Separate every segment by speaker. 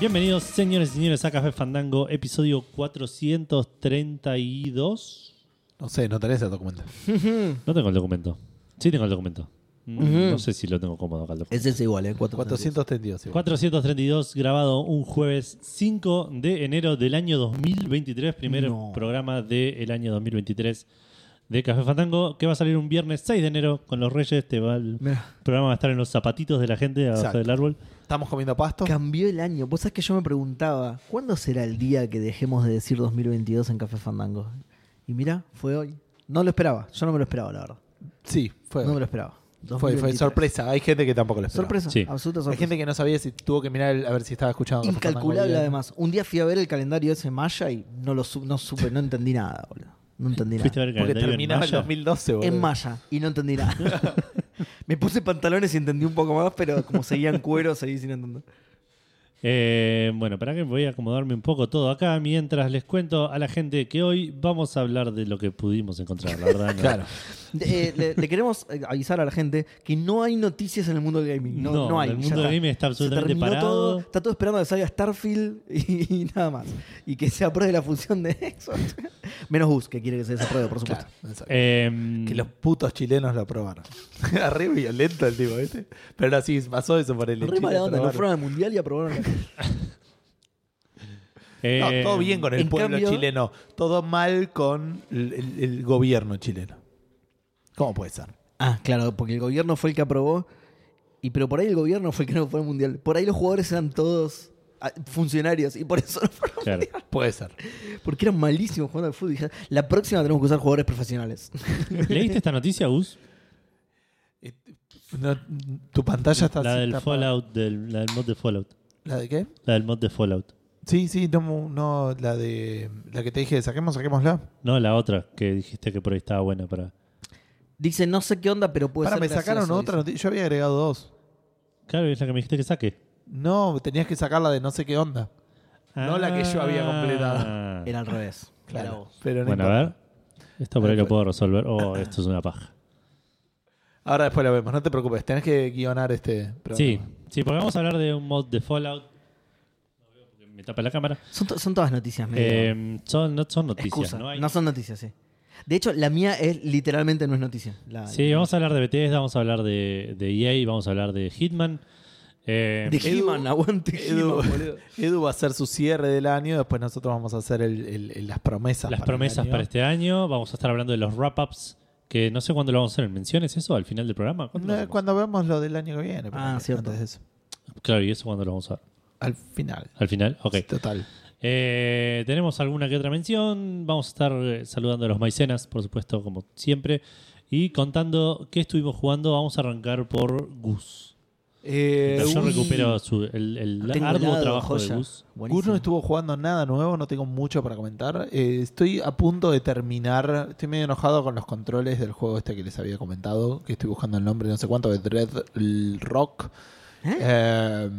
Speaker 1: Bienvenidos, señores y señores, a Café Fandango, episodio 432.
Speaker 2: No sé, no tenés el documento.
Speaker 1: No tengo el documento. Sí tengo el documento. Mm,
Speaker 3: Ujú.
Speaker 1: No sé si lo tengo cómodo acá el documento.
Speaker 3: Es ese igual, ¿eh? 400.
Speaker 2: 432. igual.
Speaker 1: 432, grabado un jueves 5 de enero del año 2023, primer
Speaker 2: No.
Speaker 1: programa del año 2023 de Café Fandango, que va a salir un viernes 6 de enero con los Reyes. Te va el
Speaker 3: Mirá,
Speaker 1: programa va a estar en los zapatitos de la gente abajo
Speaker 2: Exacto.
Speaker 1: del árbol.
Speaker 2: Estamos comiendo pasto.
Speaker 3: Oh. cambió el año. Vos sabés que yo me preguntaba, ¿cuándo será el día que dejemos de decir 2022 en Café Fandango? Y mira, fue hoy. No lo esperaba, yo no me lo esperaba, la verdad.
Speaker 2: Sí, fue.
Speaker 3: No me lo esperaba.
Speaker 2: fue, fue
Speaker 3: 2023.
Speaker 2: sorpresa. Hay gente que tampoco lo esperaba.
Speaker 3: Sorpresa,
Speaker 1: Sí.
Speaker 3: absoluta
Speaker 2: Hay
Speaker 3: sorpresa.
Speaker 2: gente que no sabía si tuvo que mirar el- a ver si estaba escuchando.
Speaker 3: Incalculable además. Un día fui a ver el calendario ese maya y no lo su- no supe, no entendí nada, boludo. No entendí
Speaker 1: Fuiste a
Speaker 3: nada.
Speaker 1: ver el
Speaker 2: Porque
Speaker 1: calendario en
Speaker 2: terminaba el
Speaker 1: malla.
Speaker 2: 2012, boludo.
Speaker 3: En maya y no entendí nada. me puse pantalones y entendí un poco más, pero como seguía en cuero, seguí sin entender.
Speaker 1: Eh, bueno, para que voy a acomodarme un poco todo acá mientras les cuento a la gente que hoy vamos a hablar de lo que pudimos encontrar, la verdad. no.
Speaker 2: Claro.
Speaker 3: Eh, le, le queremos eh, avisar a la gente que no hay noticias en el mundo del gaming. No,
Speaker 1: No,
Speaker 3: no, hay.
Speaker 1: el
Speaker 3: ya
Speaker 1: mundo del gaming está
Speaker 3: Se
Speaker 1: absolutamente
Speaker 3: terminó
Speaker 1: parado.
Speaker 3: todo, está todo esperando que salga Starfield y, y nada más. Y que se apruebe la función de Xbox. Menos Gus, que quiere que se desapruebe, por supuesto.
Speaker 2: Claro, exacto.
Speaker 1: Eh,
Speaker 2: que los putos chilenos lo aprobaron. Re violento el tipo, ¿viste? Pero así pasó eso por el
Speaker 3: Re mala onda, no fueron al mundial y aprobaron. la-
Speaker 1: eh,
Speaker 2: No, todo bien con el
Speaker 3: en
Speaker 2: pueblo
Speaker 3: cambio-
Speaker 2: chileno. Todo mal con el, el- el gobierno chileno. ¿Cómo puede ser?
Speaker 3: ah, claro, porque el gobierno fue el que aprobó. Y pero por ahí el gobierno fue el que no fue al mundial. Por ahí los jugadores eran todos ah, funcionarios y por eso no fueron.
Speaker 1: claro.
Speaker 2: Puede ser.
Speaker 3: Porque eran malísimos jugando al fútbol. Dije, La próxima tenemos que usar jugadores profesionales.
Speaker 1: ¿Leíste esta noticia, Gus?
Speaker 2: Eh, no, tu pantalla está
Speaker 1: La
Speaker 2: así,
Speaker 1: del
Speaker 2: está apagada.
Speaker 1: Fallout, del, la del mod de Fallout.
Speaker 2: ¿La de qué?
Speaker 1: La del mod de Fallout.
Speaker 2: Sí, sí, no, no, la de la que te dije, saquemos, saquémosla.
Speaker 1: No, la otra que dijiste que por ahí estaba buena para...
Speaker 3: Dice, no sé qué onda, pero puede
Speaker 2: Para,
Speaker 3: ser
Speaker 2: me
Speaker 3: gracioso",
Speaker 2: sacaron
Speaker 3: dice.
Speaker 2: otra noticia, yo había agregado dos.
Speaker 1: Claro, es la que me dijiste que saque.
Speaker 2: No, tenías que sacar la de no sé qué onda. No la que yo había
Speaker 1: Ah.
Speaker 3: Era al revés. Era
Speaker 2: Claro.
Speaker 3: vos.
Speaker 2: Pero no
Speaker 1: Bueno, a
Speaker 2: importa.
Speaker 1: ver. Esto por ahí lo puedo resolver. Oh, esto es una paja.
Speaker 2: Ahora después la vemos, no te preocupes, tenés que guionar este programa.
Speaker 1: Sí, sí, porque vamos a hablar de un mod de Fallout. No veo porque me tapa la cámara.
Speaker 3: Son, to- son todas noticias, medio
Speaker 1: Eh, son, no son noticias.
Speaker 3: excusa.
Speaker 1: no
Speaker 3: No,
Speaker 1: hay-
Speaker 3: son noticias, sí. De hecho, la mía es literalmente no es noticia. La-
Speaker 1: Sí, vamos a hablar de Bethesda, vamos a hablar de, de EA, vamos a hablar de Hitman. Eh,
Speaker 3: De He-Man, aguante
Speaker 2: Edu,
Speaker 3: He-Man, boludo.
Speaker 2: Edu va a hacer su cierre del año, después nosotros vamos a hacer el- el- el- las promesas.
Speaker 1: las
Speaker 2: para el
Speaker 1: promesas
Speaker 2: año.
Speaker 1: para este año. Vamos a estar hablando de los wrap-ups. Que no sé cuándo lo vamos a hacer en menciones, eso, al final del programa. ¿Cuándo lo
Speaker 2: No,
Speaker 1: hacemos?
Speaker 2: cuando veamos lo del año que viene. pero
Speaker 3: Ah, cierto.
Speaker 2: antes de eso.
Speaker 1: Claro, y eso cuándo lo vamos a ver.
Speaker 2: Al final.
Speaker 1: Al final, ok.
Speaker 2: Total.
Speaker 1: Eh, tenemos alguna que otra mención. Vamos a estar eh, saludando a los maicenas, por supuesto, como siempre. Y contando qué estuvimos jugando, vamos a arrancar por Gus.
Speaker 2: Eh,
Speaker 1: Mientras yo
Speaker 2: Gus-
Speaker 1: recupero su- el, el
Speaker 3: Tengo
Speaker 1: arduo
Speaker 3: helado,
Speaker 1: trabajo de
Speaker 3: joya.
Speaker 1: Gus.
Speaker 2: Gus
Speaker 3: Buenísimo.
Speaker 2: no estuvo jugando nada nuevo, no tengo mucho para comentar. Eh, estoy a punto de terminar. Estoy medio enojado con los controles del juego este que les había comentado. Que estoy buscando el nombre, no sé cuánto, de Dread Rock.
Speaker 3: ¿Eh?
Speaker 2: Eh,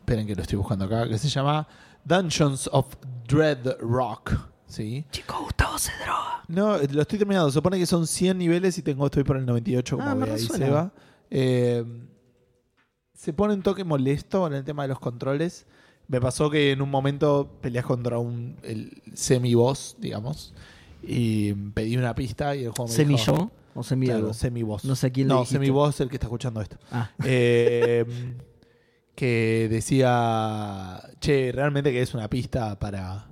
Speaker 2: esperen que lo estoy buscando acá. Que se llama Dungeons of Dread Rock. ¿Sí?
Speaker 3: Chico, Gustavo se droga.
Speaker 2: No, lo estoy terminando. Supone que son 100 niveles y tengo, estoy por el 98, como
Speaker 3: Ah, me
Speaker 2: ve ahí
Speaker 3: resuena.
Speaker 2: Seba. Eh, se pone un toque molesto en el tema de los controles. Me pasó que en un momento peleas contra un el semi-boss, digamos, y pedí una pista y el juego me
Speaker 3: ¿Semi
Speaker 2: dijo...
Speaker 3: yo o semi
Speaker 2: Claro,
Speaker 3: algo?
Speaker 2: semi-boss.
Speaker 3: No sé a quién le
Speaker 2: No,
Speaker 3: dijiste.
Speaker 2: semi-boss el que está escuchando esto.
Speaker 3: Ah,
Speaker 2: Eh, que decía, che, realmente que es una pista para,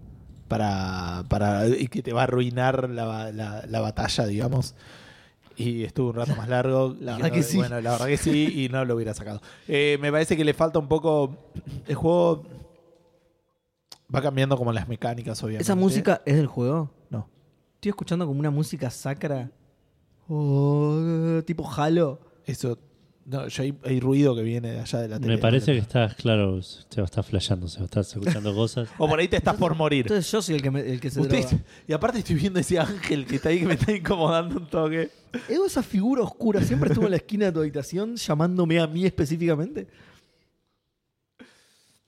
Speaker 2: para, para y que te va a arruinar la, la- la batalla, digamos. Y estuvo un rato más largo.
Speaker 3: La
Speaker 2: y
Speaker 3: verdad
Speaker 2: no-
Speaker 3: que sí.
Speaker 2: Bueno, la verdad que sí, y no lo hubiera sacado. Eh, me parece que le falta un poco. El juego va cambiando como las mecánicas, obviamente.
Speaker 3: ¿Esa música es del juego?
Speaker 2: No.
Speaker 3: Estoy escuchando como una música sacra. Oh, tipo Halo.
Speaker 2: Eso. No, yo hay, hay ruido que viene de allá de la tele.
Speaker 1: Me parece que estás, claro, se va a estar flasheando, se va a estar escuchando cosas.
Speaker 2: O por ahí te estás por morir.
Speaker 3: Entonces yo soy el que, me- el que se
Speaker 2: Usted-
Speaker 3: droga.
Speaker 2: y aparte estoy viendo ese ángel que está ahí que me está incomodando un toque.
Speaker 3: ¿Evo esa figura oscura siempre estuvo en la esquina de tu habitación llamándome a mí específicamente?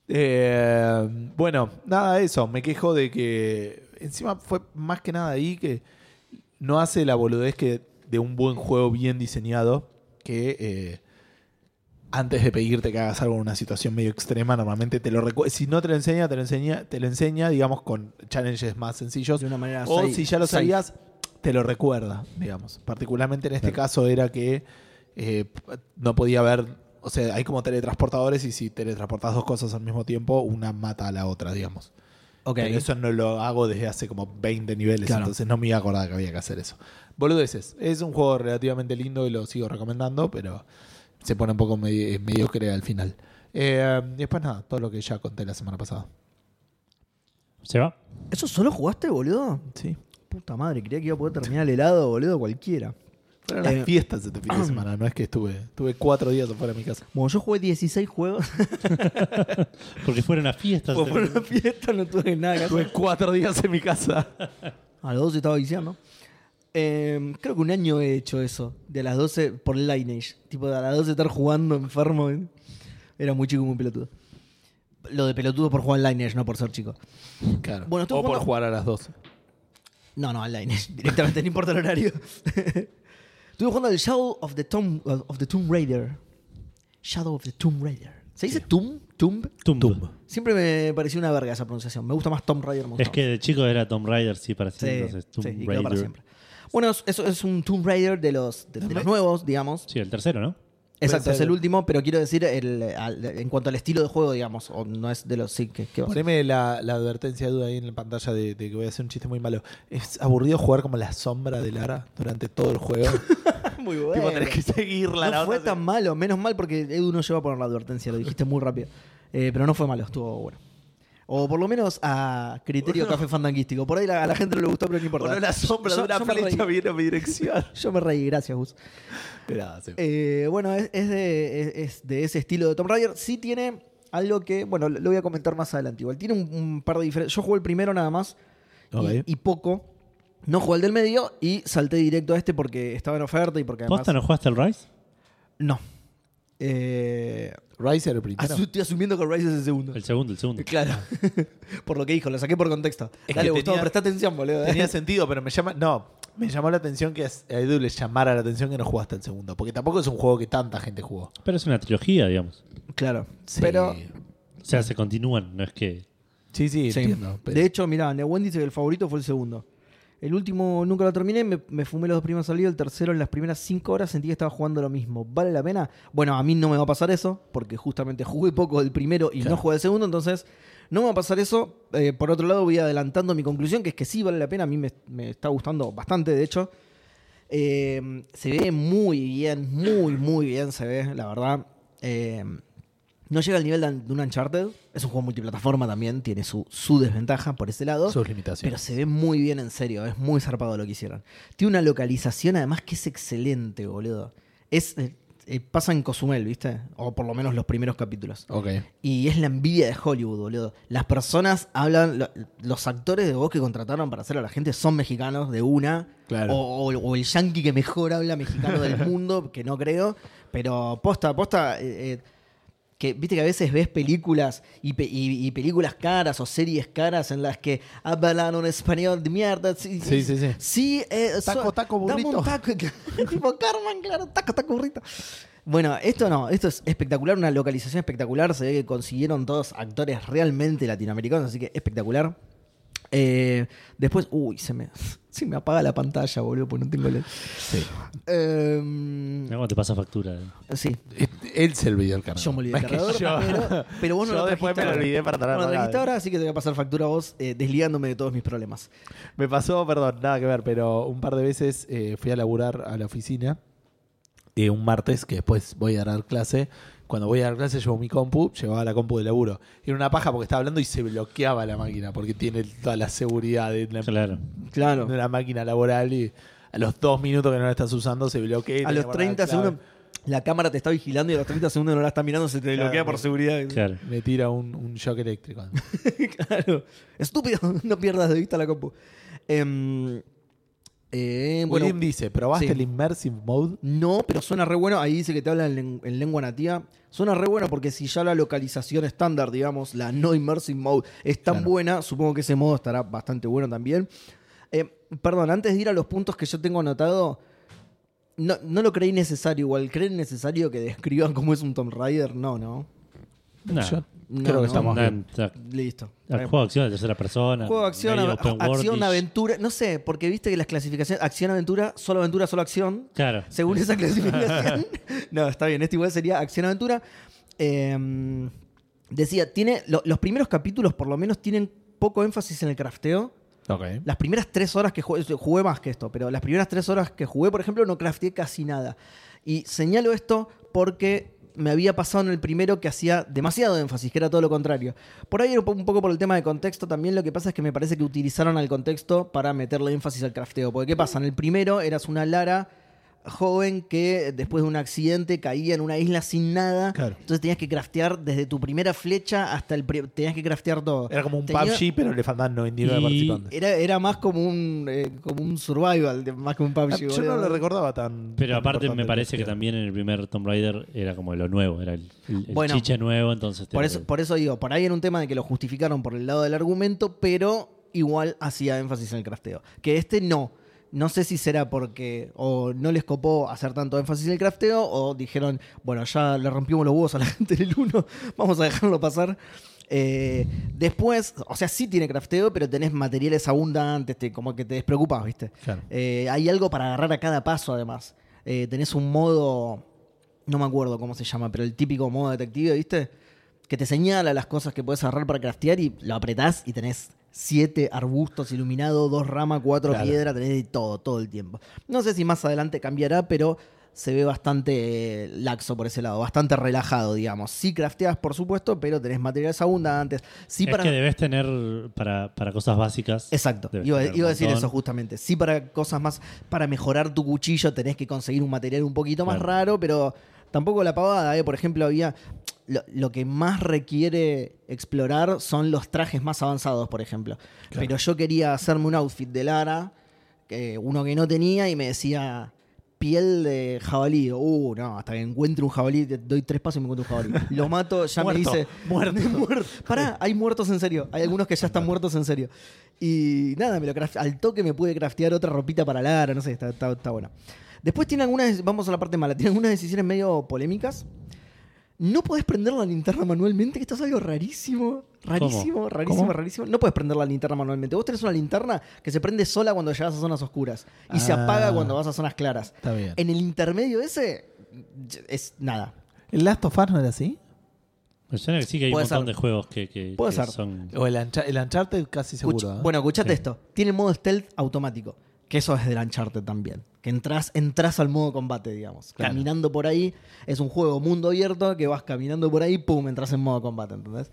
Speaker 2: Eh, bueno, nada de eso. Me quejo de que. Encima fue más que nada ahí que no hace la boludez que de un buen juego bien diseñado. Que eh, antes de pedirte que hagas algo en una situación medio extrema, normalmente te lo recuerda. Si no te lo enseña, te lo enseña, te lo enseña, digamos, con challenges más sencillos.
Speaker 3: De una manera
Speaker 2: O
Speaker 3: safe-
Speaker 2: si ya lo
Speaker 3: safe.
Speaker 2: sabías, te lo recuerda, digamos. Particularmente en este caso era que eh, no podía haber, o sea, hay como teletransportadores y si teletransportas dos cosas al mismo tiempo, una mata a la otra, digamos.
Speaker 3: Ok.
Speaker 2: Pero eso no lo hago desde hace como 20 niveles,
Speaker 3: Claro.
Speaker 2: entonces no me iba a acordar que había que hacer eso. Boludeces, es un juego relativamente lindo y lo sigo recomendando, pero se pone un poco medi- eh, mediocre al final. Eh, y después nada, todo lo que ya conté la semana pasada.
Speaker 1: Se va.
Speaker 3: ¿Eso solo jugaste, boludo?
Speaker 2: Sí.
Speaker 3: Puta madre, creía que iba a poder terminar el helado, boludo, cualquiera.
Speaker 2: Fueron las
Speaker 3: Eh,
Speaker 2: fiestas este fin de semana, no es que estuve, estuve cuatro días afuera de mi casa.
Speaker 3: Bueno, yo jugué 16 juegos.
Speaker 1: Porque fueron las fiestas.
Speaker 3: Fue una fiesta, no tuve nada que hacer.
Speaker 2: Estuve cuatro días en mi casa.
Speaker 3: A las 12 estaba diciendo. creo que un año he hecho eso. De las 12 por Lineage. Tipo, de a las 12 estar jugando enfermo. ¿eh? Era muy chico, y muy pelotudo. Lo de pelotudo por jugar Lineage, no por ser chico.
Speaker 2: Claro.
Speaker 3: Bueno, estuve
Speaker 2: o por
Speaker 3: jugando-
Speaker 2: jugar a las 12.
Speaker 3: No, no, al Lineage. Directamente, no importa el horario. Estuve jugando el Shadow of the Tomb, of the Tomb Raider. Shadow of the Tomb Raider. ¿Se dice Tomb? Tomb?
Speaker 1: Tomb.
Speaker 3: Siempre me pareció una verga esa pronunciación. Me gusta más Tomb Raider. me gusta
Speaker 1: Es que de chico era Tomb Raider, sí, para
Speaker 3: Sí,
Speaker 1: siempre. entonces, Tomb
Speaker 3: sí, y quedó
Speaker 1: Raider.
Speaker 3: para siempre. Bueno, es- eso es un Tomb Raider de los, de, de los nuevos, digamos.
Speaker 1: Sí, el tercero, ¿no?
Speaker 3: Exacto, es
Speaker 2: Puede ser.
Speaker 3: el último, pero quiero decir el, al- en cuanto al estilo de juego, digamos, o no es de los sí que, que va a ser.
Speaker 2: Poneme la, la advertencia de duda ahí en la pantalla de, de que voy a hacer un chiste muy malo. Es aburrido jugar como la sombra de Lara durante todo el juego.
Speaker 3: Muy
Speaker 2: tipo, tenés que seguirla. la
Speaker 3: No fue
Speaker 2: otra-
Speaker 3: tan malo, menos mal porque Edu no lleva a poner la advertencia, lo dijiste muy rápido. Eh, pero no fue malo, estuvo bueno. O por lo menos a criterio café fandanguístico. Por ahí la- a la gente no le gustó, pero no importa.
Speaker 2: Bueno, la sombra
Speaker 3: Yo-
Speaker 2: de una
Speaker 3: yo me reí.
Speaker 2: flecha viene a mi dirección.
Speaker 3: Yo me reí, gracias, Gus.
Speaker 2: Gracias.
Speaker 3: Eh, bueno, es, es de, es- es de ese estilo de Tomb Raider. Sí tiene algo que, bueno, lo lo voy a comentar más adelante. Igual tiene un, un par de diferencias. Yo jugué el primero nada más y-
Speaker 2: Ok.
Speaker 3: y, poco. No jugué el del medio y salté directo a este porque estaba en oferta y porque además...
Speaker 1: ¿Posta no jugaste al Rise?
Speaker 3: No. Eh,
Speaker 2: Rise era el primero.
Speaker 3: asu- estoy asumiendo que Rise es el segundo.
Speaker 1: El segundo, el segundo.
Speaker 3: Claro. por lo que dijo, lo saqué por contexto.
Speaker 2: que
Speaker 3: Dale, Gustavo,
Speaker 2: tenía-
Speaker 3: presta atención, boludo. eh.
Speaker 2: Tenía sentido, pero me llama. No, me llamó la atención que a Edu le llamara la atención que no jugaste el segundo. Porque tampoco es un juego que tanta gente jugó.
Speaker 1: Pero es una trilogía, digamos.
Speaker 3: Claro. Pero
Speaker 1: O sea, se continúan, no es que.
Speaker 2: Sí, sí,
Speaker 3: Sí.
Speaker 2: entiendo. pero-
Speaker 3: De hecho, mirá, Neuwen dice que el favorito fue el segundo. El último nunca lo terminé, me, me fumé los dos primeros salidos, el tercero en las primeras cinco horas sentí que estaba jugando lo mismo. ¿Vale la pena? Bueno, a mí no me va a pasar eso, porque justamente jugué poco del primero y
Speaker 2: Claro.
Speaker 3: no jugué el segundo, entonces no me va a pasar eso. Eh, por otro lado, voy adelantando mi conclusión, que es que sí vale la pena, a mí me, me está gustando bastante, de hecho. Eh, se ve muy bien, muy, muy bien se ve, la verdad. Eh, no llega al nivel de un- de un Uncharted. Es un juego multiplataforma también, tiene su, su desventaja por ese lado.
Speaker 2: sus limitaciones.
Speaker 3: Pero se ve muy bien en serio, es muy zarpado lo que hicieron. Tiene una localización además que es excelente, boludo. Es, eh, eh, pasa en Cozumel, ¿viste? O por lo menos los primeros capítulos.
Speaker 2: Ok.
Speaker 3: Y es la envidia de Hollywood, boludo. Las personas hablan, lo- los actores de voz que contrataron para hacer a la gente son mexicanos de una.
Speaker 2: Claro.
Speaker 3: O, o- o el yankee que mejor habla mexicano del mundo, que no creo. Pero posta, posta. eh, eh, que viste que a veces ves películas y, pe- y- y películas caras o series caras en las que hablan un español de mierda. Sí,
Speaker 2: Sí, sí, sí.
Speaker 3: Sí, eh,
Speaker 2: Taco, taco,
Speaker 3: dame
Speaker 2: burrito.
Speaker 3: un taco. tipo Carmen, claro, taco, taco, burrito. Bueno, esto no, esto es espectacular, una localización espectacular. Se ve que consiguieron todos actores realmente latinoamericanos, así que espectacular. Eh, después, uy, se me, se me apaga la pantalla, boludo, porque no tengo LED.
Speaker 2: Sí.
Speaker 3: Em,
Speaker 1: ¿Cómo te pasa factura?
Speaker 3: sí,
Speaker 2: Él se olvidó el cargador.
Speaker 3: yo me olvidé
Speaker 2: No
Speaker 3: del
Speaker 2: es que
Speaker 3: cargador,
Speaker 2: yo-
Speaker 3: pero, pero vos no
Speaker 2: yo
Speaker 3: lo
Speaker 2: después
Speaker 3: trajiste
Speaker 2: me lo
Speaker 3: ahora.
Speaker 2: olvidé para traer
Speaker 3: No lo
Speaker 2: la
Speaker 3: trajiste
Speaker 2: llave.
Speaker 3: ahora, así que te voy a pasar factura a vos eh, desligándome de todos mis problemas.
Speaker 2: Me pasó, perdón, nada que ver, pero un par de veces eh, fui a laburar a la oficina eh, un martes que después voy a dar clase. Cuando voy a dar clase llevo mi compu, llevaba la compu de laburo. Era una paja porque estaba hablando y se bloqueaba la máquina porque tiene toda la seguridad de
Speaker 3: Em,
Speaker 2: la,
Speaker 1: Claro.
Speaker 3: Claro.
Speaker 2: de una máquina laboral y a los dos minutos que no la estás usando se bloquea. y
Speaker 3: A
Speaker 2: tenés que
Speaker 3: los
Speaker 2: guardar
Speaker 3: 30
Speaker 2: la clave.
Speaker 3: segundos la cámara te está vigilando y a los 30 segundos no la está mirando, se te
Speaker 2: Claro.
Speaker 3: bloquea por seguridad.
Speaker 1: Claro.
Speaker 2: Me tira un, un shock eléctrico.
Speaker 3: Claro. Estúpido, no pierdas de vista la compu. Em, eh, bueno,
Speaker 2: William dice, ¿probaste
Speaker 3: sí.
Speaker 2: el Immersive Mode?
Speaker 3: no, pero suena re bueno. Ahí dice que te habla en, len- en lengua nativa. Suena re bueno porque si ya la localización estándar, digamos, la no immersive mode, es tan
Speaker 2: Claro.
Speaker 3: buena, supongo que ese modo estará Em, bastante bueno también. Eh, perdón, antes de ir a los puntos que yo tengo anotado, No, no lo creí necesario, igual. ¿Creen necesario que describan cómo es un Tomb Raider? No, no.
Speaker 1: Nah,
Speaker 2: Yo
Speaker 3: No,
Speaker 2: creo
Speaker 3: no,
Speaker 2: que estamos
Speaker 1: nah,
Speaker 2: bien.
Speaker 1: ta-
Speaker 3: Listo.
Speaker 1: al juego de acción de tercera persona.
Speaker 3: Em, Juego de acción,
Speaker 1: medio
Speaker 3: a-
Speaker 1: open
Speaker 3: a-
Speaker 1: world-ish.
Speaker 3: acción, aventura. No sé, porque viste que las clasificaciones. Acción, aventura, solo aventura, solo acción.
Speaker 1: Claro. Eh,
Speaker 3: Según esa clasificación. no, está bien. Este igual sería acción, aventura. Eh, decía, tiene. lo- los primeros capítulos, por lo menos, tienen poco énfasis en el crafteo.
Speaker 2: Ok.
Speaker 3: Las primeras tres horas que jugué, jugué más que esto, pero las primeras tres horas que jugué, por ejemplo, no crafteé casi nada. Y señalo esto porque me había pasado en el primero que hacía demasiado énfasis, que era todo lo contrario. Por ahí, un poco por el tema de contexto, también lo que pasa es que me parece que utilizaron al contexto para meterle énfasis al crafteo. Porque, ¿qué pasa? En el primero eras una Lara joven que después de un accidente caía en una isla sin nada.
Speaker 2: Claro.
Speaker 3: Entonces tenías que craftear desde tu primera flecha hasta el... pri- Tenías que craftear todo.
Speaker 2: Era como un
Speaker 3: Tenía-
Speaker 2: PUBG, pero le faltaban 99
Speaker 1: Y-
Speaker 2: participantes.
Speaker 3: era, era más como un eh, como un survival, de- más que un
Speaker 2: Ah,
Speaker 3: PUBG.
Speaker 2: Yo
Speaker 3: boludo.
Speaker 2: no lo recordaba tan.
Speaker 1: Pero
Speaker 2: tan
Speaker 1: aparte
Speaker 2: importante
Speaker 1: me
Speaker 2: el
Speaker 1: parece que
Speaker 2: crafteo.
Speaker 1: también en el primer Tomb Raider era como lo nuevo, era el, el- el
Speaker 3: Bueno.
Speaker 1: chiche nuevo, entonces... te-
Speaker 3: por, eso, por eso digo, por ahí era un tema de que lo justificaron por el lado del argumento, pero igual hacía énfasis en el crafteo. Que este no. No sé si será porque o no les copó hacer tanto énfasis en el crafteo o dijeron, bueno, ya le rompimos los huevos a la gente del 1, vamos a dejarlo pasar. Eh, después, o sea, sí tiene crafteo, pero tenés materiales abundantes, te- como que te despreocupas, ¿viste?
Speaker 2: Claro.
Speaker 3: Eh, hay algo para agarrar a cada paso, además. Eh, tenés un modo, no me acuerdo cómo se llama, pero el típico modo detective, ¿viste? Que te señala las cosas que puedes agarrar para craftear y lo apretás y tenés siete arbustos iluminados, dos ramas, cuatro
Speaker 2: Claro.
Speaker 3: piedras, tenés de todo, todo el tiempo. No sé si más adelante cambiará, pero se ve bastante eh, laxo por ese lado, bastante relajado, digamos. Sí crafteas, por supuesto, pero tenés materiales abundantes. Sí
Speaker 1: es
Speaker 3: para...
Speaker 1: que debes tener para, para cosas básicas.
Speaker 3: Exacto,
Speaker 1: debes
Speaker 3: iba,
Speaker 1: tener
Speaker 3: iba a
Speaker 1: un
Speaker 3: decir
Speaker 1: montón.
Speaker 3: eso justamente. Sí, para cosas más, para mejorar tu cuchillo tenés que conseguir un material un poquito más
Speaker 1: Claro.
Speaker 3: raro, pero tampoco la pavada, ¿eh? Por ejemplo, había, lo, lo que más requiere explorar son los trajes más avanzados, por ejemplo.
Speaker 2: Claro.
Speaker 3: Pero yo quería hacerme un outfit de Lara, que uno que no tenía, y me decía piel de jabalí. Uh, no, hasta que encuentro un jabalí, te doy tres pasos y me encuentro un jabalí. Lo mato, ya
Speaker 2: Muerto,
Speaker 3: me dice...
Speaker 2: muerto.
Speaker 3: Muer- Pará, hay muertos en serio. Hay algunos que ya están muertos en serio. Y nada, me lo craft- al toque me pude craftear otra ropita para Lara, no sé, está, está, está bueno. Después tiene algunas, vamos a la parte mala, tiene algunas decisiones medio polémicas. No podés prender la linterna manualmente, que esto es algo rarísimo. Rarísimo, rarísimo,
Speaker 2: ¿Cómo?
Speaker 3: rarísimo. No podés prender la linterna manualmente. Vos tenés una linterna que se prende sola cuando llegas a zonas oscuras y se
Speaker 2: Ah.
Speaker 3: apaga cuando vas a zonas claras.
Speaker 2: Está bien.
Speaker 3: En el intermedio ese es nada.
Speaker 2: ¿El Last of Us no era así?
Speaker 1: Me suena que sí que hay un
Speaker 3: Puede
Speaker 1: montón
Speaker 3: ser.
Speaker 1: de juegos que, que-
Speaker 3: Puede
Speaker 1: que
Speaker 3: ser.
Speaker 1: son...
Speaker 2: O el, Uncha- el Uncharted casi seguro.
Speaker 3: Escuch-
Speaker 2: ¿eh?
Speaker 3: Bueno, escuchate
Speaker 1: Sí.
Speaker 3: esto. Tiene modo stealth automático. Que eso es del Uncharted también. Que entras, entras al modo combate, digamos.
Speaker 2: Claro.
Speaker 3: Caminando por ahí. Es un juego mundo abierto que vas caminando por ahí, pum, entras en modo combate, ¿entendés?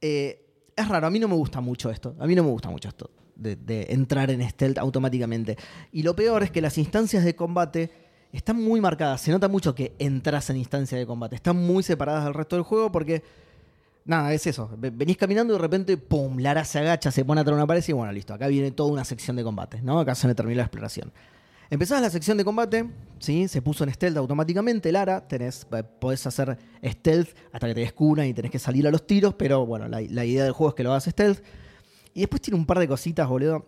Speaker 3: Eh, es raro, a mí no me gusta mucho esto. A mí no me gusta mucho esto. De, de entrar en stealth automáticamente. Y lo peor es que las instancias de combate están muy marcadas. Se nota mucho que entras en instancia de combate. Están muy separadas del resto del juego porque Nada, es eso. Ve- Venís caminando y de repente, pum, Lara se agacha, se pone atrás de una pared y bueno, listo. Acá viene toda una sección de combate, ¿no? Acá se me terminó la exploración. Empezás la sección de combate, ¿sí? Se puso en stealth automáticamente, Lara. Tenés, eh, podés hacer stealth hasta que te descubran y tenés que salir a los tiros, pero bueno, la, la idea del juego es que lo hagas stealth. Y después tiene un par de cositas, boludo.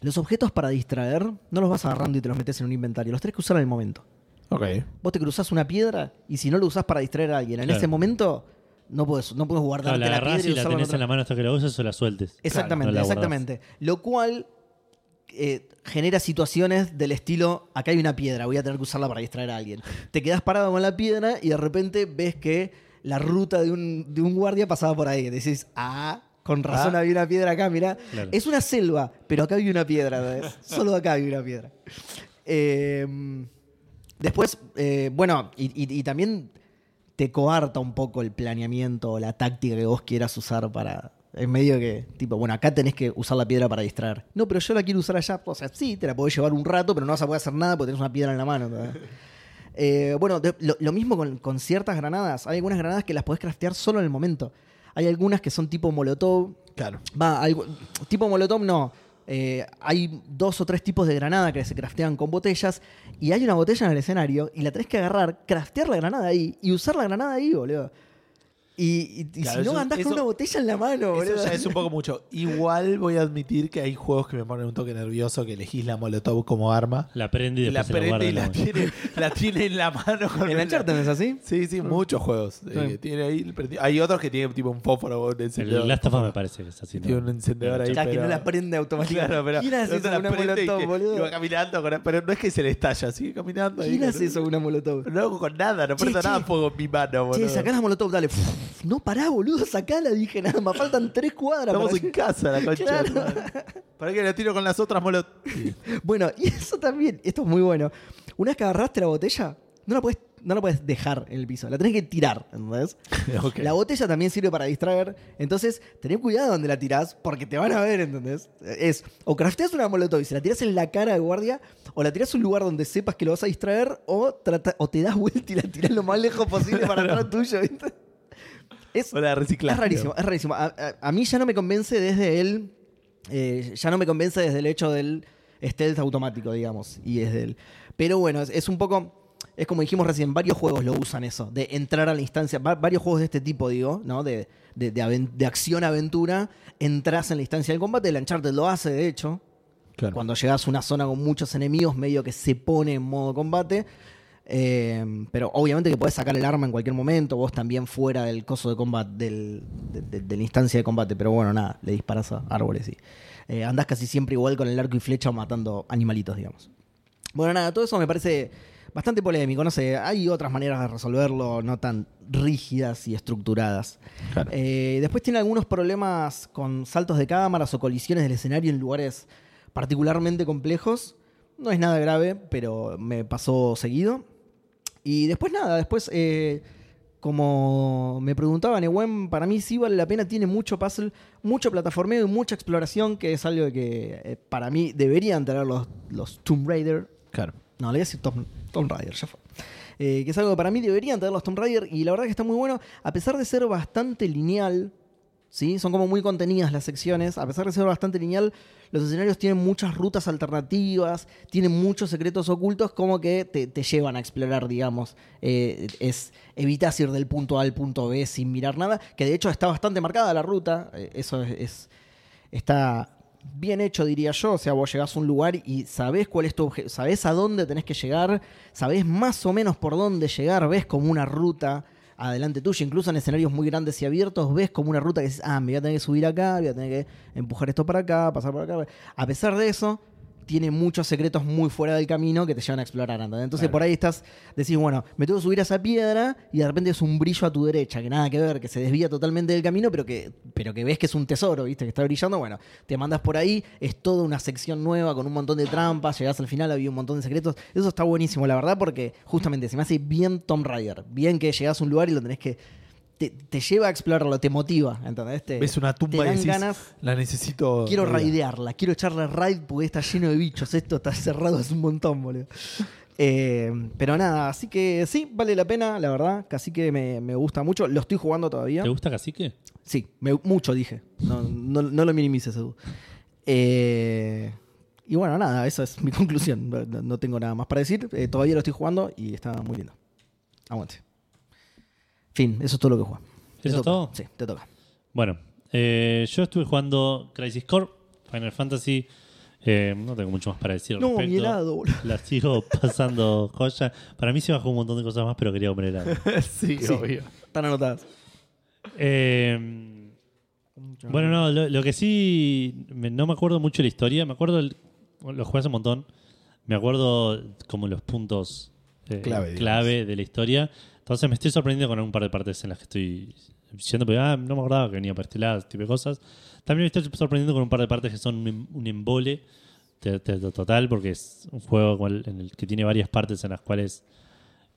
Speaker 3: Los objetos para distraer no los vas agarrando y te los metes en un inventario. Los tenés que usar en el momento.
Speaker 2: Ok.
Speaker 3: Vos te cruzás una piedra y si no lo usás para distraer a alguien en
Speaker 1: Claro.
Speaker 3: ese momento, no puedes no podés
Speaker 1: Claro,
Speaker 3: guardarte
Speaker 1: la
Speaker 3: la, piedra
Speaker 1: agarrás
Speaker 3: y
Speaker 1: y la
Speaker 3: usarla en
Speaker 1: tenés
Speaker 3: otra-
Speaker 1: en la mano hasta que la uses o la sueltes.
Speaker 3: Exactamente,
Speaker 1: No la guardás.
Speaker 3: exactamente. Lo cual eh, genera situaciones del estilo, acá hay una piedra, voy a tener que usarla para distraer a alguien. Te quedás parado con la piedra y de repente ves que la ruta de un, de un guardia pasaba por ahí. Decís, ah, con razón
Speaker 2: Ah.
Speaker 3: había una piedra acá, mirá.
Speaker 1: Claro.
Speaker 3: Es una selva, pero acá había una piedra, ¿ves? Solo acá había una piedra. Eh, después, eh, bueno, y- y- y también te coarta un poco el planeamiento o la táctica que vos quieras usar para. En medio que, tipo, bueno, acá tenés que usar la piedra para distraer. No, pero yo la quiero usar allá. O sea, sí, te la podés llevar un rato, pero no vas a poder hacer nada porque tenés una piedra en la mano. ¿entendés? Eh, bueno, de- lo, lo mismo con, con ciertas granadas. Hay algunas granadas que las podés craftear solo en el momento. Hay algunas que son tipo molotov,
Speaker 2: Claro.
Speaker 3: Va, algo- tipo molotov no. Eh, hay dos o tres tipos de granada que se craftean con botellas y hay una botella en el escenario y la tenés que agarrar, craftear la granada ahí y usar la granada ahí, boludo. Y, y- y
Speaker 2: Claro,
Speaker 3: si no,
Speaker 2: eso-
Speaker 3: andás
Speaker 2: eso-
Speaker 3: con una botella en la mano,
Speaker 2: Eso
Speaker 3: boludo.
Speaker 2: ya es un poco mucho. Igual voy a admitir que hay juegos que me ponen un toque nervioso, que elegís la Molotov como arma.
Speaker 1: La prende y
Speaker 2: Y la
Speaker 1: después se la
Speaker 2: prende
Speaker 1: guarda.
Speaker 2: y
Speaker 1: en la
Speaker 2: la
Speaker 1: mano.
Speaker 2: tiene, la tiene en la mano. Con
Speaker 3: En
Speaker 2: la-
Speaker 3: Uncharted es así.
Speaker 2: Sí, sí, muchos juegos. eh,
Speaker 3: Sí.
Speaker 2: tiene ahí, pero ti- hay otros que tienen tipo un fósforo. Un encendedor.
Speaker 1: El Last of Us me parece que es así. ¿no?
Speaker 2: Tiene un encendedor ahí.
Speaker 3: Claro, que
Speaker 2: pero-
Speaker 3: no la prende automáticamente.
Speaker 2: Claro, pero
Speaker 3: ¿Quién hace
Speaker 2: no te
Speaker 3: eso con
Speaker 2: la
Speaker 3: una
Speaker 2: prende y
Speaker 3: molotov,
Speaker 2: que- y
Speaker 3: boludo?
Speaker 2: va caminando, con- pero no es que se le estalla, sigue caminando. ahí
Speaker 3: ¿Quién
Speaker 2: con-
Speaker 3: hace eso con una molotov?
Speaker 2: No hago con nada, no
Speaker 3: Che,
Speaker 2: prendo
Speaker 3: che.
Speaker 2: nada fuego en mi mano, boludo.
Speaker 3: Che, sacá la molotov, dale. No pará, boludo, sacala, dije nada más. Faltan tres cuadras.
Speaker 2: Estamos
Speaker 3: para
Speaker 2: en casa, la concha.
Speaker 3: Claro.
Speaker 2: de madre. ¿Para qué la tiro con las otras molot?
Speaker 3: Bueno, y eso también, esto es muy bueno. Una vez que agarraste la botella, no la puedes, no la puedes dejar en el piso, la tenés que tirar, ¿entendés?
Speaker 2: Ok.
Speaker 3: La botella también sirve para distraer, entonces tené cuidado donde la tirás porque te van a ver, ¿entendés? Es o crafteas una molotov y se la tirás en la cara de guardia, o la tirás a un lugar donde sepas que lo vas a distraer, o, trata- o te das vuelta y la tirás lo más lejos posible para atrás tuyo, ¿viste? Es,
Speaker 2: O la reciclaste.
Speaker 3: es rarísimo, es rarísimo. A, a- a mí ya no me convence desde el. eh, ya no me convence desde el hecho del stealth automático, digamos. Y desde el. Pero bueno, es, es un poco. Es como dijimos recién, varios juegos lo usan eso, de entrar a la instancia. va- varios juegos de este tipo, digo, ¿no? De, de, de aven- de acción-aventura, entras en la instancia del combate. El Uncharted lo hace, de hecho.
Speaker 2: Claro.
Speaker 3: Cuando llegas a una zona con muchos enemigos, medio que se pone en modo combate. Eh, pero obviamente que podés sacar el arma en cualquier momento, vos también fuera del coso de combate, del, de, de- de la instancia de combate. Pero bueno, nada, le disparas a árboles y eh, andás casi siempre igual con el arco y flecha o matando animalitos, digamos. Bueno, nada, todo eso me parece bastante polémico. No sé, hay otras maneras de resolverlo, no tan rígidas y estructuradas.
Speaker 2: Claro.
Speaker 3: Eh, después tiene algunos problemas con saltos de cámaras o colisiones del escenario en lugares particularmente complejos. No es nada grave, pero me pasó seguido. Y después nada, después eh, como me preguntaban, Ewen, para mí sí vale la pena, tiene mucho puzzle, mucho plataformeo y mucha exploración, que es algo que eh, para mí deberían tener los, los Tomb Raider.
Speaker 2: Claro.
Speaker 3: No, le voy a decir Tom- Tomb Raider, ya fue. Eh, que es algo que para mí deberían tener los Tomb Raider y la verdad que está muy bueno, a pesar de ser bastante lineal, ¿sí? Son como muy contenidas las secciones. A pesar de ser bastante lineal, los escenarios tienen muchas rutas alternativas, tienen muchos secretos ocultos, como que te, te llevan a explorar, digamos. Eh, es Evitas ir del punto A al punto B sin mirar nada, que de hecho está bastante marcada la ruta. eh, Eso es- es está bien hecho, diría yo. O sea, vos llegás a un lugar y sabés cuál es tu objetivo, sabés a dónde tenés que llegar, sabés más o menos por dónde llegar, ves como una ruta adelante tuya, incluso en escenarios muy grandes y abiertos, ves como una ruta que dices, ah, me voy a tener que subir acá, voy a tener que empujar esto para acá, pasar por acá. A pesar de eso, tiene muchos secretos muy fuera del camino que te llevan a explorar. ¿entendés? Entonces
Speaker 2: Claro.
Speaker 3: por ahí estás, decís, bueno, me tengo que subir a esa piedra y de repente es un brillo a tu derecha, que nada que ver, que se desvía totalmente del camino, pero que, pero que ves que es un tesoro, ¿viste? Que está brillando, bueno, te mandas por ahí, es toda una sección nueva con un montón de trampas, llegás al final, había un montón de secretos. Eso está buenísimo, la verdad, porque justamente se me hace bien Tom Raider, bien que llegás a un lugar y lo tenés que... Te, te lleva a explorarlo, te motiva, ¿entendés? Te,
Speaker 2: Ves una
Speaker 3: Eh, te
Speaker 2: tumba y
Speaker 3: dan
Speaker 2: decís,
Speaker 3: ganas
Speaker 2: la necesito.
Speaker 3: Quiero
Speaker 2: raidar.
Speaker 3: raidearla, quiero echarle raid porque está lleno de bichos. Esto está cerrado hace un montón, boludo. Eh, pero nada, así que sí, vale la pena, la verdad. Casi que me, me gusta mucho. Lo estoy jugando todavía.
Speaker 1: ¿Te gusta Cacique?
Speaker 3: Sí, me- mucho dije. No, no, no lo minimices, Edu. Eh, y bueno, nada, esa es mi conclusión. No, no- no tengo nada más para decir. Eh, todavía lo estoy jugando y está muy lindo. Aguante. Fin, eso es todo lo que juega.
Speaker 1: ¿Eso es todo?
Speaker 3: Sí, te toca.
Speaker 1: Bueno, eh, yo estuve jugando Crisis Core, Final Fantasy. eh, no tengo mucho más para decir. al
Speaker 3: No,
Speaker 1: respecto.
Speaker 3: mi helado, boludo.
Speaker 1: La sigo pasando joya. Para mí se bajó un montón de cosas más, pero quería comer helado.
Speaker 2: sí,
Speaker 3: Sí.
Speaker 2: obvio.
Speaker 3: Están anotadas.
Speaker 1: Eh, bueno, no, lo, lo que sí, me- no me acuerdo mucho la historia. Me acuerdo, el- lo jugué hace un montón. Me acuerdo como los puntos eh,
Speaker 2: Clave, digamos.
Speaker 1: clave de la historia. Entonces me estoy sorprendiendo con un par de partes en las que estoy diciendo, pero ah, no me acordaba que venía para este lado, este tipo de cosas. También me estoy sorprendiendo con un par de partes que son un, em- un embole te- te- te- total, porque es un juego con el- en el que tiene varias partes en las cuales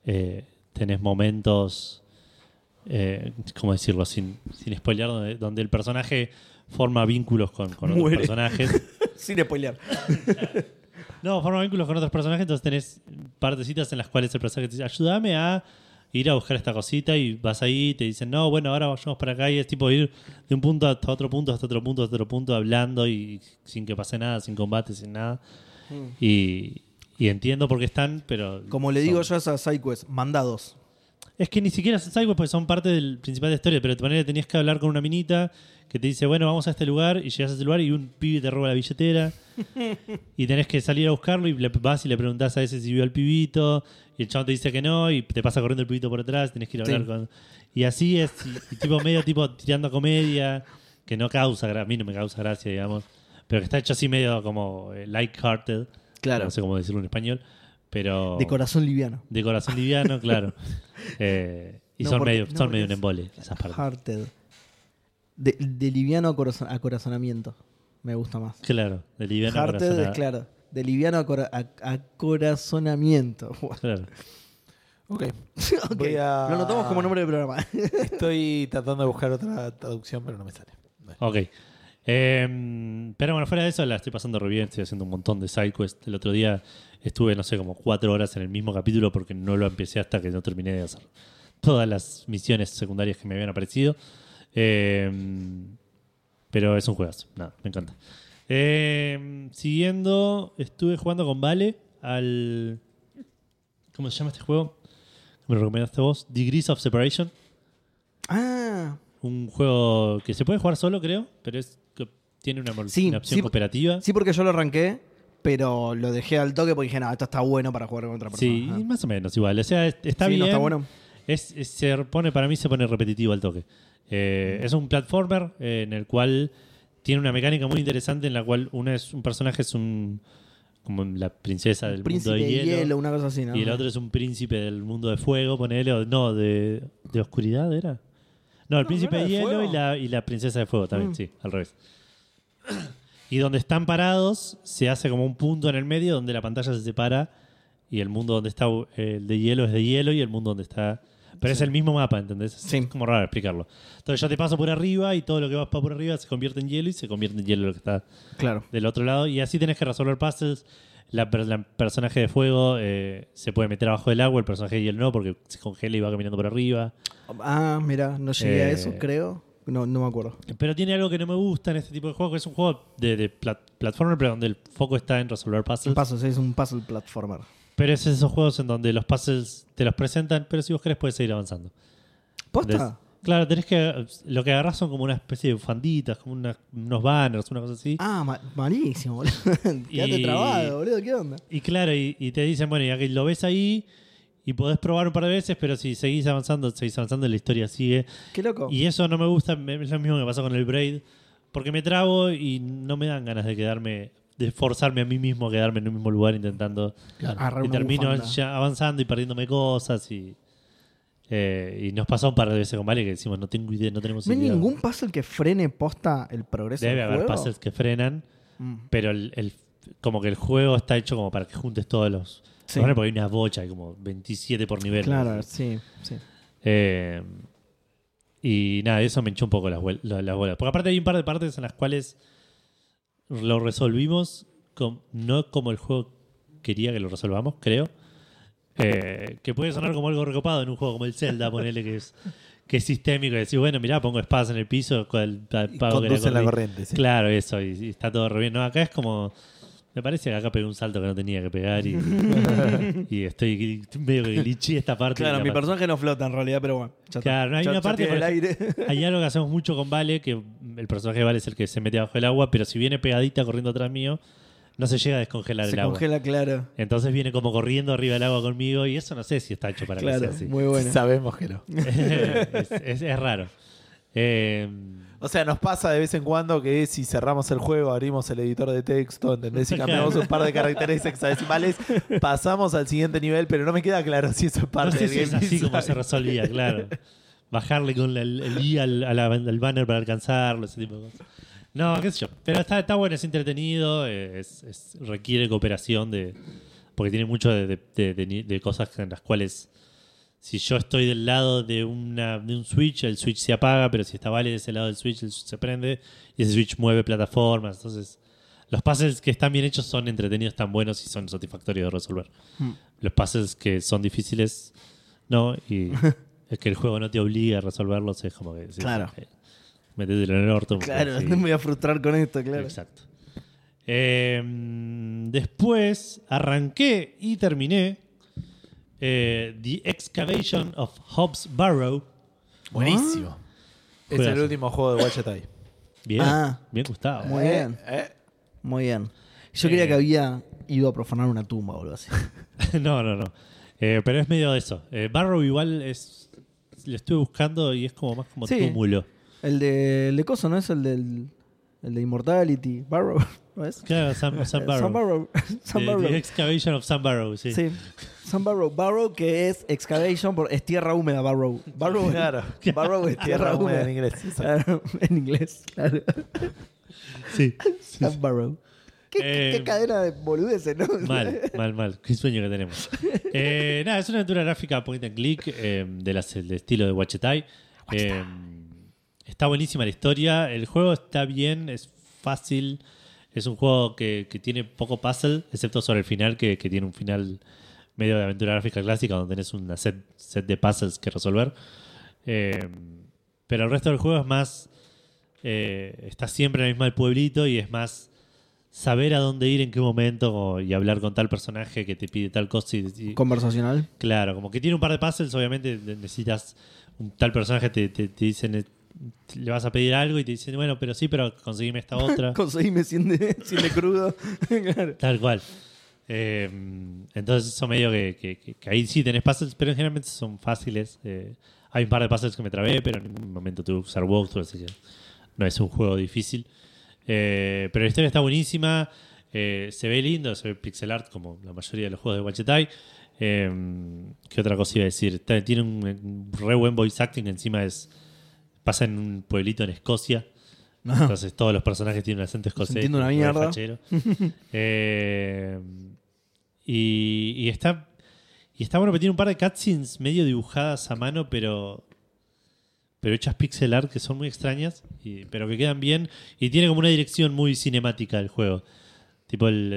Speaker 1: eh, tenés momentos eh, ¿cómo decirlo? Sin, sin spoilear, donde, donde el personaje forma vínculos con, con otros
Speaker 3: Muere.
Speaker 1: personajes.
Speaker 3: Sin spoilear.
Speaker 1: No, forma vínculos con otros personajes, entonces tenés partecitas en las cuales el personaje te dice, ayúdame a ir a buscar esta cosita y vas ahí y te dicen, no, bueno, ahora vayamos para acá y es tipo ir de un punto hasta otro punto, hasta otro punto, hasta otro punto, hablando y sin que pase nada, sin combate, sin nada. Y, y entiendo por qué están, pero...
Speaker 3: Como le digo
Speaker 1: son-
Speaker 3: yo a esas sidequests, mandados.
Speaker 1: Es que ni siquiera son sidequests porque son parte del principal de la historia, pero de manera tenías que hablar con una minita que te dice, bueno, vamos a este lugar, y llegas a este lugar y un pibe te roba la billetera, y tenés que salir a buscarlo, y le vas y le preguntás a ese si vio al pibito, y el chavo te dice que no, y te pasa corriendo el pibito por atrás, tenés que ir a
Speaker 3: Sí.
Speaker 1: hablar con... Y así es, y, y tipo medio tipo tirando comedia, que no causa, gra- a mí no me causa gracia, digamos, pero que está hecho así medio como eh, light-hearted,
Speaker 3: Claro.
Speaker 1: no sé cómo decirlo en español, pero...
Speaker 3: De corazón liviano.
Speaker 1: De corazón liviano, claro. Eh, y
Speaker 3: No,
Speaker 1: son
Speaker 3: porque-
Speaker 1: medio,
Speaker 3: no,
Speaker 1: son
Speaker 3: porque
Speaker 1: medio un
Speaker 3: es-
Speaker 1: embole esas partes.
Speaker 3: Hearted. De, de liviano a corazon- a corazonamiento. Me gusta más.
Speaker 1: Claro, de liviano
Speaker 3: Hearted
Speaker 1: corazonada.
Speaker 3: es claro. De liviano a, cora- a- a corazonamiento.
Speaker 1: Claro.
Speaker 2: Ok.
Speaker 3: Ok,
Speaker 2: Voy a-
Speaker 3: Lo anotamos como nombre del programa.
Speaker 2: Estoy tratando de buscar otra traducción, pero no me sale. Bueno.
Speaker 1: Ok. Eh, pero bueno, fuera de eso la estoy pasando re bien, estoy haciendo un montón de sidequests. El otro día estuve, no sé, como cuatro horas en el mismo capítulo porque no lo empecé hasta que no terminé de hacer todas las misiones secundarias que me habían aparecido. Eh, pero es un juegazo, nada, me encanta. Eh, siguiendo, estuve jugando con Vale al... ¿Cómo se llama este juego? Me lo recomendaste vos, Degrees of Separation.
Speaker 3: ah,
Speaker 1: Un juego que se puede jugar solo, creo, pero es que tiene una, mol-
Speaker 3: Sí,
Speaker 1: una opción
Speaker 3: sí.
Speaker 1: cooperativa. Sí,
Speaker 3: sí, porque yo lo arranqué, pero lo dejé al toque porque dije, no, esto está bueno para jugar con otra persona. Ah.
Speaker 1: y más o menos igual. O sea, es- está
Speaker 3: Sí,
Speaker 1: bien.
Speaker 3: no está bueno.
Speaker 1: Es, es- se pone, para mí se pone repetitivo al toque. Eh, Es un platformer eh, en el cual tiene una mecánica muy interesante en la cual uno es un personaje es un como la princesa del
Speaker 3: Príncipe
Speaker 1: mundo de hielo,
Speaker 3: una cosa así, ¿no?
Speaker 1: y el otro es un príncipe del mundo de fuego, ponele, o no, de, de oscuridad era. No, el
Speaker 2: No,
Speaker 1: príncipe
Speaker 2: no era
Speaker 1: de
Speaker 2: de
Speaker 1: hielo y
Speaker 2: fuego.
Speaker 1: la, y la princesa de fuego también,
Speaker 3: Mm.
Speaker 1: sí, al revés. Y donde están parados, se hace como un punto en el medio donde la pantalla se separa y el mundo donde está eh, el de hielo es de hielo y el mundo donde está... Pero es el mismo mapa, ¿entendés? Es,
Speaker 3: Sí.
Speaker 1: es como raro explicarlo. Entonces yo te paso por arriba y todo lo que vas pa- por arriba se convierte en hielo y se convierte en hielo lo que está
Speaker 3: Claro.
Speaker 1: del otro lado. Y así tenés que resolver puzzles. La, per- la personaje de fuego eh, se puede meter abajo del agua, el personaje de hielo no, porque se congela y va caminando por arriba.
Speaker 3: Ah, mira, no llegué a
Speaker 1: Eh,
Speaker 3: eso, creo. No, no me acuerdo.
Speaker 1: Pero tiene algo que no me gusta en este tipo de juego, que es un juego de, de plat- platformer, pero donde el foco está en resolver
Speaker 3: Un
Speaker 1: puzzles.
Speaker 3: puzzle, sí, es un puzzle platformer.
Speaker 1: pero es esos juegos en donde los puzzles te los presentan, pero si vos querés puedes seguir avanzando. Des-
Speaker 3: ¿Posta?
Speaker 1: claro, tenés que. Lo que agarrás son como una especie de bufanditas, como una- unos banners, una cosa así.
Speaker 3: Ah, ma- malísimo, boludo. Quédate
Speaker 1: Y-
Speaker 3: trabado, boludo, ¿qué onda?
Speaker 1: Y claro, y, y te dicen, bueno, ya que lo ves ahí y podés probar un par de veces, pero si seguís avanzando, seguís avanzando, la historia sigue.
Speaker 3: Qué loco.
Speaker 1: Y eso no me gusta, me- es lo mismo que pasó con el Braid, porque me trabo y no me dan ganas de quedarme, de forzarme a mí mismo a quedarme en un mismo lugar intentando.
Speaker 3: Agarrar
Speaker 1: y
Speaker 3: una
Speaker 1: termino
Speaker 3: bufanda.
Speaker 1: ya avanzando y perdiéndome cosas y. eh, y nos pasó un par de veces con Vale que decimos, no tengo idea, no tenemos
Speaker 3: ¿No hay
Speaker 1: idea.
Speaker 3: ningún puzzle que frene posta el progreso
Speaker 1: Debe
Speaker 3: del
Speaker 1: haber
Speaker 3: juego?
Speaker 1: puzzles que frenan
Speaker 3: Mm.
Speaker 1: pero el, el- como que el juego está hecho como para que juntes todos los
Speaker 3: Sí.
Speaker 1: bueno, porque hay una bocha hay como 27 por nivel
Speaker 3: Claro, sí, sí.
Speaker 1: Eh, y nada eso me hinchó un poco las, vuel- la- las bolas porque aparte hay un par de partes en las cuales lo resolvimos com- no como el juego quería que lo resolvamos creo Eh, que puede sonar como algo recopado en un juego como el Zelda ponele que es que es sistémico y decir bueno mirá pongo espadas en el piso cual- pa-
Speaker 2: Y
Speaker 1: pago que la
Speaker 2: conducen la
Speaker 1: corri-
Speaker 2: corriente. sí.
Speaker 1: Claro, eso, y, y está todo re bien. No, acá es como. Me parece que acá pegué un salto que no tenía que pegar y, y estoy medio que glitché esta parte. de la pantalla.
Speaker 3: personaje no flota en realidad, pero bueno. ya está.
Speaker 1: Claro, no hay
Speaker 3: Ya-
Speaker 1: una
Speaker 3: ya
Speaker 1: parte,
Speaker 3: tiene
Speaker 1: por
Speaker 3: aire.
Speaker 1: Hay algo que hacemos mucho con Vale, que el personaje de Vale es el que se mete abajo del agua, pero si viene pegadita corriendo atrás mío, no se llega a descongelar
Speaker 3: Se
Speaker 1: el agua.
Speaker 3: congela, claro.
Speaker 1: Entonces viene como corriendo arriba del agua conmigo y eso no sé si está hecho para que
Speaker 3: Claro,
Speaker 1: sea así.
Speaker 3: muy bueno.
Speaker 2: Sabemos que no.
Speaker 1: es, es- es raro. Eh,
Speaker 2: O sea, nos pasa de vez en cuando que si cerramos el juego, abrimos el editor de texto, ¿entendés? Si cambiamos un par de caracteres hexadecimales, pasamos al siguiente nivel, pero no me queda claro si eso es parte
Speaker 1: no sé
Speaker 2: del
Speaker 1: si es
Speaker 2: game
Speaker 1: así como se
Speaker 2: design.
Speaker 1: resolvía, claro. Bajarle con la- el, el I al, a la- al banner para alcanzarlo, ese tipo de cosas. No, qué sé yo. Pero está, está bueno, es entretenido, eh, es- es- requiere cooperación de porque tiene mucho de, de- de- de ni- de cosas en las cuales si yo estoy del lado de, una, de un switch, el switch se apaga, pero si está Vale de ese lado del switch, el switch se prende y ese switch mueve plataformas. Entonces, los puzzles que están bien hechos son entretenidos, están buenos y son satisfactorios de resolver
Speaker 3: Mm.
Speaker 1: los pases que son difíciles, no, y es que el juego no te obliga a resolverlos, es como que decís,
Speaker 3: Claro.
Speaker 1: "Eh, métetelo en el orto.
Speaker 3: Claro,
Speaker 1: porque
Speaker 3: no me
Speaker 1: sí".
Speaker 3: voy a frustrar con esto, claro.
Speaker 1: Exacto. Em, Eh, después arranqué y terminé eh, The Excavation of Hobbs Barrow.
Speaker 2: Buenísimo. Es el
Speaker 1: ¿Ah? Juegazo.
Speaker 2: último juego de Eh, Watchetai.
Speaker 1: Bien,
Speaker 3: Ah.
Speaker 1: bien Gustavo.
Speaker 3: Muy bien. Muy bien. Yo
Speaker 1: Eh.
Speaker 3: creía que había ido a profanar una tumba o algo así.
Speaker 1: no, no, no. Eh, pero es medio de eso. Eh, Barrow igual es. Lo estuve buscando y es como más como
Speaker 3: Sí.
Speaker 1: túmulo.
Speaker 3: El de, el de Coso, ¿no? Es el del. El de Immortality. Barrow, ¿no es?
Speaker 1: Claro, Sam, Sam Barrow.
Speaker 3: Sam Barrow. Sam
Speaker 1: Eh,
Speaker 3: Barrow.
Speaker 1: The Excavation of Sam Barrow, sí.
Speaker 3: Sí. Sam Barrow. Barrow que es excavation, por, es tierra húmeda, Barrow. Barrow,
Speaker 2: Claro.
Speaker 3: Barrow es
Speaker 2: Tierra húmeda en inglés.
Speaker 3: Claro, en inglés, claro.
Speaker 1: Sí.
Speaker 3: Sam Barrow. ¿Qué, qué- qué
Speaker 1: Eh,
Speaker 3: cadena de boludeces, ¿no?
Speaker 1: Mal, mal, mal. Qué sueño que tenemos. Eh, nada, es una aventura gráfica point and click eh, de las- del estilo de Wachetai. Eh, está buenísima la historia. El juego está bien, es fácil. Es un juego que, que tiene poco puzzle, excepto sobre el final, que, que tiene un final medio de aventura gráfica clásica, donde tenés una set, set de puzzles que resolver. Eh, pero el resto del juego es más. eh, está siempre en la misma del pueblito y es más saber a dónde ir, en qué momento o- y hablar con tal personaje que te pide tal cosa. Y, y-
Speaker 3: Conversacional.
Speaker 1: Claro, como que tiene un par de puzzles, obviamente ne- necesitas un tal personaje, te, te, te dicen, eh, le vas a pedir algo y te dicen, bueno, pero sí, pero conseguime esta otra.
Speaker 3: Conseguíme 100 de, 100 de crudo. claro.
Speaker 1: Tal cual. Eh, entonces, eso medio que, que- que- que ahí sí tenés puzzles, pero generalmente son fáciles. Eh, hay un par de puzzles que me trabé, pero en ningún momento tuve que usar walkthrough, así que no es un juego difícil. Eh, pero la historia está buenísima. eh, se ve lindo, se ve pixel art como la mayoría de los juegos de Wachetai. Eh, ¿Qué otra cosa iba a decir? Ta- Tiene un, un re buen voice acting, encima es pasa en un pueblito en Escocia. Entonces todos los personajes tienen un acento escocés.
Speaker 3: Ah. entiende una
Speaker 1: re
Speaker 3: mierda.
Speaker 1: fachero. Eh, y, y está. Y está bueno, porque tiene un par de cutscenes medio dibujadas a mano, pero. Pero hechas pixel art que son muy extrañas, y- pero que quedan bien. Y tiene como una dirección muy cinemática el juego. Tipo, el,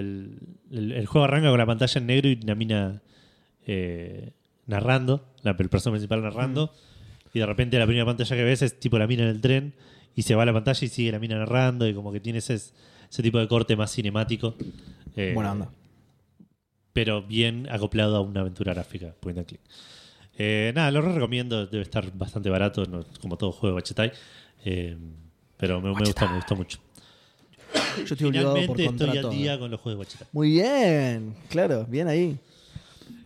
Speaker 1: el- el- el juego arranca con la pantalla en negro y una mina eh, narrando, la el personaje principal narrando. Y de repente la primera pantalla que ves es tipo la mina en el tren y se va a la pantalla y sigue la mina narrando y como que tiene ese, ese tipo de corte más cinemático. eh,
Speaker 3: Buena onda.
Speaker 1: Pero bien acoplado a una aventura gráfica, point and click. Eh, nada, lo re recomiendo, debe estar bastante barato, no- como todo juego de Bachetai. eh, pero me, me gustó, me gustó mucho.
Speaker 3: Yo estoy obligado por
Speaker 1: Finalmente estoy
Speaker 3: contrato. eh.
Speaker 1: al día con los juegos de Bachetai.
Speaker 3: Muy bien, claro, bien ahí.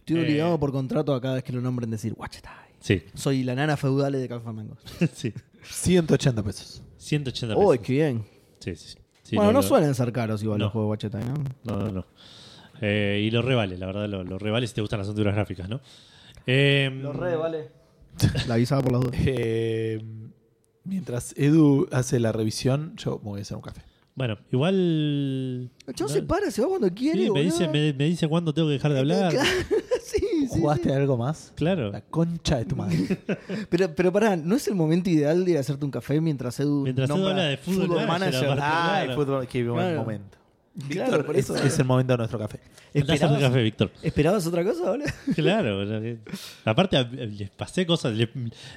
Speaker 3: Estoy
Speaker 1: Eh.
Speaker 3: obligado por contrato a cada vez que lo nombren decir Wachetai.
Speaker 1: Sí,
Speaker 3: Soy la nana feudal de Calfamangos.
Speaker 1: sí.
Speaker 2: 180 pesos.
Speaker 1: 180 pesos.
Speaker 3: Uy, qué bien.
Speaker 1: Sí, sí, sí. Sí,
Speaker 3: bueno, no,
Speaker 1: lo- lo-
Speaker 3: suelen ser caros igual
Speaker 1: No.
Speaker 3: los juegos de Wachetai, ¿no?
Speaker 1: No, no, no. Eh, y lo revale, la verdad, lo, lo revale si te gustan las aventuras gráficas, ¿no? Eh,
Speaker 3: vale. La avisaba por las dudas.
Speaker 2: Eh, mientras Edu hace la revisión, yo me voy a hacer un café.
Speaker 1: Bueno, igual.
Speaker 3: El chavo
Speaker 1: no-
Speaker 3: se para, se va cuando quiere.
Speaker 1: Sí, me
Speaker 3: boludo.
Speaker 1: dice, me, me dice cuándo tengo que dejar de hablar.
Speaker 3: sí, sí, sí.
Speaker 2: ¿Jugaste algo más?
Speaker 1: Claro.
Speaker 2: La concha de tu madre.
Speaker 3: Pero, pero pará, ¿no es el momento ideal de ir a hacerte un café mientras Edu.
Speaker 1: Mientras Edu
Speaker 3: nombra
Speaker 1: habla de fútbol manager, aparte. Ah,
Speaker 2: el fútbol, qué buen
Speaker 3: Claro.
Speaker 2: momento.
Speaker 3: Claro,
Speaker 2: Víctor,
Speaker 3: por eso.
Speaker 2: Es, es el momento de nuestro café.
Speaker 1: Andá a hacer un
Speaker 3: ¿Esperabas,
Speaker 1: café, Víctor.
Speaker 3: ¿Esperabas otra cosa, boludo?
Speaker 1: Claro. o sea que- Aparte, a- les pasé cosas. Les,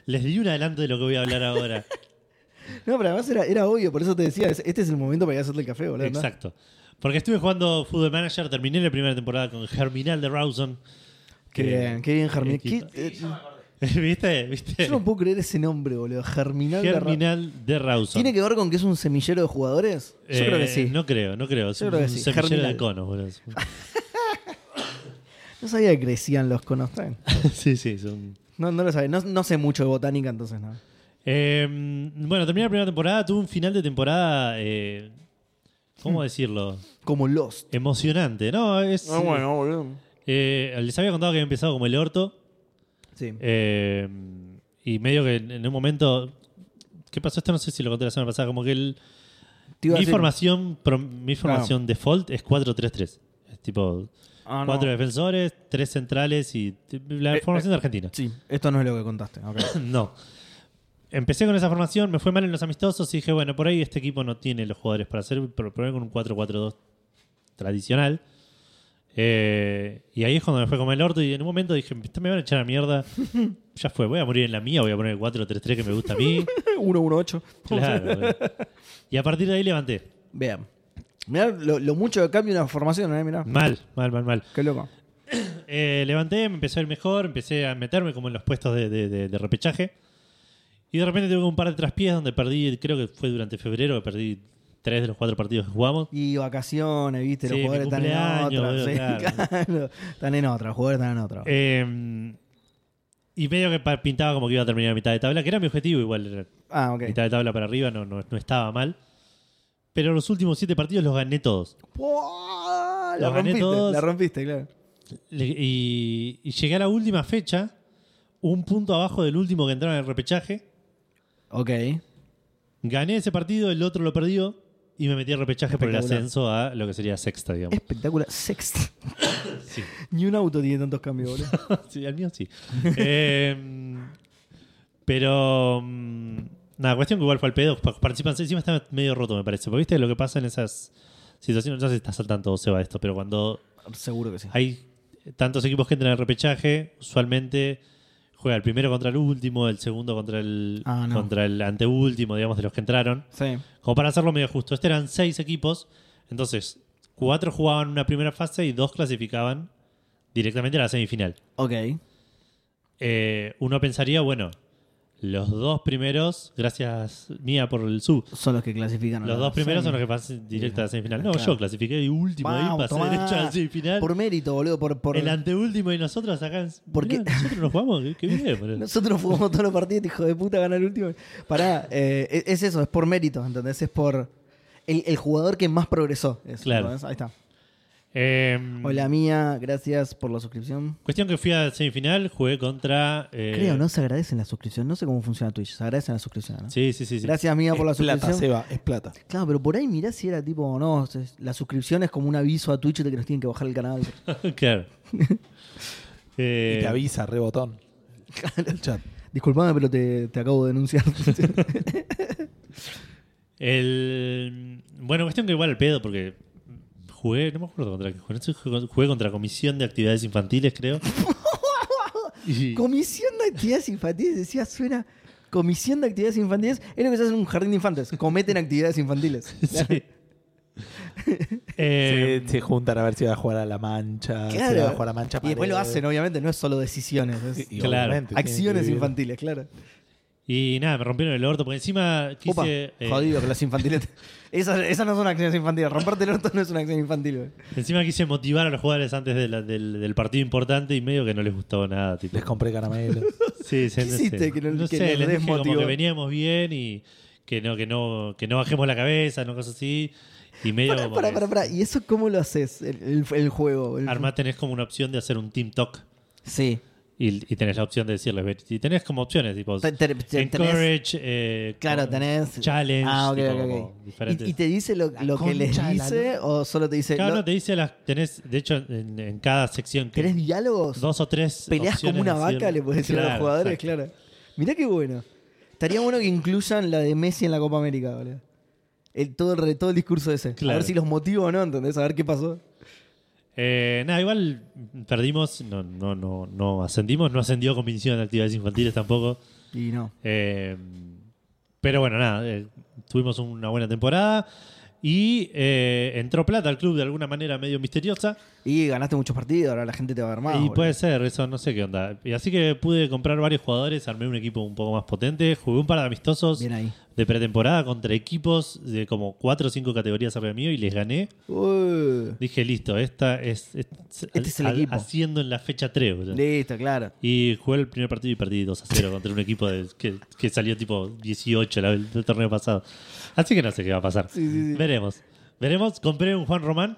Speaker 1: les di un adelanto de lo que voy a hablar ahora.
Speaker 3: No, pero además era, era obvio, por eso te decía, es- este es el momento para ir a hacerte el café, boludo. ¿no?
Speaker 1: Exacto. Porque estuve jugando Football Manager, terminé la primera temporada con Germinal de Rawson.
Speaker 3: Qué bien, qué bien, Germinal.
Speaker 1: Qué-
Speaker 3: Qué- eh,
Speaker 1: ¿Viste? ¿Viste?
Speaker 3: yo no puedo creer ese nombre, boludo. Germinal. de Ra-
Speaker 1: Germinal de Rawson.
Speaker 3: ¿Tiene que ver con que es un semillero de jugadores? Yo creo que
Speaker 1: Eh,
Speaker 3: sí. No,
Speaker 1: No creo, no creo. Es
Speaker 3: Yo
Speaker 1: un,
Speaker 3: creo que
Speaker 1: un
Speaker 3: sí.
Speaker 1: semillero
Speaker 3: Germinal.
Speaker 1: de conos, boludo.
Speaker 3: sabía que crecían los conos. Está bien.
Speaker 1: sí, sí, es un-
Speaker 3: No, no lo sabía. No, no sé mucho de botánica, entonces no.
Speaker 1: Eh, bueno, terminé la primera temporada, tuve un final de temporada. eh,
Speaker 3: Hmm.
Speaker 1: ¿Cómo decirlo?
Speaker 3: Como Lost.
Speaker 1: Emocionante, ¿no? Es,
Speaker 3: Ah, boludo.
Speaker 1: eh, les había contado que había empezado como el orto.
Speaker 3: Sí.
Speaker 1: eh, y medio que en en un momento. ¿Qué pasó? Esto no sé si lo conté la semana pasada. Como que el,
Speaker 3: Te iba a
Speaker 1: mi,
Speaker 3: decir-
Speaker 1: formación, pro- mi formación default es 4-3-3. Es tipo
Speaker 3: Ah, no.
Speaker 1: cuatro defensores, tres centrales y t- la
Speaker 3: Eh,
Speaker 1: formación de Argentina.
Speaker 3: Sí, esto no es lo que contaste. ok.
Speaker 1: No. Empecé con esa formación, me fue mal en los amistosos y dije, bueno, por ahí este equipo no tiene los jugadores para hacer, pero probé con un 4-4-2 tradicional. Eh, y ahí es cuando me fue como el orto y en un momento dije, "Esto me van a echar a mierda, ya fue, voy a morir en la mía, voy a poner el 4-3-3 que me gusta a mí.
Speaker 3: 1-1-8.
Speaker 1: Claro. Y a partir de ahí levanté.
Speaker 3: Vean. Mirá lo, lo mucho que cambia una formación, ¿eh? Mirá.
Speaker 1: Mal, mal, mal, mal.
Speaker 3: Qué loco.
Speaker 1: eh, levanté, me empezó a ir mejor, empecé a meterme como en los puestos de, de- de- de repechaje. Y de repente tuve un par de traspiés donde perdí, creo que fue durante febrero, que perdí tres de los cuatro partidos que jugamos.
Speaker 3: Y vacaciones, viste,
Speaker 1: Sí,
Speaker 3: los
Speaker 1: mi
Speaker 3: jugadores están en
Speaker 1: cumpleaños,
Speaker 3: otra.
Speaker 1: boludo,
Speaker 3: sí,
Speaker 1: claro.
Speaker 3: claro. Están en otra, los jugadores están en otra.
Speaker 1: Eh, y medio que pa- pintaba como que iba a terminar a mitad de tabla, que era mi objetivo igual. era
Speaker 3: ah, ok.
Speaker 1: Mitad de tabla para arriba no, no, no estaba mal. Pero los últimos siete partidos los gané todos.
Speaker 3: Buah, La
Speaker 1: Los gané
Speaker 3: rompiste,
Speaker 1: todos.
Speaker 3: la rompiste, claro.
Speaker 1: Le- y, y llegué a la última fecha, un punto abajo del último que entraba en el repechaje.
Speaker 3: Ok.
Speaker 1: Gané ese partido, el otro lo perdió y me metí al repechaje por el
Speaker 3: Espectacular.
Speaker 1: ascenso a lo que sería sexta, digamos.
Speaker 3: Espectacular. Sexta.
Speaker 1: Sí,
Speaker 3: Ni un auto tiene tantos cambios, boludo.
Speaker 1: sí al mío sí. Eh, pero. mm, Nada, cuestión que igual fue al pedo. pa- Participan, encima está medio roto, me parece. Porque viste lo que pasa en esas situaciones. No sé si estás al tanto, Seba, de esto, pero cuando
Speaker 3: Seguro que sí.
Speaker 1: hay tantos equipos que entran al repechaje, usualmente juega el primero contra el último, el segundo contra el,
Speaker 3: Ah, no.
Speaker 1: contra el anteúltimo, digamos, de los que entraron.
Speaker 3: Sí.
Speaker 1: Como para hacerlo medio justo. Este eran seis equipos. Entonces, cuatro jugaban una primera fase y dos clasificaban directamente a la semifinal.
Speaker 3: Ok.
Speaker 1: Eh, uno pensaría, bueno, los dos primeros, gracias mía por el sub.
Speaker 3: Son los que clasifican. a
Speaker 1: Los
Speaker 3: la
Speaker 1: dos primeros son
Speaker 3: semi.
Speaker 1: los que pasan directo a la semifinal. No,
Speaker 3: Claro.
Speaker 1: yo clasifiqué de último ahí,
Speaker 3: Pau,
Speaker 1: pasé
Speaker 3: tomá.
Speaker 1: derecho a la semifinal.
Speaker 3: Por mérito, boludo. Por, por...
Speaker 1: El anteúltimo y nosotros acá.
Speaker 3: ¿Por qué?
Speaker 1: Mirá, Nosotros nos jugamos, qué, qué bien. boludo.
Speaker 3: Nosotros jugamos todos los partidos, hijo de puta, gana el último. Pará, eh, es- es eso, es por mérito, ¿entendés? Es por el, el jugador que más progresó. es,
Speaker 1: Claro.
Speaker 3: ¿entendés? Ahí está.
Speaker 1: Em,
Speaker 3: Hola mía, gracias por la suscripción.
Speaker 1: Cuestión que fui a la semifinal, jugué contra. eh,
Speaker 3: Creo, ¿no? Se agradecen la suscripción. No sé cómo funciona Twitch. Se agradecen la suscripción, ¿no?
Speaker 1: Sí, sí, sí. sí.
Speaker 3: Gracias mía por la
Speaker 2: es plata,
Speaker 3: suscripción.
Speaker 2: Seba, es plata.
Speaker 3: Claro, pero por ahí mirá si era tipo, no, se- la suscripción es como un aviso a Twitch de que nos tienen que bajar el canal.
Speaker 1: claro. Eh,
Speaker 2: y te avisa, rebotón. El chat.
Speaker 3: Disculpame, pero te, te acabo de denunciar.
Speaker 1: el- bueno, cuestión que igual al pedo, porque jugué, no me acuerdo contra qué jugué, no sé, jugué, jugué contra Comisión de Actividades Infantiles, creo. Y-
Speaker 3: Comisión de Actividades Infantiles, decía, suena. Comisión de Actividades Infantiles es lo que se hace en un jardín de infantes. Cometen actividades infantiles.
Speaker 1: sí. Eh,
Speaker 2: se, se juntan a ver si va a jugar a la mancha. si
Speaker 3: Claro.
Speaker 2: va a jugar a mancha.
Speaker 3: Y después lo
Speaker 2: pared.
Speaker 3: hacen, obviamente, no es solo decisiones. es
Speaker 2: Y- y
Speaker 1: Claro.
Speaker 2: obviamente tienen que
Speaker 3: acciones
Speaker 2: vivir.
Speaker 3: infantiles, claro.
Speaker 1: Y nada, me rompieron el orto, porque encima quise.
Speaker 3: Opa,
Speaker 1: eh,
Speaker 3: jodido que las infantiles. Esas, esas no son acciones infantiles. Romperte el orto no es una acción infantil. güey.
Speaker 1: Encima quise motivar a los jugadores antes de la- del, del partido importante y medio que no les gustó nada. Tipo.
Speaker 2: Les compré caramelos.
Speaker 1: Sí, sí,
Speaker 3: ¿Qué
Speaker 1: no
Speaker 3: hiciste
Speaker 1: sé.
Speaker 3: que no-
Speaker 1: No
Speaker 3: que
Speaker 1: sé,
Speaker 3: los
Speaker 1: les dije como
Speaker 3: desmotivó?
Speaker 1: que veníamos bien y que no, que no, que no bajemos la cabeza, no cosas así. Y medio
Speaker 3: Pará,
Speaker 1: como
Speaker 3: pará,
Speaker 1: que
Speaker 3: pará, pará. ¿Y eso cómo lo haces? El, el- el juego. el-
Speaker 1: armás, tenés como una opción de hacer un team talk.
Speaker 3: Sí.
Speaker 1: Y, y tenés la opción de decirles, "Ve", y tenés como opciones, tipo
Speaker 3: Te- te- te- tenés-
Speaker 1: Pues, encourage, eh,
Speaker 3: Claro,
Speaker 1: como
Speaker 3: tenés.
Speaker 1: challenge,
Speaker 3: Ah, ok,
Speaker 1: tipo,
Speaker 3: ok, ok.
Speaker 1: como diferentes-
Speaker 3: ¿Y, y te dice lo,
Speaker 2: La
Speaker 3: lo que les
Speaker 2: concha de la
Speaker 3: dice o solo te dice.
Speaker 1: Claro,
Speaker 3: lo-
Speaker 1: no, te dice las, tenés, de hecho, en, en cada sección que
Speaker 3: ¿Tenés diálogos?
Speaker 1: dos o tres
Speaker 3: ¿Peleas como
Speaker 1: opciones
Speaker 3: una
Speaker 1: de
Speaker 3: vaca?
Speaker 1: decir-
Speaker 3: Le puedes decir a los
Speaker 1: Claro,
Speaker 3: jugadores,
Speaker 1: exacto.
Speaker 3: claro. Mirá qué bueno. Estaría bueno que incluyan la de Messi en la Copa América, boludo. El, todo, el, re- todo el discurso ese. A
Speaker 1: Claro.
Speaker 3: ver si los motivo o no, ¿entendés? A ver qué pasó.
Speaker 1: Eh, nada, igual perdimos, no, no, no, no ascendimos, no ascendió Comisión de Actividades Infantiles tampoco.
Speaker 3: Y no.
Speaker 1: Eh, pero bueno, nada, eh, tuvimos una buena temporada y eh, entró plata al club de alguna manera medio misteriosa.
Speaker 3: Y ganaste muchos partidos, ahora la gente te va a ver más.
Speaker 1: y pues,
Speaker 3: boludo.
Speaker 1: puede ser, eso no sé qué onda. Y así que pude comprar varios jugadores, armé un equipo un poco más potente, jugué un par de amistosos
Speaker 3: Bien ahí.
Speaker 1: de pretemporada contra equipos de como 4 o 5 categorías arriba mío y les gané.
Speaker 3: Uh,
Speaker 1: Dije, listo, esta es, es-
Speaker 3: Este es el equipo.
Speaker 1: haciendo en la fecha 3. boludo.
Speaker 3: listo, claro.
Speaker 1: Y jugué el primer partido y perdí 2 a 0 contra un equipo de- que, que salió tipo 18 la- el torneo pasado. Así que no sé qué va a pasar.
Speaker 3: Sí, sí, sí.
Speaker 1: Veremos. Veremos. Compré un Juan Román.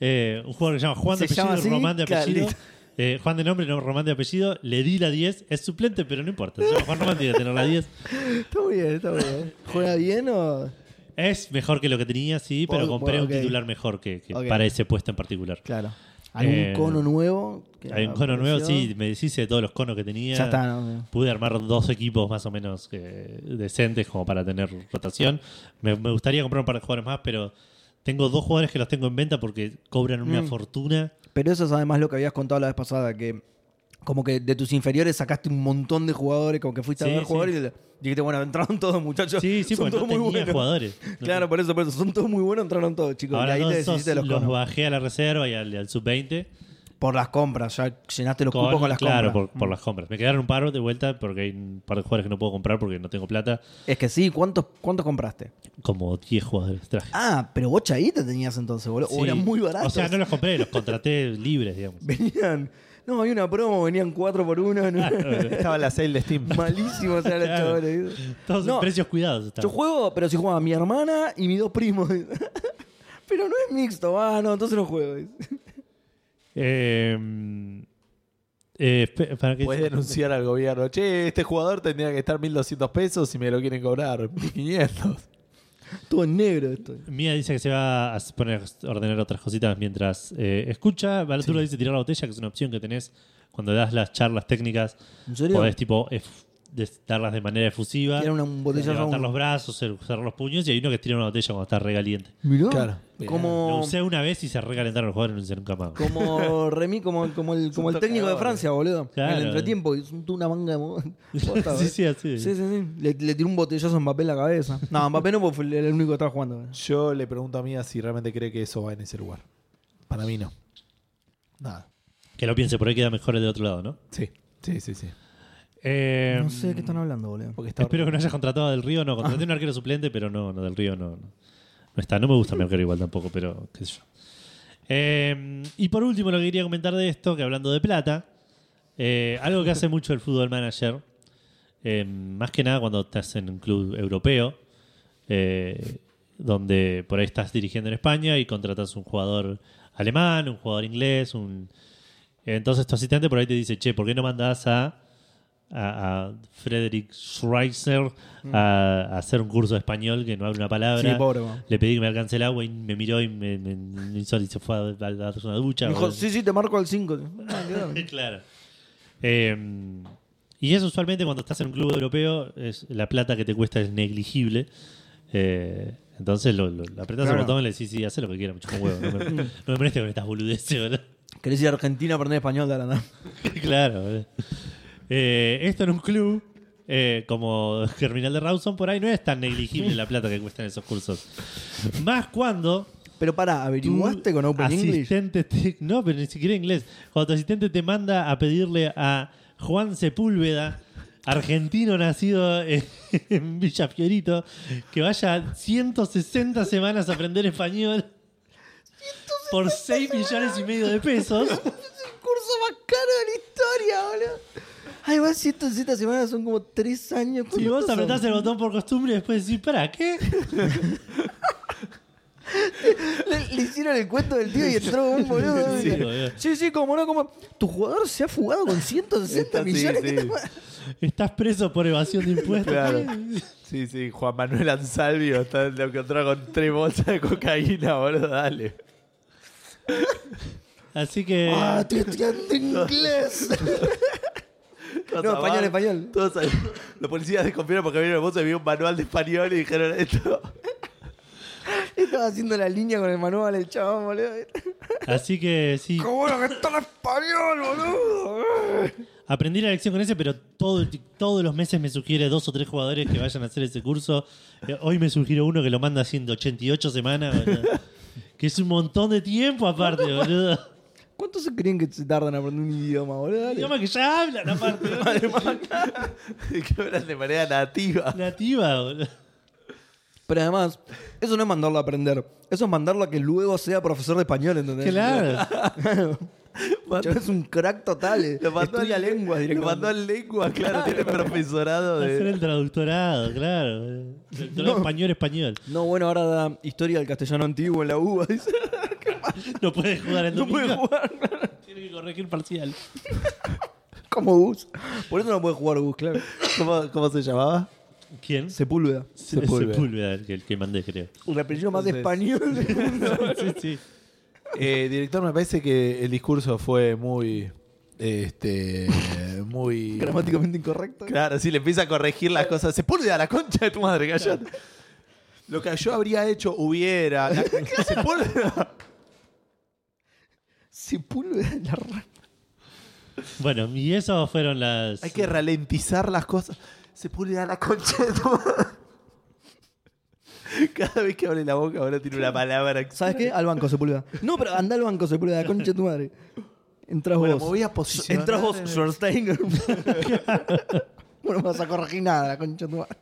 Speaker 1: eh, un jugador que se llama Juan de
Speaker 3: ¿Se
Speaker 1: apellido,
Speaker 3: llama así?
Speaker 1: Román de
Speaker 3: Claro,
Speaker 1: apellido.
Speaker 3: listo.
Speaker 1: Eh, Juan de nombre, no, Román de apellido. Le di la 10. Es suplente, pero no importa. Se llama Juan Román, tiene que tener la 10.
Speaker 3: Está muy bien, está muy bien. ¿Juega
Speaker 1: Eh.
Speaker 3: bien o.?
Speaker 1: Es mejor que lo que tenía, sí, pero
Speaker 3: Bueno,
Speaker 1: compré
Speaker 3: bueno, Oh, ok.
Speaker 1: un titular mejor que, que
Speaker 3: Ok.
Speaker 1: para ese puesto en particular.
Speaker 3: Claro. ¿Algún
Speaker 1: Eh,
Speaker 3: cono nuevo? que
Speaker 1: Hay un cono nuevo,
Speaker 3: apareció?
Speaker 1: sí, me deshice de todos los conos que tenía.
Speaker 3: Ya está, ¿no?
Speaker 1: Pude armar dos equipos más o menos eh, decentes como para tener rotación. Me, me gustaría comprar un par de jugadores más, pero tengo dos jugadores que los tengo en venta porque cobran una
Speaker 3: Mm.
Speaker 1: fortuna.
Speaker 3: Pero eso es además lo que habías contado la vez pasada, que como que de tus inferiores sacaste un montón de jugadores, como que fuiste
Speaker 1: Sí,
Speaker 3: a ver
Speaker 1: sí.
Speaker 3: jugadores y le- dijiste, bueno, entraron todos, muchachos.
Speaker 1: Sí, sí,
Speaker 3: son
Speaker 1: porque no
Speaker 3: todos
Speaker 1: tenía
Speaker 3: muy buenos.
Speaker 1: jugadores. No
Speaker 3: Claro, por eso, por eso, son todos muy buenos, entraron todos, chicos.
Speaker 1: Ahora
Speaker 3: y ahí te
Speaker 1: todos esos
Speaker 3: deshiciste de los
Speaker 1: los
Speaker 3: conos.
Speaker 1: bajé a la reserva y al, y al sub-20.
Speaker 3: Por las compras, ya llenaste los cupos con las
Speaker 1: claro,
Speaker 3: compras. Mm.
Speaker 1: por, por las compras. Me quedaron un par de vuelta porque hay un par de jugadores que no puedo comprar porque no tengo plata.
Speaker 3: Es que sí, ¿cuántos, ¿cuántos compraste?
Speaker 1: Como 10 jugadores traje.
Speaker 3: Ah, pero vos chaíta tenías entonces, boludo. O
Speaker 1: Sí.
Speaker 3: eran muy baratos.
Speaker 1: O sea, no los compré, los contraté libres, digamos.
Speaker 3: Venían. No, había una promo, venían 4 por 1
Speaker 2: Estaba la sale de Steam.
Speaker 3: Malísimos eran los
Speaker 1: Claro.
Speaker 3: chavales. ¿viste?
Speaker 1: Todos
Speaker 3: No,
Speaker 1: en precios cuidados. estaban.
Speaker 3: Yo juego, pero si jugaba mi hermana y mis dos primos. pero no es mixto, ah, no, entonces no juego.
Speaker 1: Eh, eh, espe- para que
Speaker 2: Puedes denunciar al gobierno. Che, este jugador tendría que estar 1200 pesos y me lo quieren cobrar 1500.
Speaker 3: Todo en negro esto.
Speaker 1: Mía dice que se va a poner a ordenar otras cositas mientras eh, escucha. Arturo dice tirar la botella, que es una opción que tenés cuando das las charlas técnicas.
Speaker 3: ¿En serio?
Speaker 1: Podés tipo ef- des- darlas de manera efusiva.
Speaker 3: Tirar una un botellazo a
Speaker 1: levantar
Speaker 3: uno.
Speaker 1: los brazos, el- cerrar los puños y hay uno que tira una botella cuando está regaliente.
Speaker 3: Mirá.
Speaker 2: Claro.
Speaker 1: Lo
Speaker 3: Como,
Speaker 1: usé una vez y se recalentaron los jugadores y no lo hice nunca más.
Speaker 3: como Remy, como, como el, como el técnico de
Speaker 2: tocadores.
Speaker 3: Francia, boludo. En
Speaker 1: Claro.
Speaker 3: el entretiempo, que son toda una manga de mo- posta,
Speaker 1: sí,
Speaker 3: boludo.
Speaker 1: sí, así.
Speaker 3: Sí, sí, sí. Le, le tiró un botellazo a Mbappé en la cabeza. No, Mbappé no, porque fue el, el único que estaba jugando. boludo.
Speaker 2: Yo le pregunto a Mía si realmente cree que eso va en ese lugar. Para mí no. Nada.
Speaker 1: Que lo piense, por ahí queda mejor el del otro lado, ¿no?
Speaker 2: Sí, sí, sí, sí.
Speaker 1: Eh,
Speaker 3: No sé de qué están hablando, boludo.
Speaker 2: Porque está
Speaker 1: Espero que no hayas contratado a Del Río, no. Contraté un arquero suplente, pero no, no, Del Río no. No, no está, no me gusta mi arquero igual tampoco, pero qué sé yo. Eh, y por último, lo que quería comentar de esto, que hablando de plata, eh, algo que hace mucho el fútbol manager, eh, más que nada cuando estás en un club europeo, eh, donde por ahí estás dirigiendo en España y contratas un jugador alemán, un jugador inglés, un... Entonces tu asistente por ahí te dice, che, ¿por qué no mandás a a, a Frederick Schreiser a, a hacer un curso de español que no habla una palabra.
Speaker 3: Mm. Sí, pobre, man.
Speaker 1: Le pedí que me alcance el agua y me miró y me, me- me hizo y se fue a, a- a darse una ducha.
Speaker 3: Me dijo,
Speaker 1: boludo.
Speaker 3: sí, sí, te marco al Ah, 5.
Speaker 1: claro. Eh, y eso usualmente cuando estás en un club europeo, es, la plata que te cuesta es negligible. Eh, entonces lo, lo- lo apretás
Speaker 3: Claro.
Speaker 1: el botón y le decís, sí, haz lo que quieras, mucho más huevo. No me, no me molestes con estas boludeces, ¿verdad?
Speaker 3: ¿Querés ir a Argentina a aprender español de la nada?
Speaker 1: claro. boludo. Eh, esto en un club eh, como Germinal de Rawson, por ahí no es tan negligible la plata que cuestan esos cursos. Más cuando.
Speaker 3: Pero pará,
Speaker 1: tu
Speaker 3: ¿averiguaste con Open English?
Speaker 1: asistente te- no, pero ni siquiera inglés. Cuando tu asistente te manda a pedirle a Juan Sepúlveda, argentino nacido en, en Villa Fiorito, que vaya 160 semanas a aprender español por 6 millones y medio de pesos.
Speaker 3: Es el curso más caro de la historia, boludo. Ay, vas 107 semanas, son como 3 años.
Speaker 1: Si
Speaker 3: ¿Cuántos
Speaker 1: vos
Speaker 3: son?
Speaker 1: apretás el botón por costumbre y después decís, ¿para qué?
Speaker 3: Le, le hicieron el cuento del tío y entró un boludo.
Speaker 1: Sí,
Speaker 3: Sí,
Speaker 1: boludo.
Speaker 3: sí, como no, como. Tu jugador se ha fugado con 160
Speaker 2: Está- sí,
Speaker 3: millones.
Speaker 2: sí.
Speaker 3: ¿qué te pasa?
Speaker 1: Estás preso por evasión de impuestos.
Speaker 2: Claro. Sí, sí, Juan Manuel Ansalvio está, lo encontró con tres bolsas de cocaína, boludo, dale.
Speaker 1: Así que.
Speaker 3: Ah, estoy estudiando inglés.
Speaker 2: Todos
Speaker 3: No, español,
Speaker 2: abajo,
Speaker 3: español.
Speaker 2: Todos ahí. Los policías desconfiaron porque vieron el bolso y vio un manual de español y dijeron esto.
Speaker 3: Estaba haciendo la línea con el manual el chabón, boludo.
Speaker 1: Así que sí.
Speaker 3: ¡Qué bueno que está el español, boludo!
Speaker 1: Aprendí la lección con ese, pero todo, todos los meses me sugiere dos o tres jugadores que vayan a hacer ese curso. Eh, Hoy me sugirió uno que lo manda haciendo 88 semanas. boludo. que es un montón de tiempo aparte, boludo.
Speaker 3: ¿Cuánto se creen que se tardan en aprender un idioma, boludo? Dale.
Speaker 1: Idioma que ya hablan aparte. boludo.
Speaker 2: que hablan de manera nativa.
Speaker 1: Nativa, boludo.
Speaker 3: Pero además, eso no es mandarlo a aprender. Eso es mandarlo a que luego sea profesor de español, ¿entendés?
Speaker 1: Claro.
Speaker 3: Yo es un crack total. eh.
Speaker 2: Lo mandó
Speaker 3: Estudia
Speaker 2: al-
Speaker 3: lengua
Speaker 2: Lo
Speaker 3: directamente.
Speaker 2: mandó a lengua, claro, tiene profesorado
Speaker 1: Hacer
Speaker 2: de.
Speaker 1: el traductorado, claro. boludo. Traductorado
Speaker 3: No.
Speaker 1: español-español.
Speaker 3: No, bueno, ahora da historia del castellano antiguo en la UBA. dice.
Speaker 1: No puede jugar el
Speaker 3: No
Speaker 1: domingo.
Speaker 3: puede jugar
Speaker 1: Tiene que corregir parcial.
Speaker 3: como Gus. Por eso no puede jugar Gus, claro.
Speaker 2: ¿Cómo, cómo se llamaba?
Speaker 1: ¿Quién?
Speaker 3: Sepúlveda.
Speaker 2: Sepúlveda.
Speaker 1: Sepúlveda, el que, el que mandé, creo.
Speaker 3: Un apellido más
Speaker 2: Entonces-
Speaker 3: español. del mundo.
Speaker 1: sí, sí.
Speaker 2: Eh, director, me parece que el discurso fue muy. Este. Muy.
Speaker 3: Gramáticamente incorrecto.
Speaker 2: Claro, sí, le empieza a corregir las cosas. Se pone a la concha de tu madre, callate. Lo que yo habría hecho, hubiera. la- se pone.
Speaker 3: Sepúlveda en la ra-
Speaker 1: Bueno, y eso fueron las.
Speaker 2: Hay que ralentizar las cosas. Se pone a la concha de tu madre. Cada vez que abre la boca, ahora tiene una palabra.
Speaker 3: ¿Sabes qué? Al banco Sepúlveda. No, pero anda al banco Sepúlveda, concha de tu madre. Entras
Speaker 2: Bueno,
Speaker 3: vos.
Speaker 2: movidas posicionales.
Speaker 3: Entras vos, Schwarzenegger. bueno, no vas a corregir nada, la concha de tu madre.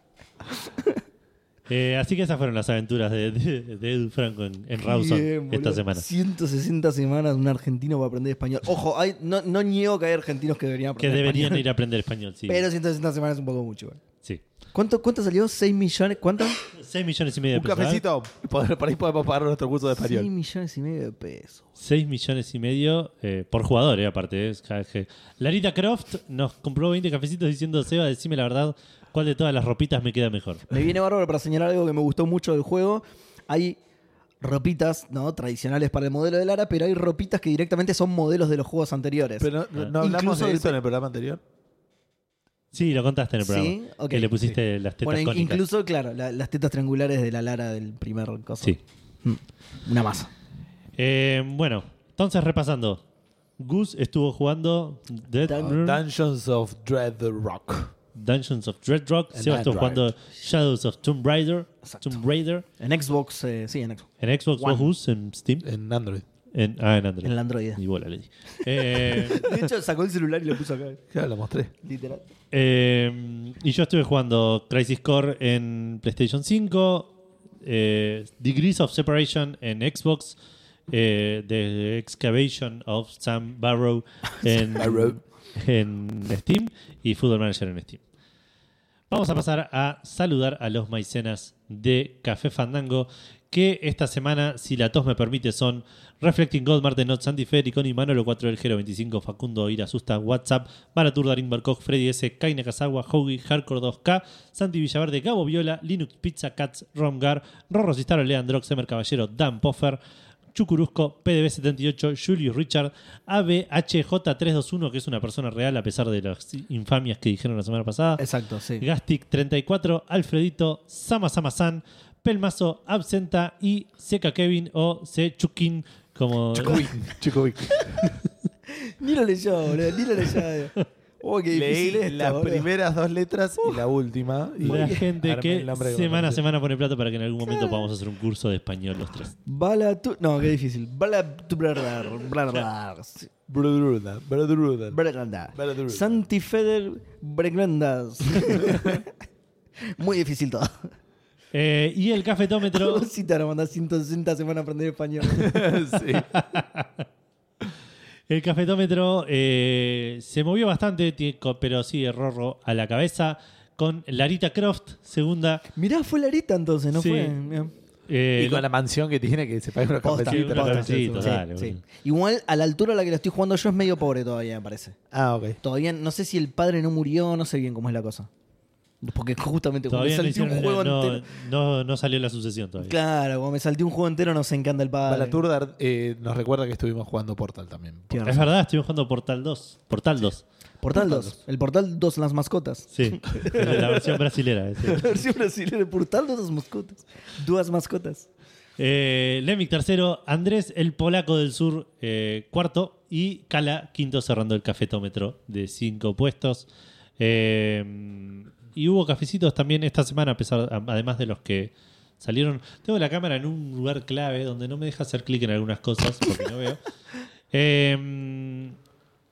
Speaker 1: Eh, así que esas fueron las aventuras de, de- de Edu Franco en, en Rawson
Speaker 3: Bien, boludo.
Speaker 1: esta semana.
Speaker 3: 160 semanas de un argentino para aprender español. Ojo, hay- no, no niego que hay argentinos que deberían
Speaker 1: Que
Speaker 3: aprender
Speaker 1: deberían
Speaker 3: español.
Speaker 1: ir a aprender español, sí.
Speaker 3: Pero 160 semanas es un poco mucho. igual.
Speaker 1: sí.
Speaker 3: ¿Cuánto, ¿Cuánto salió? ¿6 millones? ¿Cuánto?
Speaker 1: 6 millones y medio de
Speaker 2: Un
Speaker 1: pesos. ¿eh?
Speaker 2: cafecito. Por, por ahí podemos pagar nuestro curso de
Speaker 3: 6
Speaker 2: español.
Speaker 3: millones y medio de pesos.
Speaker 1: 6 millones y medio eh, por jugador, eh, aparte. eh, es cada vez que- Larita Croft nos compró 20 cafecitos diciendo, Seba, decime la verdad, ¿cuál de todas las ropitas me queda mejor?
Speaker 3: Me viene bárbaro para señalar algo que me gustó mucho del juego. Hay ropitas ¿no? tradicionales para el modelo de Lara, pero hay ropitas que directamente son modelos de los juegos anteriores.
Speaker 2: Pero no, no hablamos
Speaker 3: Incluso
Speaker 2: de
Speaker 3: del
Speaker 2: eso en el programa anterior.
Speaker 1: Sí, lo contaste en el programa.
Speaker 3: Sí, ok.
Speaker 1: Que le pusiste las tetas
Speaker 3: bueno, in-
Speaker 1: cónicas.
Speaker 3: incluso, claro, la- las tetas triangulares de la Lara del primer coso.
Speaker 1: Sí.
Speaker 3: Mm, Una masa.
Speaker 1: Eh, bueno, entonces repasando. Gus estuvo jugando Dead
Speaker 2: Mm.
Speaker 1: Run-
Speaker 2: Dungeons of Dread Rock.
Speaker 1: Dungeons of Dread Rock.
Speaker 2: And
Speaker 1: Seba
Speaker 2: Night
Speaker 1: estuvo jugando Shadows of Tomb Raider.
Speaker 3: Exacto.
Speaker 1: Tomb Raider.
Speaker 3: En Xbox, eh, sí, en Xbox.
Speaker 1: En Xbox One Us, en Steam.
Speaker 2: En Android.
Speaker 1: En, ah, en Android.
Speaker 3: En el Android.
Speaker 1: Y bola, le di. Eh,
Speaker 3: De hecho, sacó el celular y lo puso acá.
Speaker 2: Ya lo mostré.
Speaker 3: Literal.
Speaker 1: eh, y yo estuve jugando Crisis Core en PlayStation 5. eh, Degrees of Separation en Xbox. eh, The Excavation of Sam Barrow en,
Speaker 2: Barrow.
Speaker 1: en Steam. Y Football Manager en Steam. Vamos a pasar a saludar a los maicenas de Café Fandango, que esta semana, si la tos me permite, son Reflecting God, Marten Not, Sandy Ferry, Connie Manolo 4 del Gero 25, Facundo Ira Asusta, WhatsApp, Maratur, Darín Barcoj, Freddy S, Kaina Kazawa, Hogi, Hardcore 2K, Santi Villaverde, Gabo Viola, Linux Pizza, Cats, Romgar, Rorro Cistaro, Leandrox, Emer Caballero, Dan Poffer, Chucurusco, PDB78, Julius Richard, ABHJ321, que es una persona real a pesar de las infamias que dijeron la semana pasada.
Speaker 3: Exacto, sí.
Speaker 1: Gastic34, Alfredito, Sama Sama San, Pelmazo, Absenta y Seca Kevin o C. Chukin, como
Speaker 2: Chucovic. Chucovic.
Speaker 3: Ni lo leyó, boludo. Ni lo leyó. Oh, qué
Speaker 2: Leí
Speaker 3: difícil esto,
Speaker 2: las
Speaker 3: boludo.
Speaker 2: primeras dos letras y la última. Y
Speaker 1: la gente
Speaker 2: armé
Speaker 1: que
Speaker 2: el nombre
Speaker 1: semana a
Speaker 2: conocí.
Speaker 1: semana pone plata para que en algún momento podamos hacer un curso de español los tres.
Speaker 3: Bala tu... No, qué difícil. Bala tu... bla, bla, bla, bla, sí.
Speaker 2: Brudruda, brudruda.
Speaker 3: Breglanda.
Speaker 2: Bala tu-
Speaker 3: Santi Feder Breglandas. Muy difícil todo.
Speaker 1: Eh, y el cafetómetro.
Speaker 3: Si te van a mandar 160 semanas a aprender español.
Speaker 2: Sí.
Speaker 1: El cafetómetro eh, se movió bastante, tiene co- pero sigue Rorro a la cabeza. Con Larita Croft, segunda.
Speaker 3: Mirá, fue Larita entonces, ¿no
Speaker 1: Sí.
Speaker 3: fue? Mirá.
Speaker 1: eh,
Speaker 2: Y con la mansión que tiene que se paga una
Speaker 3: Posta,
Speaker 1: Sí,
Speaker 2: cafecita.
Speaker 1: una
Speaker 3: posta.
Speaker 1: cafecita,
Speaker 3: Sí,
Speaker 1: dale,
Speaker 3: sí.
Speaker 1: boludo.
Speaker 3: Igual a la altura a la que lo estoy jugando yo es medio pobre todavía, me parece.
Speaker 2: Ah, ok.
Speaker 3: Todavía no sé si el padre no murió, no sé bien cómo es la cosa. Porque justamente cuando
Speaker 1: Todavía
Speaker 3: me
Speaker 1: no,
Speaker 3: salté un
Speaker 1: hicieron-
Speaker 3: juego
Speaker 1: no-
Speaker 3: entero.
Speaker 1: no- no salió la sucesión todavía.
Speaker 3: Claro, cuando me salté un juego entero nos encanta el padre.
Speaker 2: Balaturda eh, nos recuerda que estuvimos jugando Portal también.
Speaker 3: Tiene
Speaker 1: Es
Speaker 3: razón.
Speaker 1: verdad, estoy jugando Portal 2. Portal 2.
Speaker 3: Portal 2. El Portal 2, las mascotas.
Speaker 1: Sí, es de la versión brasilera. eh, sí.
Speaker 3: La versión brasileña de Portal 2, las mascotas. Dos mascotas.
Speaker 1: Eh, Lemic tercero, Andrés el polaco del sur eh, cuarto y Cala quinto cerrando el cafetómetro de cinco puestos. Eh, y hubo cafecitos también esta semana, a pesar, a- además de los que salieron. Tengo la cámara en un lugar clave donde no me deja hacer clic en algunas cosas porque no veo. Eh,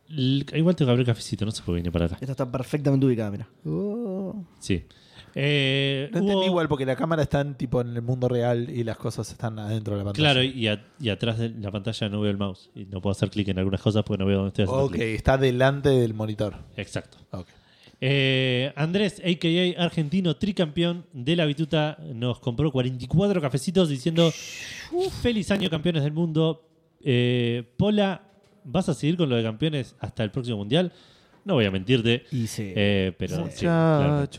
Speaker 1: l- igual tengo que abrir cafecito, no sé por qué vine para acá.
Speaker 3: Esta está perfectamente ubicada, mira. Oh.
Speaker 1: Sí. Eh,
Speaker 2: No
Speaker 1: hubo-
Speaker 2: entendí igual porque la cámara está en, tipo, en el mundo real y las cosas están adentro de la pantalla.
Speaker 1: Claro, y, a- y atrás de la pantalla no veo el mouse. Y no puedo hacer clic en algunas cosas porque no veo dónde estoy haciendo
Speaker 2: Ok,
Speaker 1: clic.
Speaker 2: está delante del monitor.
Speaker 1: Exacto.
Speaker 2: Ok.
Speaker 1: Eh, Andrés, a.k.a. argentino tricampeón de la bituta, nos compró 44 cafecitos diciendo feliz año campeones del mundo. Eh, Pola, ¿vas a seguir con lo de campeones hasta el próximo mundial? No voy a mentirte,
Speaker 3: Y se.
Speaker 1: eh, pero... sí, claramente.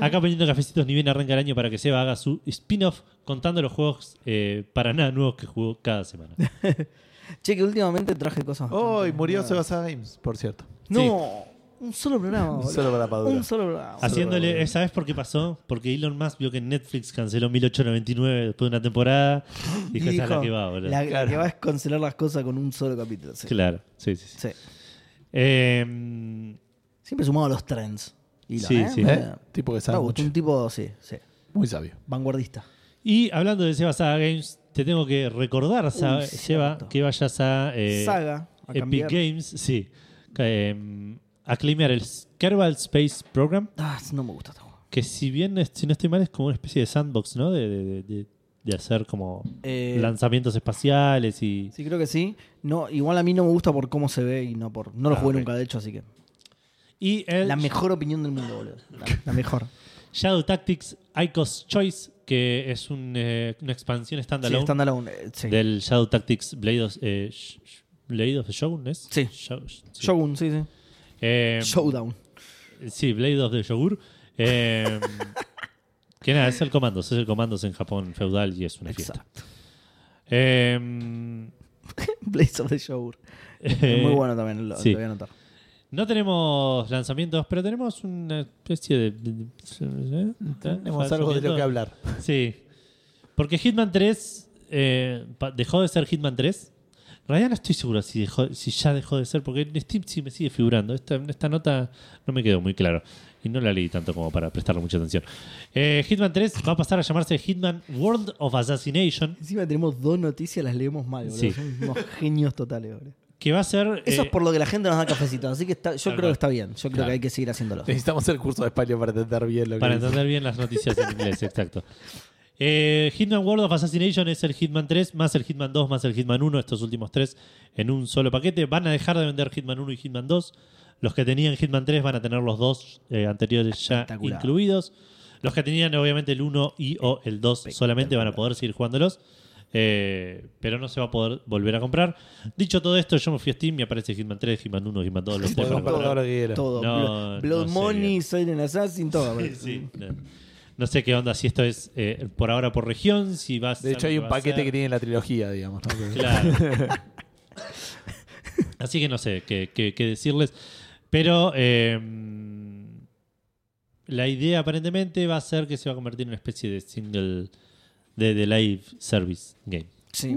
Speaker 1: Acá poniendo cafecitos ni bien arranca el año para que Seba haga su spin-off contando los juegos eh, para nada nuevos que jugó cada semana.
Speaker 3: Che, que últimamente traje cosas.
Speaker 2: Hoy
Speaker 3: bastante
Speaker 2: murió
Speaker 3: raras.
Speaker 2: Sebasa Games, por cierto.
Speaker 3: No, un solo programa. boludo.
Speaker 2: Solo para Padura.
Speaker 3: Un solo programa.
Speaker 1: Haciéndole, ¿sabes por qué pasó? Porque Elon Musk vio que Netflix canceló 1899 después de una temporada.
Speaker 3: Y
Speaker 1: Dijo, esa es la
Speaker 3: dijo,
Speaker 1: que va, boludo.
Speaker 3: la- la que va es cancelar las cosas con un solo capítulo. sí.
Speaker 1: Claro, sí, sí. sí.
Speaker 3: Sí.
Speaker 1: Eh,
Speaker 3: Siempre sumado a los trends. Y la-
Speaker 1: Sí,
Speaker 3: ¿eh?
Speaker 1: sí.
Speaker 3: Me-
Speaker 2: ¿Eh? Tipo que sabe
Speaker 3: me gusta,
Speaker 2: mucho.
Speaker 3: Un tipo, sí, sí.
Speaker 2: Muy sabio.
Speaker 3: Vanguardista.
Speaker 1: y hablando de Seba Saga Games, te tengo que recordar, Sa-
Speaker 3: Uy,
Speaker 1: Seba,
Speaker 3: cierto.
Speaker 1: que vayas a eh,
Speaker 3: Saga. a
Speaker 1: Epic
Speaker 3: cambiar.
Speaker 1: Games, sí, eh, a claimear el Kerbal Space Program,
Speaker 3: Ah, no me gusta este juego.
Speaker 1: que si bien, es- si no estoy mal, es como una especie de sandbox, ¿no? De, de- de- de- de hacer como
Speaker 3: Eh,
Speaker 1: lanzamientos espaciales y...
Speaker 3: Sí, creo que sí. No, igual a mí no me gusta por cómo se ve y no por. No lo
Speaker 1: Ah,
Speaker 3: jugué
Speaker 1: ok.
Speaker 3: nunca, de hecho, así que.
Speaker 1: Y el
Speaker 3: La mejor opinión del mundo, boludo. La, la mejor.
Speaker 1: Shadow Tactics Icos Choice, que es un, eh, una expansión
Speaker 3: Sí,
Speaker 1: standalone
Speaker 3: standalone. eh, Sí.
Speaker 1: del Shadow Tactics Blade of, eh, Sh- Sh- Blade of the Shogun, ¿es?
Speaker 3: Sí.
Speaker 1: Shou- sí.
Speaker 3: Shogun, sí, sí.
Speaker 1: Eh,
Speaker 3: Showdown.
Speaker 1: Sí, Blade of the Shogun. Eh, que nada, es el Commandos. Es el Commandos en Japón feudal y es una fiesta.
Speaker 3: Exacto.
Speaker 1: Eh,
Speaker 3: Blaze of the Shogun. Es muy bueno también, lo,
Speaker 1: Eh, sí.
Speaker 3: lo voy a anotar.
Speaker 1: No tenemos lanzamientos, pero tenemos una especie de. de- ¿eh?
Speaker 2: Tenemos algo de lo que hablar.
Speaker 1: Sí. Porque Hitman 3 eh, pa- dejó de ser Hitman 3. En realidad no estoy seguro si, dejó- si ya dejó de ser, porque en Steam sí me sigue figurando. Esta, esta nota no me quedó muy claro. Y no la leí tanto como para prestarle mucha atención. Eh, Hitman 3 va a pasar a llamarse Hitman World of Assassination.
Speaker 3: Encima tenemos dos noticias, las leemos mal, boludo.
Speaker 1: Sí.
Speaker 3: Son unos genios totales, boludo.
Speaker 1: Que va a ser.
Speaker 3: Eso
Speaker 1: eh,
Speaker 3: es por lo que la gente nos da cafecito, así que está- yo
Speaker 1: Tal
Speaker 3: creo
Speaker 1: cual.
Speaker 3: que está bien. Yo creo
Speaker 1: Claro.
Speaker 3: que hay que seguir haciéndolo.
Speaker 2: Necesitamos el curso de español para entender bien lo que
Speaker 1: Para
Speaker 2: dice.
Speaker 1: entender bien las noticias en inglés, exacto. Eh, Hitman World of Assassination es el Hitman 3, más el Hitman 2, más el Hitman 1, estos últimos tres en un solo paquete. Van a dejar de vender Hitman 1 y Hitman 2. Los que tenían Hitman 3 van a tener los dos eh, anteriores ya
Speaker 3: Espectacular.
Speaker 1: incluidos. Los que tenían obviamente el 1 y o el 2 solamente van a poder seguir jugándolos. eh, pero no se va a poder volver a comprar. Dicho todo esto, yo me fui a Steam, me aparece Hitman 3, Hitman 1, Hitman 2, los tres
Speaker 2: Podemos
Speaker 1: para
Speaker 2: comprar
Speaker 1: comprar.
Speaker 2: lo que quieras.
Speaker 3: Todo.
Speaker 1: No, no
Speaker 3: Blo- Blood
Speaker 1: sé
Speaker 3: Money,
Speaker 1: bien.
Speaker 3: Silent Assassin, todo. boludo.
Speaker 1: Sí, no, no sé qué onda, si esto es eh, por ahora por región, si vas
Speaker 2: De hecho, hay un paquete que tiene la trilogía, digamos. ¿no? Que-
Speaker 1: Claro. Así que no sé qué, qué- qué decirles. Pero eh, la idea aparentemente va a ser que se va a convertir en una especie de single de, de live service game.
Speaker 3: Sí.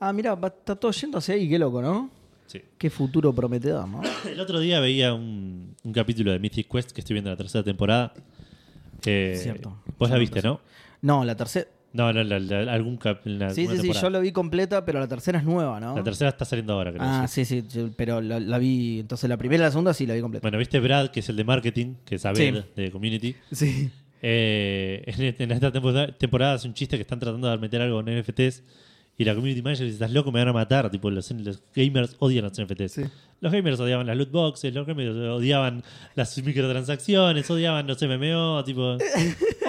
Speaker 3: Ah, mira, está todo yendo hacia ahí, qué loco, ¿no?
Speaker 1: Sí.
Speaker 3: Qué futuro prometedor, ¿no?
Speaker 1: El otro día veía un, un capítulo de Mythic Quest que estoy viendo la tercera temporada. Eh,
Speaker 3: Cierto.
Speaker 1: Vos la viste, ¿no?
Speaker 3: No, la tercera.
Speaker 1: No, no, la- la- algún cap, la-
Speaker 3: Sí,
Speaker 1: alguna
Speaker 3: sí, sí,
Speaker 1: temporada.
Speaker 3: yo la vi completa, pero la tercera es nueva, ¿no?
Speaker 1: La tercera está saliendo ahora, creo.
Speaker 3: Ah,
Speaker 1: sí.
Speaker 3: sí, sí, yo- pero la, la vi. Entonces la primera y la segunda sí la vi completa.
Speaker 1: Bueno, viste Brad, que es el de marketing, que es Abel,
Speaker 3: Sí.
Speaker 1: de community.
Speaker 3: Sí.
Speaker 1: Eh, en, en esta temporada, temporada es un chiste que están tratando de meter algo en NFTs. Y la community manager dice: Estás loco, me van a matar. Tipo, los, los gamers odian los NFTs.
Speaker 3: Sí.
Speaker 1: Los gamers odiaban las loot boxes, los gamers odiaban las microtransacciones, odiaban los MMO. Tipo,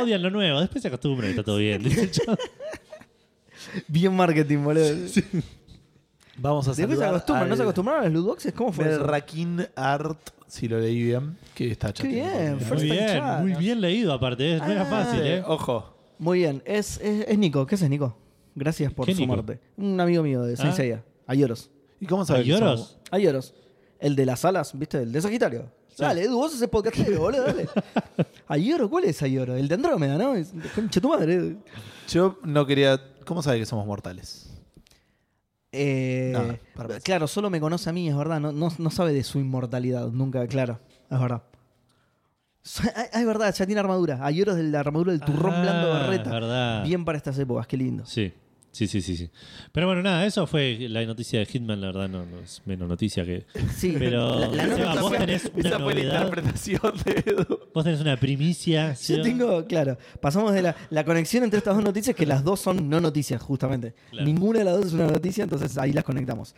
Speaker 1: odian lo nuevo. Después se acostumbran y está todo bien. dice el chabón.
Speaker 3: Bien marketing, boludo.
Speaker 2: Vamos a
Speaker 3: Después se
Speaker 2: saludar
Speaker 3: acostumbran, ¿no
Speaker 2: al
Speaker 3: se acostumbraron a las loot boxes? ¿Cómo fue? eso?
Speaker 2: Merrakin Art, si lo leí bien, que está
Speaker 3: Qué bien,
Speaker 1: muy
Speaker 3: First time
Speaker 1: bien,
Speaker 3: chat.
Speaker 1: muy bien leído, aparte. eh. No era
Speaker 3: Ah,
Speaker 1: fácil, ¿eh?
Speaker 2: Ojo.
Speaker 3: Muy bien, es, es, es Nico. ¿Qué haces, Nico? Gracias por
Speaker 1: ¿Qué Nico?
Speaker 3: sumarte. Un amigo mío de Saint
Speaker 1: Ah.
Speaker 3: Seiya, Ayoros.
Speaker 2: ¿Y cómo sabes?
Speaker 1: ¿Y Oros?
Speaker 3: Ayoros. El de las alas, ¿viste? El de Sagitario. Dale, Edu, vos ese podcastero, boludo, dale. Ayoro, ¿cuál es Ayoro? El de Andrómeda, ¿no? Es- Concha tu madre. Edu.
Speaker 2: Yo no quería. ¿Cómo sabes que somos mortales?
Speaker 3: Eh,
Speaker 2: Nada, para pensar.
Speaker 3: claro, solo me conoce a mí, es verdad. No, no, no sabe de su inmortalidad, nunca, claro. Es verdad. So- ah, Es verdad, ya tiene armadura. Ayoro es de la armadura del turrón
Speaker 1: Ah,
Speaker 3: blando berreta.
Speaker 1: verdad.
Speaker 3: Bien para estas épocas, qué lindo.
Speaker 1: Sí, sí, sí, sí, sí. Pero bueno, nada, eso fue la noticia de Hitman, la verdad no, no es menos noticia que...
Speaker 3: Sí,
Speaker 1: Pero-
Speaker 3: la, la nota
Speaker 1: Seba, vos
Speaker 3: fue-
Speaker 1: tenés una
Speaker 2: Esa fue la
Speaker 1: novedad.
Speaker 2: interpretación de Edu.
Speaker 1: Vos tenés una primicia.
Speaker 3: Yo
Speaker 1: Seba?
Speaker 3: tengo, claro, pasamos de la, la conexión entre estas dos noticias, que las dos son no noticias, justamente.
Speaker 1: Claro.
Speaker 3: Ninguna de las dos es una noticia, entonces ahí las conectamos.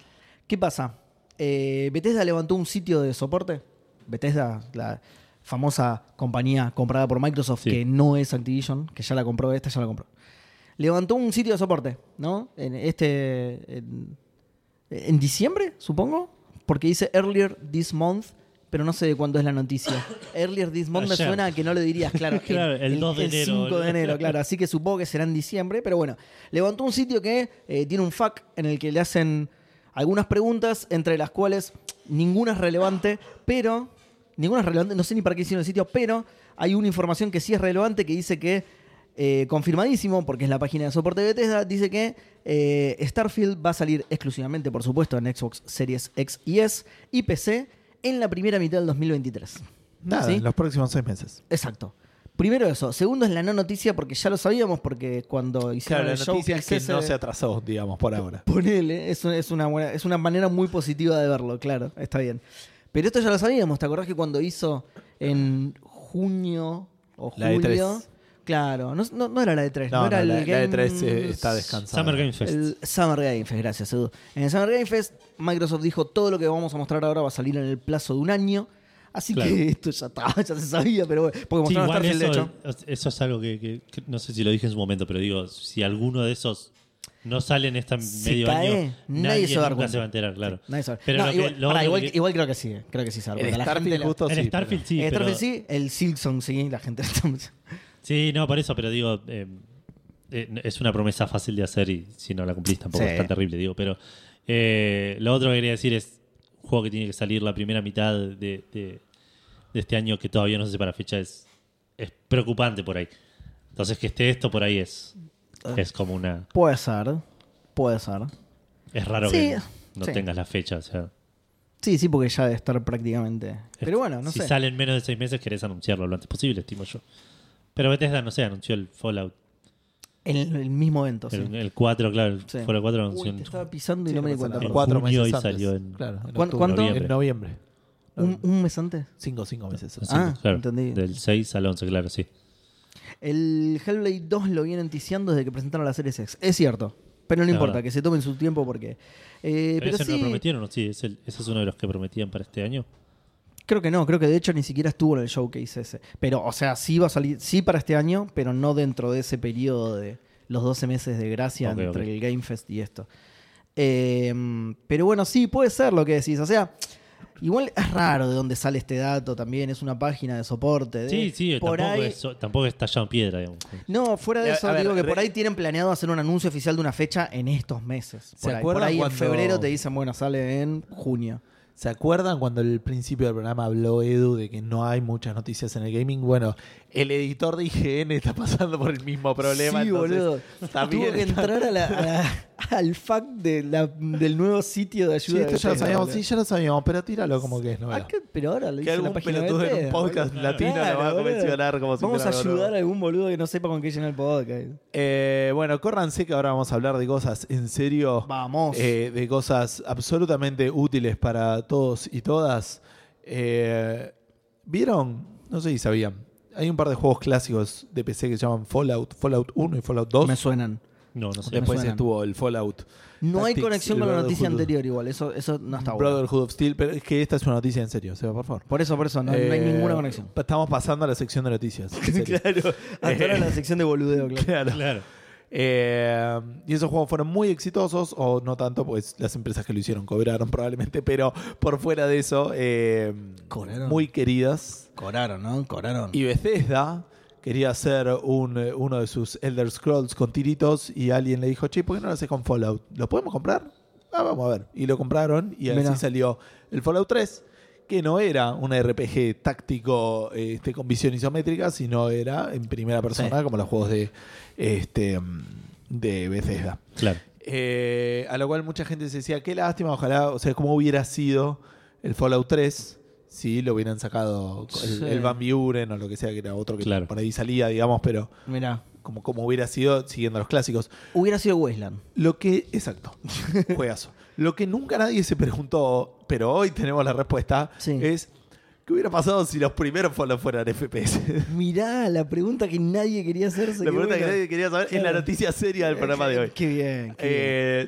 Speaker 3: ¿Qué pasa? Eh, Bethesda levantó un sitio de soporte. Bethesda, la famosa compañía comprada por Microsoft,
Speaker 1: Sí.
Speaker 3: que no es Activision, que ya la compró, esta ya la compró. Levantó un sitio de soporte, ¿no? En este. En, en diciembre, supongo. Porque dice earlier this month, pero no sé de cuándo es la noticia. Earlier this month me
Speaker 1: Ayer.
Speaker 3: suena a que no lo dirías, claro.
Speaker 1: Claro, el 2 de enero,
Speaker 3: 5 de
Speaker 1: boludo.
Speaker 3: enero, claro. Así que supongo que será en diciembre, pero bueno. Levantó un sitio que eh, tiene un FAQ en el que le hacen algunas preguntas, entre las cuales ninguna es relevante, pero. Ninguna es relevante, no sé ni para qué hicieron el sitio, pero hay una información que sí es relevante que dice que. eh, confirmadísimo, porque es la página de soporte de Bethesda, dice que eh, Starfield va a salir exclusivamente, por supuesto, en Xbox Series X y S y PC en la primera mitad del 2023.
Speaker 2: Nada,
Speaker 3: ¿Sí?
Speaker 2: en los próximos seis meses.
Speaker 3: Exacto. Primero eso. Segundo es la no noticia porque ya lo sabíamos porque cuando hicieron
Speaker 2: Claro, la
Speaker 3: el show
Speaker 2: noticia es que
Speaker 3: Pixese-
Speaker 2: no se atrasó, digamos, por ahora.
Speaker 3: Ponele, es, un- es una buena- es una manera muy positiva de verlo, claro, está bien. Pero esto ya lo sabíamos, ¿te acordás que cuando hizo en junio o
Speaker 2: La
Speaker 3: julio?
Speaker 2: E3.
Speaker 3: Claro, no, no- no era la de 3, no,
Speaker 2: No,
Speaker 3: era
Speaker 2: no,
Speaker 3: el
Speaker 2: la, la de 3
Speaker 3: Games-
Speaker 2: está descansada.
Speaker 1: Summer Game Fest.
Speaker 3: El Summer Game Fest, gracias Edu. En el Summer Game Fest, Microsoft dijo todo lo que vamos a mostrar ahora va a salir en el plazo de un año. Así
Speaker 1: Claro.
Speaker 3: que esto ya estaba, ya se sabía, pero bueno, porque
Speaker 1: Sí,
Speaker 3: mostraron
Speaker 1: igual
Speaker 3: Starfield, de
Speaker 1: eso,
Speaker 3: hecho.
Speaker 1: eso es algo que, que- que no sé si lo dije en su momento, pero digo, si alguno de esos no sale en este
Speaker 3: Si
Speaker 1: medio
Speaker 3: cae,
Speaker 1: año,
Speaker 3: nadie
Speaker 1: nadie,
Speaker 3: se va a dar
Speaker 1: nunca
Speaker 3: cuenta.
Speaker 1: se va a enterar, claro.
Speaker 3: Nadie sabe.
Speaker 1: Pero
Speaker 3: No,
Speaker 1: lo que-
Speaker 3: igual,
Speaker 1: lo
Speaker 3: pará,
Speaker 1: otro
Speaker 3: igual-
Speaker 1: que-
Speaker 3: igual creo que sí, eh, creo que sí se da
Speaker 2: El
Speaker 3: cuenta. La gente
Speaker 2: Starfield
Speaker 3: la-
Speaker 2: justo
Speaker 1: el
Speaker 2: sí,
Speaker 1: Starfield
Speaker 2: pero-
Speaker 1: sí,
Speaker 3: el
Speaker 1: pero-
Speaker 3: Starfield sí, el Silksong sí, la gente.
Speaker 1: Sí, no, por eso, pero digo, eh, eh, es una promesa fácil de hacer y si no la cumplís tampoco
Speaker 3: Sí.
Speaker 1: es tan terrible, digo. Pero eh, lo otro que quería decir es un juego que tiene que salir la primera mitad de, de- de este año que todavía no se para fecha es, es preocupante por ahí. Entonces que esté esto por ahí es,
Speaker 3: Ah.
Speaker 1: es como una...
Speaker 3: Puede ser, puede ser.
Speaker 1: Es raro
Speaker 3: Sí,
Speaker 1: que no
Speaker 3: sí.
Speaker 1: tengas la fecha. O sea,
Speaker 3: Sí, sí, porque ya debe estar prácticamente. Pero bueno, no
Speaker 1: si
Speaker 3: sé.
Speaker 1: salen menos de seis meses, querés anunciarlo lo antes posible, estimo yo. Pero Bethesda, no sé, anunció el Fallout.
Speaker 3: En el, mismo evento, Oh, sí.
Speaker 1: El, el 4, claro, el
Speaker 3: Sí.
Speaker 1: Fallout 4 anunció
Speaker 3: Uy, te
Speaker 1: en-
Speaker 3: estaba pisando y
Speaker 2: Sí,
Speaker 3: no me di
Speaker 2: pasa
Speaker 3: cuenta.
Speaker 2: nada.
Speaker 1: En
Speaker 3: perdón.
Speaker 2: Cuatro
Speaker 1: junio
Speaker 2: meses
Speaker 1: y
Speaker 2: antes.
Speaker 1: salió en-
Speaker 2: Claro, en
Speaker 3: ¿Cuán-
Speaker 2: octubre.
Speaker 3: cuánto?
Speaker 2: En noviembre.
Speaker 3: ¿Un, un mes antes.
Speaker 2: Cinco, cinco meses.
Speaker 1: así,
Speaker 3: Ah,
Speaker 1: claro,
Speaker 3: entendí. Eh,
Speaker 1: Del 6 al 11, claro, sí.
Speaker 3: El Hellblade 2 lo vienen ticiando desde que presentaron la serie X. Es cierto. Pero no
Speaker 1: Es
Speaker 3: importa,
Speaker 1: verdad.
Speaker 3: que se tomen su tiempo porque. eh,
Speaker 1: pero
Speaker 3: pero
Speaker 1: ese
Speaker 3: sí,
Speaker 1: no lo prometieron, ¿no? sí, es el- ese es uno de los que prometían para este año.
Speaker 3: creo que no, creo que de hecho ni siquiera estuvo en el showcase ese. Pero, o sea, sí va a salir, sí para este año, pero no dentro de ese periodo de los 12 meses de gracia
Speaker 1: Ok,
Speaker 3: entre
Speaker 1: ok.
Speaker 3: el Game Fest y esto. Eh, pero bueno, sí, puede ser lo que decís. O sea, igual es raro de dónde sale este dato también. Es una página de soporte. de-
Speaker 1: Sí, sí,
Speaker 3: Eh, por
Speaker 1: tampoco,
Speaker 3: ahí-
Speaker 1: es, tampoco es tallado en piedra, digamos.
Speaker 3: No, fuera de
Speaker 2: A-
Speaker 3: eso,
Speaker 2: a ver,
Speaker 3: digo que
Speaker 2: re-
Speaker 3: por ahí tienen planeado hacer un anuncio oficial de una fecha en estos meses. Por
Speaker 2: ¿Se
Speaker 3: ahí,
Speaker 2: acuerdan
Speaker 3: por ahí en
Speaker 2: cuando-
Speaker 3: febrero te dicen, bueno, sale en junio.
Speaker 2: ¿Se acuerdan cuando al principio del programa habló Edu de que no hay muchas noticias en el gaming? Bueno, el editor de IGN está pasando por el mismo problema.
Speaker 3: sí,
Speaker 2: entonces,
Speaker 3: boludo.
Speaker 2: también
Speaker 3: Tuvo que
Speaker 2: está-
Speaker 3: entrar a la- a la- al FAC de la- del nuevo sitio de
Speaker 2: Sí,
Speaker 3: ayuda.
Speaker 2: esto
Speaker 3: de
Speaker 2: ya lo
Speaker 3: Bethesda,
Speaker 2: sabíamos,
Speaker 3: boludo.
Speaker 2: sí, ya lo sabíamos, pero tíralo como que es nuevo.
Speaker 3: Ah, que- pero ahora lo
Speaker 2: Que
Speaker 3: dice la
Speaker 2: algún
Speaker 3: página de
Speaker 2: pelotudo en un
Speaker 3: Bethesda,
Speaker 2: podcast
Speaker 3: boludo.
Speaker 2: latino lo
Speaker 3: Claro,
Speaker 2: va a
Speaker 3: boludo.
Speaker 2: mencionar como si
Speaker 3: Vamos a
Speaker 2: fuera algo
Speaker 3: ayudar
Speaker 2: nuevo.
Speaker 3: a algún boludo que no sepa con qué llenar el podcast.
Speaker 2: Eh, bueno, córranse que ahora vamos a hablar de cosas en serio.
Speaker 3: Vamos.
Speaker 2: eh, de cosas absolutamente útiles para todos y todas. Eh, ¿Vieron? No sé si sabían. Hay un par de juegos clásicos de PC que se llaman Fallout, Fallout 1 y Fallout 2.
Speaker 3: Me suenan.
Speaker 1: No, no sé.
Speaker 3: me
Speaker 2: Después
Speaker 3: suenan.
Speaker 2: estuvo el Fallout
Speaker 3: No hay
Speaker 2: Tactics,
Speaker 3: conexión
Speaker 2: el
Speaker 3: con la
Speaker 2: Brotherhood.
Speaker 3: noticia anterior igual. Eso, eso no está bueno.
Speaker 2: Brotherhood of Steel, pero es que esta es una noticia en serio, Seba, por favor.
Speaker 3: Por eso, por eso, no, no hay
Speaker 2: Eh,
Speaker 3: ninguna conexión.
Speaker 2: Estamos pasando a la sección de noticias. en serio.
Speaker 3: Claro, hasta ahora la sección de boludeo, claro.
Speaker 2: Claro.
Speaker 1: Claro.
Speaker 2: Eh, y esos juegos fueron muy exitosos, o no tanto, pues las empresas que lo hicieron cobraron probablemente, pero por fuera de eso, eh,
Speaker 3: Cobraron.
Speaker 2: muy queridas.
Speaker 3: Coraron, ¿no? Coraron.
Speaker 2: Y Bethesda quería hacer un, eh, uno de sus Elder Scrolls con tiritos y alguien le dijo, che, ¿por qué no lo haces con Fallout? ¿Lo podemos comprar? Ah, vamos a ver. Y lo compraron y así
Speaker 3: Mirá.
Speaker 2: salió el Fallout 3, que no era un RPG táctico este, con visión isométrica, sino era en primera persona, como los juegos de, este, mm, de Bethesda.
Speaker 1: Claro.
Speaker 2: Eh, a lo cual mucha gente se decía, qué lástima, ojalá, o sea, cómo hubiera sido el Fallout 3 si lo hubieran sacado el,
Speaker 3: Sí.
Speaker 2: el Van Buren o lo que sea, que era otro que
Speaker 1: Claro.
Speaker 2: por ahí salía, digamos, pero
Speaker 3: Mirá,
Speaker 2: como, como hubiera sido siguiendo los clásicos.
Speaker 3: hubiera sido Wasteland.
Speaker 2: Lo que, exacto, juegazo. Lo que nunca nadie se preguntó, pero hoy tenemos la respuesta,
Speaker 3: Sí.
Speaker 2: es, ¿qué hubiera pasado si los primeros Fallout fueran FPS?
Speaker 3: Mirá, la pregunta que nadie quería hacerse.
Speaker 2: la
Speaker 3: qué
Speaker 2: pregunta que
Speaker 3: bueno.
Speaker 2: nadie quería saber es la
Speaker 3: Claro. Eh,
Speaker 2: noticia seria del programa de hoy.
Speaker 3: Qué bien, qué bien.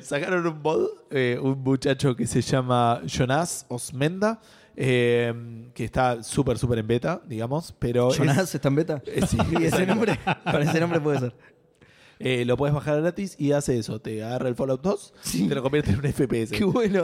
Speaker 2: Eh, sacaron un mod, eh, un muchacho que se llama Jonas Osmenda, eh, que está súper, súper en beta, digamos, pero Oh, es-
Speaker 3: ¿Jonás está en beta?
Speaker 2: Eh, sí,
Speaker 3: ¿Y ese nombre? Para ese nombre puede ser.
Speaker 2: eh, lo puedes bajar gratis y hace eso, te agarra el Fallout 2
Speaker 3: Sí.
Speaker 2: y te lo convierte en un FPS.
Speaker 3: Qué bueno.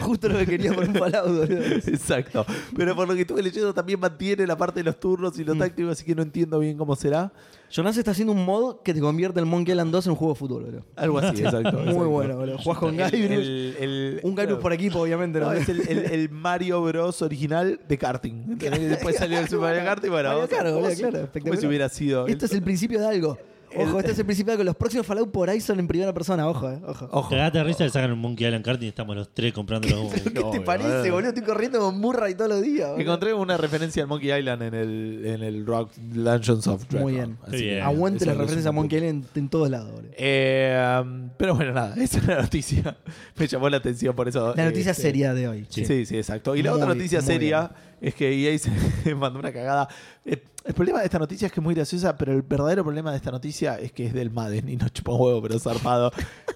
Speaker 3: Justo lo que quería por un palabra.
Speaker 2: Exacto, pero por lo que estuve leyendo también mantiene la parte de los turnos
Speaker 3: Mm.
Speaker 2: y los tácticos, así que no entiendo bien cómo será.
Speaker 3: Jonás está haciendo un mod que te convierte el Monkey Island 2 en un juego de fútbol, boludo.
Speaker 2: Algo así, exacto.
Speaker 3: Muy
Speaker 2: exacto.
Speaker 3: bueno, boludo. Jugás con
Speaker 2: El-
Speaker 3: Guybrush.
Speaker 2: el- el-
Speaker 3: Un Guybrush por equipo, obviamente.
Speaker 2: No,
Speaker 3: ¿no?
Speaker 2: es el, el- el Mario Bros. original de karting. ¿entendés? Después salió el Super Mario Kart y bueno,
Speaker 3: Mario
Speaker 2: vamos a-
Speaker 3: Kart,
Speaker 2: ¿cómo
Speaker 3: boludo,
Speaker 2: si-
Speaker 3: claro,
Speaker 2: ¿cómo si
Speaker 3: espectacular.
Speaker 2: hubiera sido?
Speaker 3: Esto es el principio de algo. Ojo, este es el principio que los próximos Fallout por ahí son en primera persona, ojo, eh, ojo.
Speaker 2: Ojo.
Speaker 1: Cagate de risa que sacan un Monkey Island Karting y estamos los tres "Oh, comprando los
Speaker 3: ¿Qué
Speaker 2: no,
Speaker 3: te
Speaker 2: boludo.
Speaker 3: parece, boludo? Estoy corriendo con Murray todos los días. boludo.
Speaker 2: Encontré una referencia al Monkey Island en el, en el Rock Dungeons of Dragon.
Speaker 3: Muy bien.
Speaker 2: Así
Speaker 1: Qué
Speaker 2: que
Speaker 1: bien.
Speaker 3: Aguante
Speaker 2: eso
Speaker 3: las
Speaker 2: es
Speaker 3: referencias a
Speaker 2: un
Speaker 3: Monkey
Speaker 2: punto.
Speaker 3: Island en todos lados, boludo.
Speaker 2: Eh, um, pero bueno, nada, esa es la noticia. Me llamó la atención por eso.
Speaker 3: La noticia
Speaker 2: este,
Speaker 3: seria de hoy.
Speaker 2: Sí. sí, exacto. Y la
Speaker 3: Muy,
Speaker 2: otra noticia
Speaker 3: muy
Speaker 2: seria es que EA se mandó una cagada. Eh, El problema de esta noticia es que es muy graciosa, pero el verdadero problema de esta noticia es que es del Madden y no chupa un huevo, pero zarpado.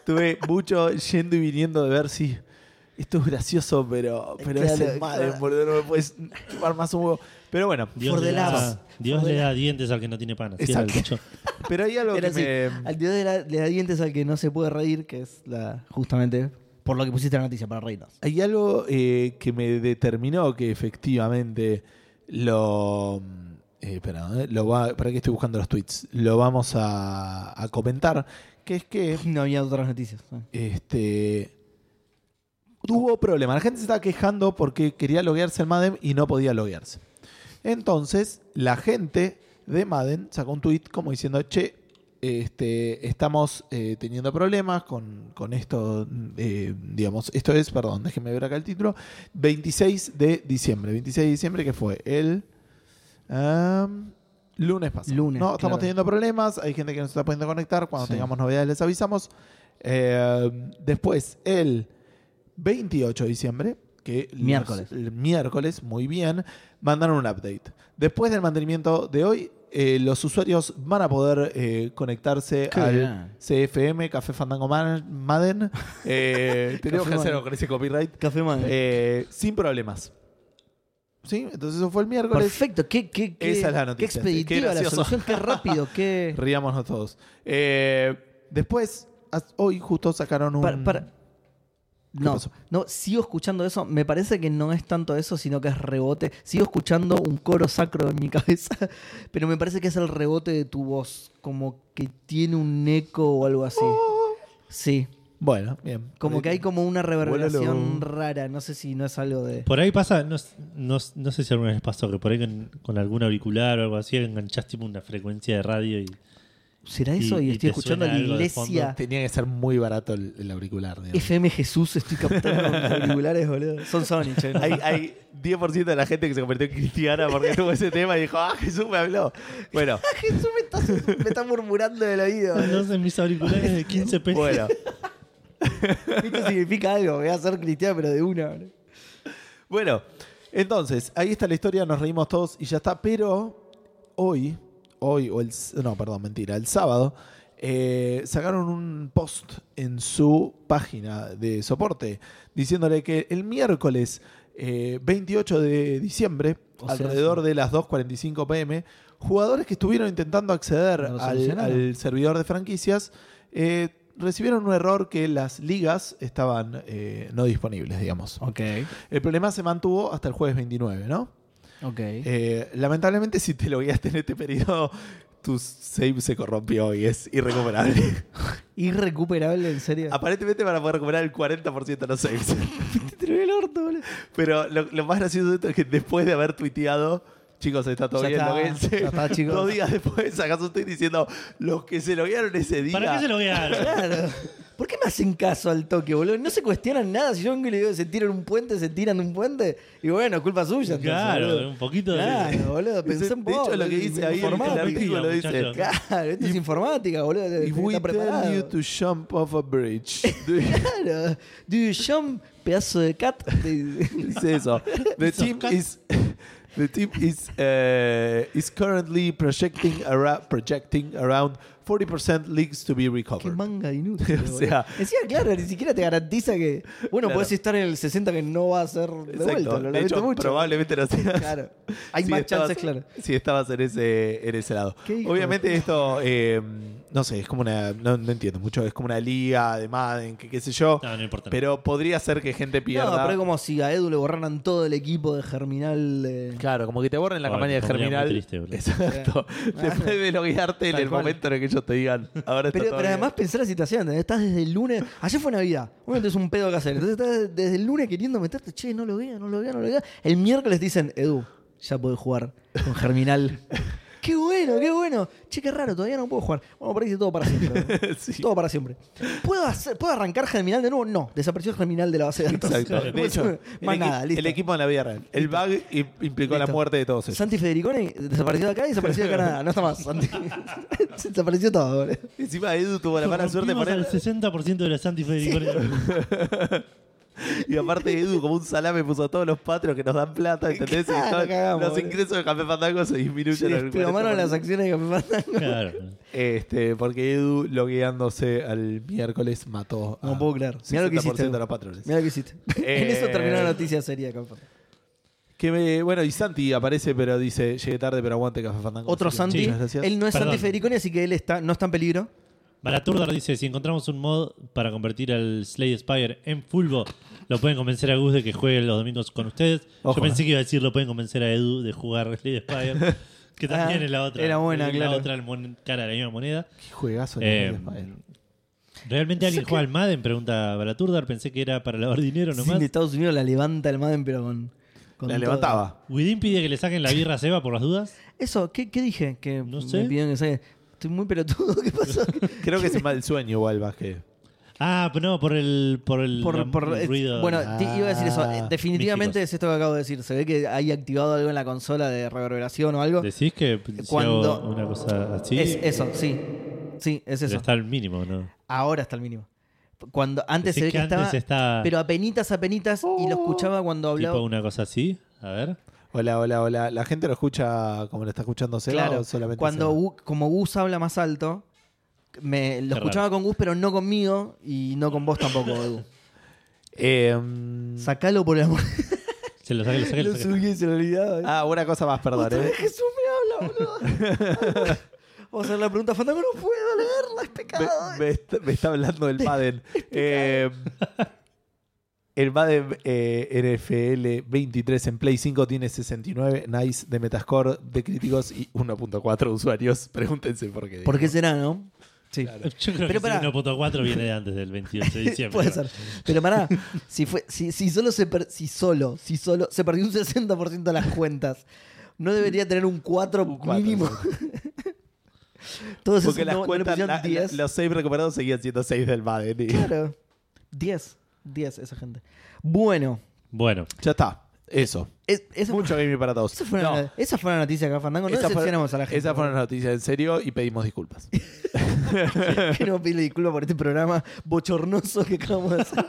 Speaker 2: Tuve mucho yendo y viniendo de ver si esto es gracioso, pero, pero es
Speaker 3: Claro,
Speaker 2: el Madden,
Speaker 3: claro.
Speaker 2: boludo, no me puedes chupar más un huevo. Pero bueno,
Speaker 1: Dios,
Speaker 3: For
Speaker 1: le
Speaker 3: the laughs.
Speaker 1: da, Dios
Speaker 3: For
Speaker 1: le
Speaker 3: the
Speaker 1: da dientes al que no tiene panas. Era el
Speaker 2: Exacto.
Speaker 1: dicho.
Speaker 2: pero hay algo
Speaker 3: Era
Speaker 2: que
Speaker 3: así,
Speaker 2: me...
Speaker 3: al dios de, la, de la dientes al que no se puede reír, que es la justamente por lo que pusiste la noticia, para reírnos.
Speaker 2: Hay algo eh, que me determinó que efectivamente lo. eh, espera, ¿eh? lo va, ¿Para qué estoy buscando los tweets? Lo vamos a, a comentar. Que es que
Speaker 3: No había otras noticias. Ah.
Speaker 2: este tuvo problemas. La gente se estaba quejando porque quería loguearse al Madden y no podía loguearse. Entonces, la gente de Madden sacó un tweet como diciendo, che, este, estamos eh, teniendo problemas con, con esto, eh, digamos, esto es, perdón, déjenme ver acá el título, 26 de diciembre, 26 de diciembre que fue el am, lunes pasado.
Speaker 3: Lunes,
Speaker 2: No, estamos
Speaker 3: claro.
Speaker 2: teniendo problemas, hay gente que no se está pudiendo conectar, cuando
Speaker 3: Sí.
Speaker 2: tengamos novedades les avisamos. Eh, después, el 28 de diciembre, que los-
Speaker 3: Miércoles.
Speaker 2: el miércoles, muy bien, mandaron un update. Después del mantenimiento de hoy, eh, los usuarios van a poder eh, conectarse
Speaker 3: Qué
Speaker 2: al
Speaker 3: bien.
Speaker 2: CFM, Café Fandango Man- Madden. Eh, tenemos que
Speaker 3: Café
Speaker 2: hacerlo
Speaker 3: Madden.
Speaker 2: con ese copyright.
Speaker 3: Café Man.
Speaker 2: eh, sin problemas. ¿Sí? Entonces eso fue el miércoles.
Speaker 3: Perfecto, qué, qué, qué-
Speaker 2: Esa es la
Speaker 3: qué
Speaker 2: noticia, qué
Speaker 3: expeditiva la
Speaker 2: gracioso.
Speaker 3: solución, qué rápido, qué...
Speaker 2: Riámonos todos. Eh, después, as- hoy justo sacaron un...
Speaker 3: Para- para- No,
Speaker 2: pasó?
Speaker 3: no, sigo escuchando eso. Me parece que no es tanto eso, sino que es rebote. Sigo escuchando un coro sacro en mi cabeza, pero me parece que es el rebote de tu voz, como que tiene un eco o algo así.
Speaker 2: Oh.
Speaker 3: Sí,
Speaker 2: Bueno, bien.
Speaker 3: como que hay como una reverberación
Speaker 2: Vuélalo.
Speaker 3: rara. No sé si no es algo de.
Speaker 1: Por ahí pasa, no, s- no s- no sé si alguna vez pasó, que por ahí con, con algún auricular o algo así enganchás tipo una frecuencia de radio y
Speaker 3: ¿Será eso?
Speaker 1: Y-
Speaker 3: Y,
Speaker 1: y
Speaker 3: estoy
Speaker 1: te
Speaker 3: escuchando a
Speaker 1: suena
Speaker 3: la
Speaker 1: algo de
Speaker 3: iglesia.
Speaker 2: Tenía que ser muy barato el, el auricular. digamos.
Speaker 3: FM Jesús, estoy captando los auriculares, boludo. Son Sony, che, ¿no?
Speaker 2: Hay, hay 10% de la gente que se convirtió en cristiana porque tuvo ese tema y dijo, ah, Jesús me habló. Bueno,
Speaker 3: Ah, Jesús me está, me está murmurando del oído. boludo.
Speaker 1: Entonces mis auriculares de 15 pesos.
Speaker 2: bueno.
Speaker 3: Esto significa algo. Voy a ser cristiano, pero de una, boludo.
Speaker 2: Bueno, entonces, ahí está la historia, nos reímos todos y ya está. Pero hoy, hoy, o el. s- No, perdón, mentira, el sábado, eh, sacaron un post en su página de soporte diciéndole que el miércoles eh, 28 de diciembre,
Speaker 3: O sea,
Speaker 2: alrededor de las 2.45 pm, jugadores que estuvieron intentando acceder
Speaker 3: No lo
Speaker 2: al,
Speaker 3: solucionaron.
Speaker 2: al servidor de franquicias. eh, Recibieron un error que las ligas estaban eh, no disponibles, digamos.
Speaker 3: Ok,
Speaker 2: El problema se mantuvo hasta el jueves 29, ¿no?
Speaker 3: ok.
Speaker 2: Eh, lamentablemente, si te lo guiaste en este periodo, tu save se corrompió y es irrecuperable.
Speaker 3: Irrecuperable, en serio.
Speaker 1: Ah,
Speaker 2: Aparentemente van a poder recuperar el 40% de los saves.
Speaker 3: Te lo vi el orto, boludo.
Speaker 2: Pero lo, lo más gracioso de esto es que después de haber tuiteado, chicos, está todo
Speaker 3: Ya
Speaker 2: bien,
Speaker 3: está,
Speaker 2: loguense.
Speaker 3: ya está, chicos.
Speaker 2: Dos días después sacas un tweet diciendo, los que se lo guiaron ese día.
Speaker 1: ¿Para qué se lo voy a dar?
Speaker 3: Claro. ¿Por qué me hacen caso al toque, boludo? No se cuestionan nada. Si yo vengo y le digo, se tiran un puente, se tiran de un puente. Y bueno, culpa suya. entonces,
Speaker 1: Claro,
Speaker 3: boludo.
Speaker 1: un poquito de.
Speaker 3: Claro, boludo. Pensé
Speaker 2: Dice-
Speaker 3: en
Speaker 2: de
Speaker 3: vos,
Speaker 2: hecho, lo que
Speaker 3: boludo,
Speaker 2: dice ahí en el
Speaker 1: informá,
Speaker 2: artículo
Speaker 1: mentira,
Speaker 2: dice,
Speaker 1: muchacho.
Speaker 3: Claro, esto es informática, boludo. tenés
Speaker 2: If
Speaker 3: que
Speaker 2: we
Speaker 3: estar preparado.
Speaker 2: tell you to jump off a bridge, do you-
Speaker 3: Claro. Do you jump, pedazo de cat? De-
Speaker 2: Dice eso. The team is the team is uh, is currently projecting ara- projecting around 40% leagues to be
Speaker 3: Qué
Speaker 2: recovered.
Speaker 3: manga de inútil.
Speaker 2: O sea-
Speaker 3: boludo. Encima, claro, ni siquiera te garantiza que. Bueno,
Speaker 2: Claro.
Speaker 3: podés estar en el 60 que no va a ser de
Speaker 2: Exacto.
Speaker 3: vuelta. Lo
Speaker 2: de
Speaker 3: lamento
Speaker 2: hecho,
Speaker 3: mucho.
Speaker 2: probablemente no seas.
Speaker 3: Claro. Hay
Speaker 2: si
Speaker 3: más
Speaker 2: estabas-
Speaker 3: chances, claro.
Speaker 2: Si estabas en ese, en ese lado.
Speaker 3: Qué hijo
Speaker 2: Obviamente
Speaker 3: de
Speaker 2: esto, eh, no sé, es como una, no, no entiendo mucho, es como una liga de Madden, que qué sé yo,
Speaker 1: No, no importa.
Speaker 2: pero podría ser que gente
Speaker 3: No,
Speaker 2: pierda.
Speaker 3: pero es como si a Edu le borraran todo el equipo de Germinal. de-
Speaker 2: Claro, como que te borren la
Speaker 1: Ay,
Speaker 2: campaña de
Speaker 1: qué familia
Speaker 2: Germinal.
Speaker 1: muy triste, boludo.
Speaker 2: Exacto. Después de loguearte en
Speaker 3: Tal
Speaker 2: el
Speaker 3: cual.
Speaker 2: momento en el que ellos te digan, ahora está
Speaker 3: Pero,
Speaker 2: todo
Speaker 3: pero
Speaker 2: bien.
Speaker 3: además pensar la situación, ¿entendés? estás desde el lunes, ayer fue Navidad, uno tenés un pedo que hacer, entonces estás desde el lunes queriendo meterte, che, no lo vea, no lo vea, no lo vea. El miércoles te dicen, Edu, ya podés jugar con Germinal. Qué bueno, qué bueno. Che, qué raro, todavía no puedo jugar. Bueno, parece todo para siempre. ¿no?
Speaker 2: Sí.
Speaker 3: Todo para siempre. ¿Puedo, hacer, ¿Puedo arrancar Germinal de nuevo? No, desapareció Germinal de la base de datos.
Speaker 2: Exacto. De hecho,
Speaker 3: Más
Speaker 2: el,
Speaker 3: nada,
Speaker 2: equi-
Speaker 3: listo.
Speaker 2: el equipo en la vida real. El bug im- implicó la
Speaker 3: Listo.
Speaker 2: muerte de todos ellos.
Speaker 3: Santi Federicone desapareció de acá y desapareció de Canadá. No está más, Santi. Se desapareció todo, boludo.
Speaker 2: Encima Edu tuvo la mala suerte de
Speaker 1: Rompimos
Speaker 2: poner.
Speaker 1: al 60% de la Santi Federico.
Speaker 2: Y aparte Edu, como un salame, puso a todos los patros que nos dan plata, ¿entendés? Y
Speaker 3: Claro,
Speaker 2: todos-
Speaker 3: cagamos,
Speaker 2: los
Speaker 3: boludo.
Speaker 2: ingresos de Café Fandango se disminuyen.
Speaker 3: Se
Speaker 2: al
Speaker 3: desplomaron
Speaker 2: 40%.
Speaker 3: las acciones de Café Fandango.
Speaker 1: Claro.
Speaker 2: Este, porque Edu, logueándose al miércoles, mató a
Speaker 3: No puedo creer.
Speaker 2: Ah,
Speaker 3: Mirá lo que
Speaker 2: 60%
Speaker 3: hiciste.
Speaker 2: de los patrones. Eh,
Speaker 3: Mira lo que hiciste. en eso terminó la noticia seria, capaz.
Speaker 2: Que me- bueno, y Santi aparece, pero dice, llegué tarde, pero aguante Café Fandango.
Speaker 3: Otro
Speaker 2: Así que
Speaker 3: Santi.
Speaker 2: muchas gracias.
Speaker 3: él no es
Speaker 1: Perdón.
Speaker 3: Santi Federicone, así que él está, no está en peligro.
Speaker 1: Baraturdar dice: Si encontramos un mod para convertir al Slay Spire en Fulbo, lo pueden convencer a Gus de que juegue los domingos con ustedes.
Speaker 2: Ojo,
Speaker 1: Yo pensé que iba a decir: Lo pueden convencer a Edu de jugar Slay Spire, que también
Speaker 3: Ah,
Speaker 1: es la otra.
Speaker 3: era buena,
Speaker 1: la
Speaker 3: claro.
Speaker 1: otra mon- cara de la misma moneda.
Speaker 2: Qué juegazo.
Speaker 1: Eh,
Speaker 2: el Spider.
Speaker 1: ¿Realmente alguien
Speaker 3: que-
Speaker 1: juega al Madden? Pregunta Baraturdar. Pensé que era para lavar dinero
Speaker 3: Sí,
Speaker 1: nomás.
Speaker 3: de Estados Unidos la levanta el Madden, pero con. con
Speaker 2: la
Speaker 3: todo.
Speaker 2: levantaba.
Speaker 1: Widin pide que le saquen la birra a Seba por las dudas.
Speaker 3: Eso, ¿qué, qué dije? Que
Speaker 1: No
Speaker 3: me
Speaker 1: sé.
Speaker 3: pidieron que saque. Estoy muy pelotudo, ¿qué pasó?
Speaker 2: Creo que es mal sueño igual, más que...
Speaker 1: Ah, pero no, por el, por el,
Speaker 3: Por- por-
Speaker 1: el
Speaker 3: eh,
Speaker 1: ruido.
Speaker 3: Bueno,
Speaker 1: Ah,
Speaker 3: te- iba a decir eso. Eh,
Speaker 2: Ah,
Speaker 3: Definitivamente
Speaker 1: místicos.
Speaker 3: es esto que acabo de decir. Se ve que hay activado algo en la consola de reverberación o algo.
Speaker 1: decís que si
Speaker 3: cuando-
Speaker 1: hago una cosa así
Speaker 3: Es eso, sí. Sí, es eso.
Speaker 1: está al mínimo, ¿no?
Speaker 3: Ahora está el mínimo. Cuando antes
Speaker 1: Decís
Speaker 3: se ve que,
Speaker 1: que antes
Speaker 3: estaba,
Speaker 1: estaba-
Speaker 3: pero a penitas, a penitas, y lo escuchaba cuando hablaba.
Speaker 1: Ah. Tipo una cosa así. A ver.
Speaker 2: Hola, hola, hola. ¿La gente lo escucha como lo está escuchando Seba
Speaker 3: claro,
Speaker 2: o solamente
Speaker 3: cuando
Speaker 2: Seba?
Speaker 3: Gu- como Gus habla más alto, me, lo
Speaker 1: Qué
Speaker 3: escuchaba con Gus, pero no conmigo y no con vos tampoco, Edu.
Speaker 2: Eh, mm,
Speaker 3: Sacalo por el amor.
Speaker 1: Se lo saqué, lo saqué, lo saqué.
Speaker 3: subí y se lo olvidaba. eh.
Speaker 2: ah, una cosa más, perdón.
Speaker 3: Otra
Speaker 2: eh.
Speaker 3: vez Jesús me habla, boludo. Vamos a hacer la pregunta fandango, no puedo leerla, es
Speaker 2: Me,
Speaker 3: pecado.
Speaker 2: me está, me está hablando del Madden. Eh, el Madden eh, NFL 23 en Play 5 tiene 69 nice de Metascore de críticos y 1.4 usuarios. Pregúntense por qué.
Speaker 3: ¿Por qué será, no? Sí.
Speaker 1: Yo creo
Speaker 3: Pero
Speaker 1: que
Speaker 3: pará.
Speaker 1: ese 1.4 viene de antes del 28 de diciembre.
Speaker 3: Puede ser. Pero pará, si, fue, si, si solo se per- si solo, si solo se perdió un 60% de las cuentas, no debería tener un 4
Speaker 2: Un cuatro,
Speaker 3: mínimo. Todos
Speaker 2: Porque
Speaker 3: esos
Speaker 2: las
Speaker 3: no, no le
Speaker 2: cuentas,
Speaker 3: pusieron
Speaker 2: la- la-
Speaker 3: 10.
Speaker 2: los 6 recuperados seguían siendo 6 del Madden. y-
Speaker 3: Claro. 10. 10 esa gente. Bueno,
Speaker 1: Bueno,
Speaker 2: Ya está. Eso.
Speaker 3: es- esa,
Speaker 2: Mucho gaming para todos.
Speaker 3: esa fue
Speaker 2: No,
Speaker 3: una, esa fue una noticia acá, Fandango. No
Speaker 2: esa fue-
Speaker 3: decepcionamos a la gente.
Speaker 2: Esa fue una noticia en serio y pedimos disculpas.
Speaker 3: que no pide disculpas por este programa bochornoso que acabamos de hacer.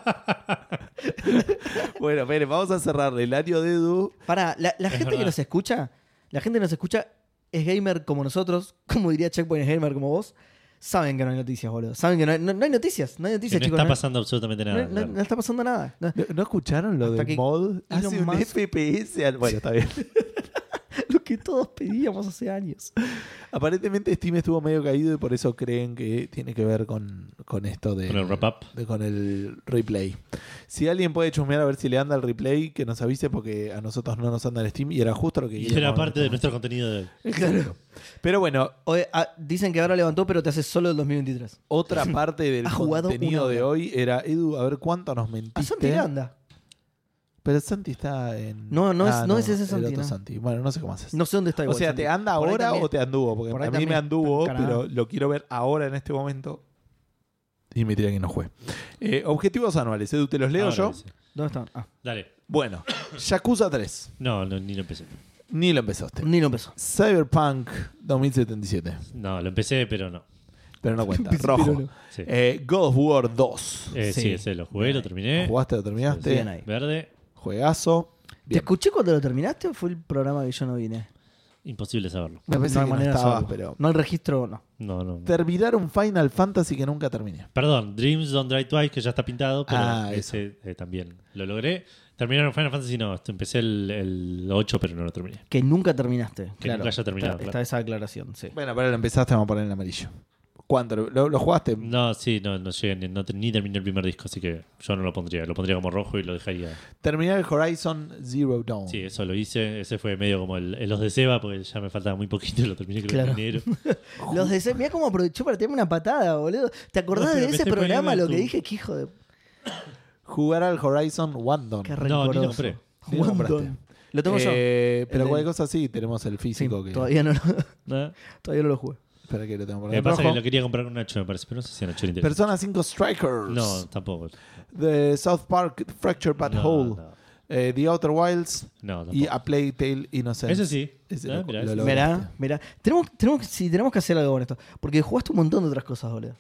Speaker 2: bueno, miren, vamos a cerrar el año de Edu.
Speaker 3: Pará, la, la
Speaker 1: Es
Speaker 3: gente que
Speaker 1: verdad.
Speaker 3: nos escucha, la gente que nos escucha es gamer como nosotros, como diría Checkpoint es gamer como vos, saben que no hay noticias, boludo. Saben que no hay, no- no hay noticias, no hay
Speaker 1: que
Speaker 3: noticias,
Speaker 1: no
Speaker 3: chicos.
Speaker 1: está
Speaker 3: no-
Speaker 1: pasando absolutamente
Speaker 3: no,
Speaker 1: nada.
Speaker 3: no-
Speaker 1: claro.
Speaker 3: no está pasando nada. No.
Speaker 2: ¿No, no escucharon lo
Speaker 3: Hasta que
Speaker 2: del mod? Hace un
Speaker 3: Musk-
Speaker 2: FPS al- Bueno, está bien.
Speaker 3: Lo que todos pedíamos hace años.
Speaker 2: Aparentemente Steam estuvo medio caído y por eso creen que tiene que ver con, con esto de,
Speaker 1: Con el wrap-up.
Speaker 2: de- con el replay. Si alguien puede chusmear a ver si le anda el replay, que nos avise porque a nosotros no nos anda el Steam y era justo lo que
Speaker 1: Y
Speaker 2: queríamos
Speaker 1: era
Speaker 2: ver.
Speaker 1: parte de nuestro contenido de hoy.
Speaker 2: Exacto. Pero bueno,
Speaker 3: Oye, ah, dicen que ahora levantó, pero te hace solo el 2023.
Speaker 2: otra parte del
Speaker 3: Ha jugado una
Speaker 2: contenido
Speaker 3: hora.
Speaker 2: de hoy era Edu, a ver cuánto nos mentiste.
Speaker 3: A Santi Granda.
Speaker 2: Pero Santi está en Ah,
Speaker 3: No, no es- no es ese
Speaker 2: el
Speaker 3: Santi,
Speaker 2: otro
Speaker 3: no.
Speaker 2: Santi. Bueno, no sé cómo haces.
Speaker 3: No sé dónde está
Speaker 2: O
Speaker 3: igual,
Speaker 2: sea,
Speaker 3: Santi.
Speaker 2: ¿te anda
Speaker 3: Por ahí
Speaker 2: ahora
Speaker 3: también-
Speaker 2: o te anduvo? Porque
Speaker 3: por
Speaker 2: a
Speaker 3: ahí
Speaker 2: mí me
Speaker 3: también
Speaker 2: anduvo,
Speaker 3: está en Canadá.
Speaker 2: pero lo quiero ver ahora en este momento. Y me dirá que no juegue. Eh, objetivos anuales, Edu, te los leo
Speaker 1: Ahora
Speaker 2: yo.
Speaker 1: dice.
Speaker 3: ¿Dónde está? Ah,
Speaker 1: Dale.
Speaker 2: Bueno, Yakuza 3.
Speaker 1: No, no, ni lo empecé.
Speaker 2: Ni lo empezaste.
Speaker 3: ni lo empezó.
Speaker 2: Cyberpunk 2077.
Speaker 1: No, lo empecé, pero no.
Speaker 2: Pero no cuenta. Rojo.
Speaker 1: Sí,
Speaker 2: Eh, God of War 2.
Speaker 1: Eh, sí.
Speaker 3: sí.
Speaker 1: ese lo jugué, lo terminé.
Speaker 2: ¿Jugaste? ¿Lo terminaste?
Speaker 3: Bien ahí.
Speaker 1: Verde,
Speaker 2: Juegazo.
Speaker 3: ¿Te
Speaker 2: Bien.
Speaker 3: escuché cuando lo terminaste o fue el programa que yo no vine?
Speaker 1: imposible saberlo.
Speaker 2: Me parece que no
Speaker 3: manera de
Speaker 2: estabas,
Speaker 3: saberlo.
Speaker 2: pero-
Speaker 3: No el registro, no.
Speaker 1: No, no. no.
Speaker 2: Terminar un Final Fantasy que nunca terminé.
Speaker 1: Perdón, Dreams Don't Dry Twice, que ya está pintado, pero
Speaker 2: Ah,
Speaker 1: ese eh, también lo logré. Terminaron Final Fantasy, no. Empecé el, el 8, pero no lo terminé.
Speaker 3: Que nunca terminaste.
Speaker 1: Que nunca haya terminado,
Speaker 3: Está,
Speaker 1: claro.
Speaker 3: está esa aclaración, sí.
Speaker 2: Bueno, pero lo empezaste, vamos a poner en amarillo. ¿Cuánto? ¿Lo, lo jugaste?
Speaker 1: No, sí, no, no llegué, ni, no te- ni terminé el primer disco, así que yo no lo pondría. Lo pondría como rojo y lo dejaría.
Speaker 2: Terminar el Horizon Zero Dawn.
Speaker 1: Sí, eso lo hice. Ese fue medio como el, el los de Seba, porque ya me faltaba muy poquito y lo terminé creo
Speaker 3: Claro.
Speaker 1: en enero.
Speaker 3: Los de Mira cómo aprovechó para tirarme una patada, boludo. ¿Te
Speaker 1: No,
Speaker 3: acordás
Speaker 1: pero
Speaker 3: de
Speaker 1: me
Speaker 3: ese
Speaker 1: estoy poniendo
Speaker 3: programa
Speaker 1: en
Speaker 3: lo
Speaker 1: tu-
Speaker 3: que dije? Que hijo de.
Speaker 2: Jugar al Horizon One Dawn.
Speaker 3: Qué
Speaker 1: No, ni lo
Speaker 3: rencoroso.
Speaker 1: compré.
Speaker 2: Ni lo
Speaker 3: Guandón.
Speaker 2: compraste.
Speaker 3: Lo tengo yo.
Speaker 2: Eh, pero
Speaker 3: El-
Speaker 2: cualquier cosa sí, tenemos el
Speaker 3: Sí,
Speaker 2: físico que.
Speaker 3: todavía, no lo,
Speaker 1: ¿no?
Speaker 3: todavía no lo jugué.
Speaker 2: Espera que lo tengo por acá.
Speaker 1: Me pasa que
Speaker 2: Rojo.
Speaker 1: lo quería comprar un Nacho, me parece, pero no sé si a Nacho le interesa.
Speaker 2: Persona 5 Strikers.
Speaker 1: No, tampoco.
Speaker 2: The South Park Fracture But
Speaker 1: No,
Speaker 2: Whole.
Speaker 1: no.
Speaker 2: eh, The Outer Wilds.
Speaker 1: No, tampoco.
Speaker 2: Y A Play Tale Innocent.
Speaker 1: Ese sí.
Speaker 2: Ese
Speaker 1: Ah,
Speaker 2: lo-
Speaker 1: mirá,
Speaker 2: lo
Speaker 1: ese sí.
Speaker 2: logré.
Speaker 3: Mirá, mirá. Tenemos, tenemos, que- sí, tenemos que hacer algo con esto. Porque jugaste un montón de otras cosas, boludo.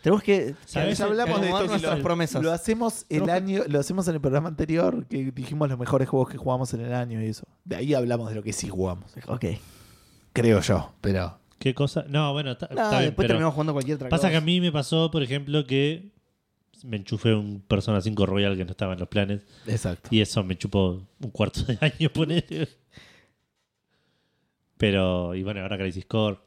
Speaker 3: Tenemos que.
Speaker 1: ¿Sabes?
Speaker 2: Ya hablamos de
Speaker 3: acomodar
Speaker 2: esto,
Speaker 3: nuestras
Speaker 2: lo-
Speaker 3: promesas.
Speaker 2: Lo hacemos el año, lo hacemos en el programa anterior, que dijimos los mejores juegos que jugamos en el año y eso. De ahí hablamos de lo que sí jugamos.
Speaker 3: Ok.
Speaker 2: Creo yo, pero.
Speaker 1: ¿Qué cosa? No, bueno, está,
Speaker 3: No,
Speaker 1: está bien,
Speaker 3: después
Speaker 1: pero
Speaker 3: terminamos jugando cualquier otra
Speaker 1: pasa que
Speaker 3: cosa.
Speaker 1: a mí me pasó, por ejemplo, que me enchufé un Persona 5 Royal que no estaba en los planes
Speaker 2: Exacto.
Speaker 1: y eso me chupó un cuarto de año, ponele. Pero, y bueno, ahora Crisis Core.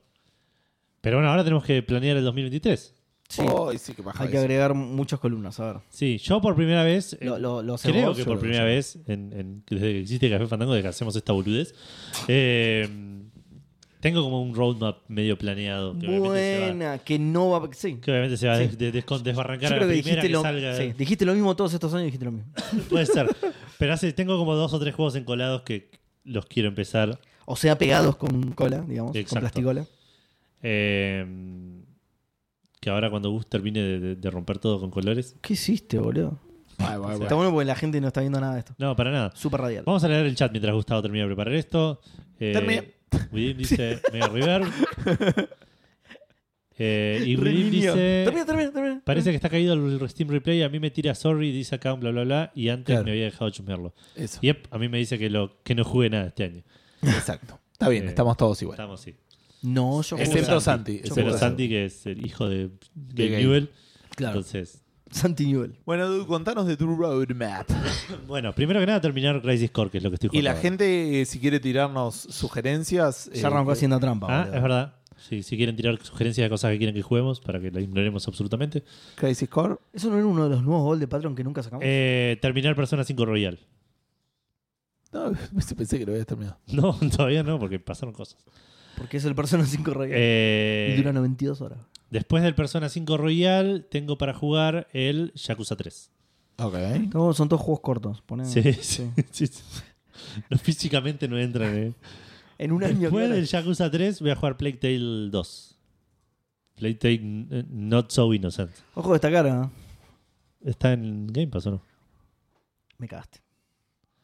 Speaker 1: Pero bueno, ahora tenemos que planear el 2023.
Speaker 3: Sí.
Speaker 1: Oh,
Speaker 2: Ay, sí, que baja
Speaker 3: Hay que
Speaker 2: eso.
Speaker 3: agregar muchas columnas, a ver.
Speaker 1: Sí, yo por primera vez, eh,
Speaker 3: Lo, lo, lo hacemos.
Speaker 1: creo
Speaker 2: yo
Speaker 1: que por
Speaker 2: lo
Speaker 1: primera vez, en- en- desde que existe Café Fandango, desde que hacemos esta boludez, eh, tengo como un roadmap medio planeado. Que obviamente se va-
Speaker 3: Buena, que no va. Sí.
Speaker 1: Que obviamente se va a
Speaker 3: Sí.
Speaker 1: des- de- descon- desbarrancar
Speaker 3: Yo
Speaker 1: a la
Speaker 3: creo que
Speaker 1: primera
Speaker 3: dijiste
Speaker 1: que
Speaker 3: lo,
Speaker 1: salga.
Speaker 3: sí, dijiste lo mismo todos estos años, dijiste lo mismo.
Speaker 1: Puede ser. Pero hace, tengo como dos o tres juegos encolados que los quiero empezar.
Speaker 3: O sea, pegados con cola, digamos,
Speaker 1: Exacto.
Speaker 3: con plasticola.
Speaker 1: Eh, que ahora cuando Gus termine de, de- de romper todo con colores.
Speaker 3: ¿Qué hiciste, boludo?
Speaker 1: Ah,
Speaker 2: Ay, bueno,
Speaker 3: Está
Speaker 2: bueno.
Speaker 3: bueno porque la gente no está viendo nada de esto.
Speaker 1: No, para nada.
Speaker 3: Súper radial.
Speaker 1: Vamos a leer el chat mientras Gustavo termina de preparar esto. Eh,
Speaker 2: Terminé.
Speaker 1: Widim dice Mega River. Eh, y Widim
Speaker 2: Reinicio.
Speaker 1: dice...
Speaker 3: Termina, termina, termina.
Speaker 1: Parece que está caído el Steam Replay. A mí me tira sorry, dice acá un bla bla bla. Y antes
Speaker 2: Claro.
Speaker 1: me había dejado chusmearlo.
Speaker 2: Eso.
Speaker 1: Y ep, a mí me dice que, lo, que no jugué nada este año.
Speaker 2: Exacto. Está bien,
Speaker 1: Eh,
Speaker 2: estamos todos igual.
Speaker 1: Estamos, sí.
Speaker 3: No, yo jugué.
Speaker 2: Excepto Santi.
Speaker 3: Yo
Speaker 1: Pero
Speaker 2: excepto
Speaker 3: jugué.
Speaker 1: Santi, que es el hijo de
Speaker 2: De
Speaker 1: Gabe
Speaker 2: Gabe.
Speaker 1: Newell.
Speaker 2: Claro.
Speaker 1: Entonces,
Speaker 3: Santi Newell.
Speaker 2: Bueno, Dude, contanos de tu roadmap.
Speaker 1: bueno, primero que nada, terminar Crisis Core, que es lo que estoy
Speaker 2: Y
Speaker 1: jugando.
Speaker 2: la
Speaker 1: ahora.
Speaker 2: gente, eh, si quiere tirarnos sugerencias. eh,
Speaker 3: Ya arrancó haciendo trampa,
Speaker 1: Ah,
Speaker 3: boludo.
Speaker 1: es verdad. Sí, si quieren tirar sugerencias de cosas que quieren que juguemos, para que la ignoremos absolutamente.
Speaker 2: Crisis Core.
Speaker 3: Eso no era uno de los nuevos gol de Patreon que nunca sacamos.
Speaker 1: Eh, terminar Persona 5 Royal.
Speaker 2: No, pensé que lo habías terminado.
Speaker 1: No, todavía no, porque pasaron cosas.
Speaker 3: porque es el Persona 5 Royal.
Speaker 1: Eh,
Speaker 3: y dura 92 horas.
Speaker 1: después del Persona 5 Royal, tengo para jugar el Yakuza 3.
Speaker 2: Ok.
Speaker 3: Todos- son todos juegos cortos. poné-
Speaker 1: Sí, sí. sí, sí. No, físicamente no entran, eh.
Speaker 3: En un año.
Speaker 1: Después
Speaker 3: claro.
Speaker 1: del Yakuza 3 voy a jugar Plague Tale 2. Plague Tale eh, Not So Innocent.
Speaker 3: Ojo de esta cara. ¿eh?
Speaker 1: ¿Está en Game Pass o no?
Speaker 3: Me cagaste.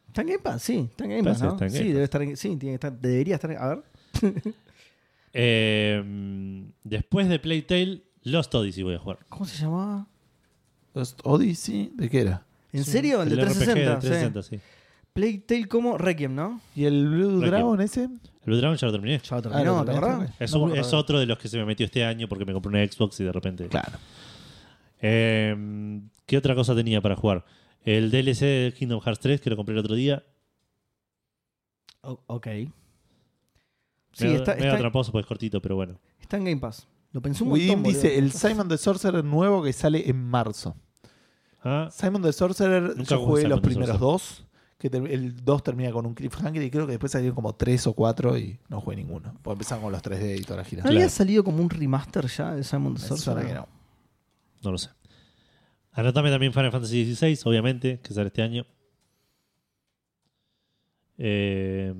Speaker 3: ¿Está en Game Pass? Sí, está en Game Pass,
Speaker 1: Parece que
Speaker 3: ¿no?
Speaker 1: está en Game
Speaker 3: sí,
Speaker 1: Pass.
Speaker 3: debe estar en- sí, tiene que estar, debería estar en- A ver.
Speaker 1: Eh, después de Plague Tale, Lost Odyssey voy a jugar.
Speaker 3: ¿Cómo se llamaba?
Speaker 2: Los Odyssey, ¿de qué era?
Speaker 3: ¿En serio? El, de
Speaker 1: RPG
Speaker 3: 360.
Speaker 1: del 360, sí.
Speaker 3: sí. Plague Tale como Requiem, ¿no?
Speaker 2: ¿Y el Blue
Speaker 1: Requiem.
Speaker 2: Dragon ese?
Speaker 1: El Blue Dragon ya lo terminé.
Speaker 3: Ya lo
Speaker 2: Ah,
Speaker 3: terminó,
Speaker 2: lo
Speaker 3: ¿te
Speaker 2: terminaste,
Speaker 3: acordás?
Speaker 1: Es,
Speaker 3: No me
Speaker 1: un-
Speaker 3: acordaba.
Speaker 1: es otro de los que se me metió este año porque me compré una Xbox y de repente.
Speaker 2: Claro.
Speaker 1: Eh, ¿Qué otra cosa tenía para jugar? El DLC de Kingdom Hearts 3 que lo compré el otro día.
Speaker 3: O- ok. Sí,
Speaker 1: Me medio
Speaker 3: está, está,
Speaker 1: tramposo, pues es cortito, pero bueno.
Speaker 3: está en Game Pass. Lo pensé un
Speaker 2: Widim
Speaker 3: montón,
Speaker 2: dice
Speaker 3: boludo.
Speaker 2: el Simon the Sorcerer nuevo que sale en marzo.
Speaker 1: Ah,
Speaker 2: Simon the Sorcerer,
Speaker 1: Nunca
Speaker 2: yo
Speaker 1: jugué
Speaker 2: jugué
Speaker 1: Simon
Speaker 2: los
Speaker 1: the
Speaker 2: primeros dos. Que ter- el 2 termina con un cliffhanger y creo que después salieron como 3 o 4 y no jugué ninguno. Pues empezaron con los 3D y toda la gira.
Speaker 3: ¿No había
Speaker 1: claro.
Speaker 3: salido como un remaster ya de Simon the
Speaker 2: Me suena
Speaker 3: Sorcerer?
Speaker 2: que no.
Speaker 1: no lo sé. Anotame también Final Fantasy XVI, obviamente, que sale este año. Eh,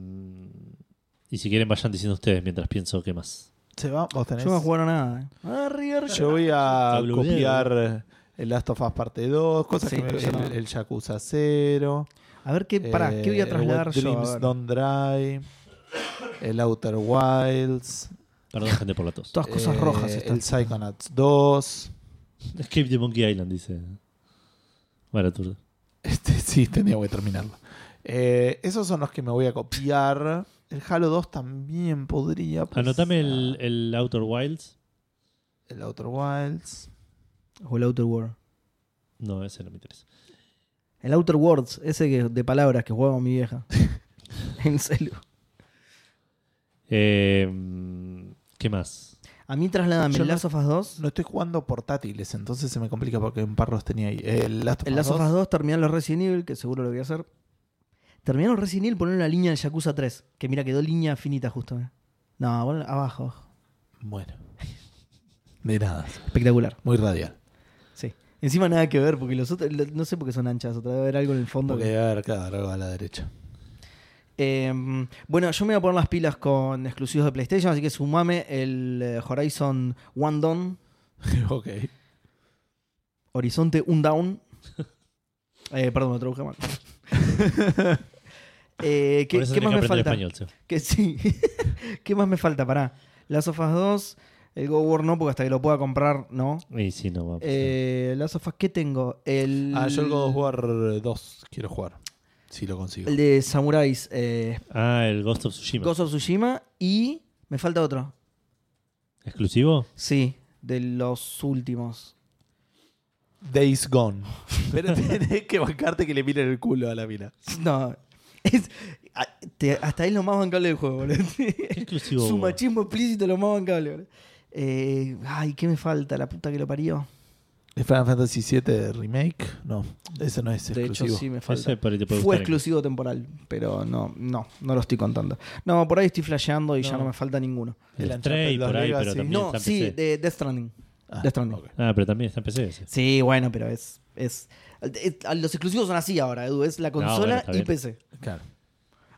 Speaker 1: y si quieren, vayan diciendo ustedes mientras pienso qué más.
Speaker 2: Se va, vos tenés.
Speaker 3: Yo no jugaron nada. ¿eh? Ah, River.
Speaker 2: Yo voy a
Speaker 1: Pablo
Speaker 2: copiar eh, el Last of Us parte 2, cosas
Speaker 3: Sí,
Speaker 2: que me,
Speaker 3: yo no.
Speaker 2: el, el Yakuza 0.
Speaker 3: A ver, ¿qué, pará,
Speaker 2: eh,
Speaker 3: ¿qué voy a trasladar yo? A
Speaker 2: Dreams
Speaker 3: ver.
Speaker 2: Don't Dry, el Outer Wilds,
Speaker 1: Perdón, gente, por la tos.
Speaker 3: Todas cosas
Speaker 2: eh,
Speaker 3: rojas están.
Speaker 2: el Psychonauts 2.
Speaker 1: Escape the Monkey Island, dice. Bueno, tú.
Speaker 2: Este, sí, tenía que terminarlo. Eh, esos son los que me voy a copiar. El Halo 2 también podría. pues,
Speaker 1: Anotame el,
Speaker 2: ah,
Speaker 1: el Outer Wilds.
Speaker 2: el Outer Wilds.
Speaker 3: O el Outer World.
Speaker 1: No, ese no me interesa.
Speaker 3: El Outer Worlds, ese que, de palabras que jugaba mi vieja. en serio.
Speaker 1: Eh, mm, ¿Qué más?
Speaker 3: A mí trasladame
Speaker 2: Yo
Speaker 3: el
Speaker 2: no-
Speaker 3: Last of Us 2.
Speaker 2: No estoy jugando portátiles, entonces se me complica porque en par los tenía ahí. El Last of
Speaker 3: El
Speaker 2: Us
Speaker 3: Last of
Speaker 2: 2.
Speaker 3: Us 2, terminar los Resident Evil, que seguro lo voy a hacer. Terminar los Resident Evil, poner una línea del Yakuza 3. Que mira, quedó línea finita justo. eh. No, bueno, abajo, abajo.
Speaker 2: Bueno. De nada.
Speaker 3: Espectacular.
Speaker 2: Muy radial.
Speaker 3: Sí. Encima nada que ver, porque los otros. No sé por qué son anchas. Otra vez haber algo en el fondo.
Speaker 2: Porque
Speaker 3: que-
Speaker 2: debe haber, claro, algo a la derecha.
Speaker 3: Eh, bueno, yo me voy a poner las pilas con exclusivos de PlayStation, así que sumame el eh, Horizon One Dawn,
Speaker 2: ok.
Speaker 3: Horizonte Un Down. Eh, perdón, me traduje mal. Eh, ¿Qué,
Speaker 1: Por eso
Speaker 3: qué
Speaker 1: tenés
Speaker 3: más
Speaker 1: que
Speaker 3: me
Speaker 1: aprender
Speaker 3: falta?
Speaker 1: español, Seba.
Speaker 3: Que sí. ¿Qué más me falta? Pará. Las of Us 2, el Go War no, porque hasta que lo pueda comprar, no.
Speaker 1: Y sí, no va a pasar.
Speaker 3: Eh, las of Us, ¿qué tengo? El,
Speaker 2: Ah, yo el God of War 2 quiero jugar. Si lo consigo.
Speaker 3: el de Samuráis, eh,
Speaker 1: Ah, el Ghost of Tsushima.
Speaker 3: Ghost of Tsushima y me falta otro.
Speaker 1: ¿Exclusivo?
Speaker 3: Sí, de los últimos.
Speaker 2: Days Gone. Pero tenés que bancarte que le miren el culo a la mina.
Speaker 3: No. Es, a- te- hasta ahí es lo más bancable del juego, boludo.
Speaker 1: ¿Qué exclusivo?
Speaker 3: Su
Speaker 1: hubo?
Speaker 3: machismo explícito es lo más bancable, boludo. Eh, ay, ¿qué me falta? La puta que lo parió.
Speaker 2: ¿De Final Fantasy VII Remake? No, ese no es
Speaker 3: De hecho,
Speaker 2: exclusivo.
Speaker 3: sí me falta.
Speaker 1: Ese por ahí te puede
Speaker 3: Fue
Speaker 1: gustar,
Speaker 3: exclusivo temporal, pero no, no, no lo estoy contando. No, por ahí estoy flasheando y ya
Speaker 2: No.
Speaker 3: no me falta ninguno.
Speaker 1: El
Speaker 2: El
Speaker 1: Stray
Speaker 2: Uncharted, los
Speaker 1: por ahí, pero
Speaker 2: Legacy.
Speaker 1: también
Speaker 3: No,
Speaker 1: está en
Speaker 3: sí,
Speaker 1: PC.
Speaker 3: de Death Stranding.
Speaker 2: Ah,
Speaker 3: Death Stranding.
Speaker 2: ok.
Speaker 1: Ah, pero también está en PC. ese.
Speaker 3: Sí, bueno, pero es, es, es- a Los exclusivos son así ahora, Edu. Es la
Speaker 1: bueno,
Speaker 3: consola
Speaker 1: está
Speaker 3: y
Speaker 1: bien.
Speaker 3: PC.
Speaker 2: Claro.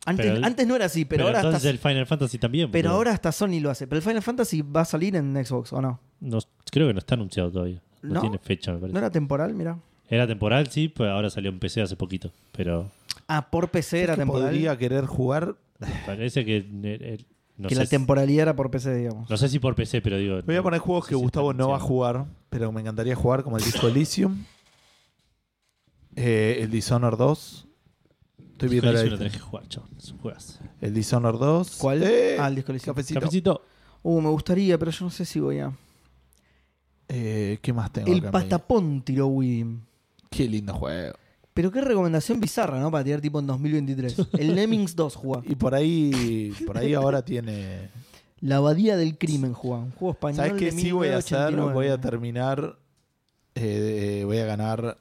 Speaker 3: Antes,
Speaker 1: Pero el-
Speaker 3: antes no era así, pero,
Speaker 1: Pero,
Speaker 3: ahora
Speaker 1: entonces
Speaker 3: hasta,
Speaker 1: el Final Fantasy también.
Speaker 3: pero
Speaker 1: boludo.
Speaker 3: ahora hasta Sony lo hace. Pero el Final Fantasy va a salir en Xbox, ¿o no?
Speaker 1: No, creo que no está anunciado todavía. No,
Speaker 3: ¿No?
Speaker 1: tiene fecha, me parece.
Speaker 3: ¿No era temporal? Mira.
Speaker 1: Era temporal, sí, pero ahora salió en PC hace poquito. Pero
Speaker 3: Ah, por PC era
Speaker 2: que
Speaker 3: temporal.
Speaker 2: podría querer jugar.
Speaker 1: parece que. eh, eh, no,
Speaker 3: que
Speaker 1: sé
Speaker 3: la
Speaker 1: si,
Speaker 3: temporalidad era por PC, digamos.
Speaker 1: no sé si por PC, pero digo.
Speaker 2: Voy a poner juegos
Speaker 1: Sí,
Speaker 2: que
Speaker 1: sí,
Speaker 2: Gustavo
Speaker 1: está
Speaker 2: no va a
Speaker 1: anunciado.
Speaker 2: jugar, pero me encantaría jugar, como el disco Elysium, eh, el Dishonored 2. Estoy viendo la
Speaker 1: Elysium lo
Speaker 2: lista.
Speaker 1: tenés que jugar, chabón. Es un juegazo.
Speaker 2: El Dishonored 2.
Speaker 3: ¿Cuál?
Speaker 2: Eh,
Speaker 3: ah, el disco Elysium.
Speaker 2: cafecito.
Speaker 1: Cafecito.
Speaker 3: Uh, me gustaría, pero yo no sé si voy a.
Speaker 2: Eh, ¿Qué más tengo?
Speaker 3: El
Speaker 2: acá,
Speaker 3: patapón tiró Widim.
Speaker 2: amigo? Qué lindo juego.
Speaker 3: Pero qué recomendación bizarra, ¿no? Para tirar tipo en 2023. El Lemmings 2 juega.
Speaker 2: Y por ahí, por ahí ahora tiene.
Speaker 3: La abadía del crimen juega. Un juego español.
Speaker 2: ¿Sabes qué
Speaker 3: de
Speaker 2: sí voy a hacer?
Speaker 3: 1989.
Speaker 2: Voy a terminar. eh, voy a ganar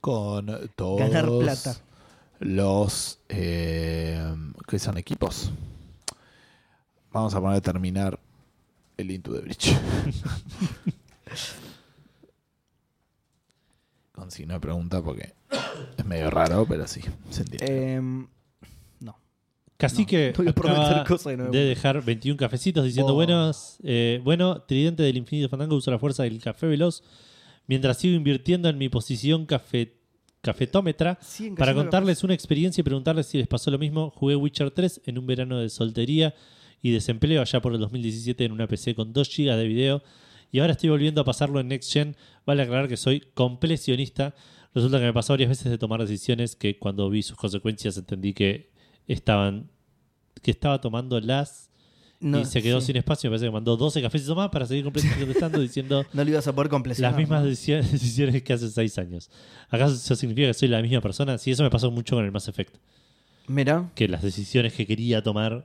Speaker 2: con todos.
Speaker 3: Ganar plata.
Speaker 2: Los. eh, que son equipos. Vamos a poner a terminar el Into the Bridge. con signo de pregunta porque es medio raro, pero sí, se entiende.
Speaker 3: Em, no.
Speaker 1: Cacique
Speaker 3: No, voy a prometer
Speaker 1: acaba
Speaker 3: cosas y no me
Speaker 1: de dejar 21 cafecitos diciendo
Speaker 3: Oh.
Speaker 1: buenos. eh, bueno, Tridente del Infinito Fandango usa la fuerza del café veloz mientras sigo invirtiendo en mi posición café, cafetómetra
Speaker 3: Siguen
Speaker 1: para
Speaker 3: cayendo
Speaker 1: contarles una experiencia y preguntarles si les pasó lo mismo. Jugué Witcher 3 en un verano de soltería y desempleo allá por el 2017 en una PC con 2 GB de video y ahora estoy volviendo a pasarlo en Next Gen. Vale aclarar que soy completionista. Resulta que me pasó varias veces de tomar decisiones que cuando vi sus consecuencias entendí que estaban que estaba tomando las
Speaker 3: No,
Speaker 1: y se quedó
Speaker 3: sí.
Speaker 1: sin espacio. Me parece que mandó 12 cafecitos más para seguir completando diciendo
Speaker 3: No lo ibas a poder completar.
Speaker 1: las mismas deci- decisiones que hace seis años. ¿Acaso eso significa que soy la misma persona? Sí, eso me pasó mucho con el Mass Effect.
Speaker 3: Mira,
Speaker 1: Que las decisiones que quería tomar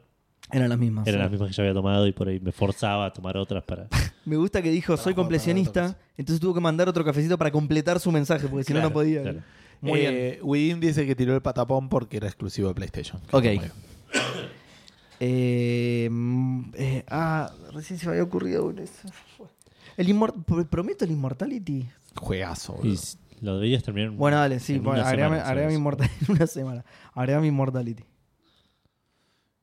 Speaker 3: eran las mismas.
Speaker 1: eran
Speaker 3: Ah, sí.
Speaker 1: las mismas que ya había tomado y por ahí me forzaba a tomar otras para...
Speaker 3: Me gusta que dijo,
Speaker 2: jugar, para
Speaker 3: soy
Speaker 2: otra
Speaker 3: completionista.
Speaker 2: cosa.
Speaker 3: Entonces tuvo que mandar otro cafecito para completar su mensaje, porque si no,
Speaker 1: Claro,
Speaker 3: no podía.
Speaker 1: claro.
Speaker 3: Muy bien.
Speaker 2: Eh, Widin dice que tiró el patapón porque era exclusivo de PlayStation.
Speaker 3: Ok.
Speaker 2: Muy bien.
Speaker 3: Eh, mm, eh, ah, recién se me había ocurrido uno. eso fue. El inmor- pr- prometo el Immortality.
Speaker 2: Juegazo, boludo.
Speaker 1: Y s- lo debías terminar... en-
Speaker 3: Bueno, dale, sí,
Speaker 1: en
Speaker 3: bueno,
Speaker 1: una
Speaker 3: agregame,
Speaker 1: semana,
Speaker 3: agregame
Speaker 1: ¿sabes?
Speaker 3: Immortality en una semana. Agregame Immortality.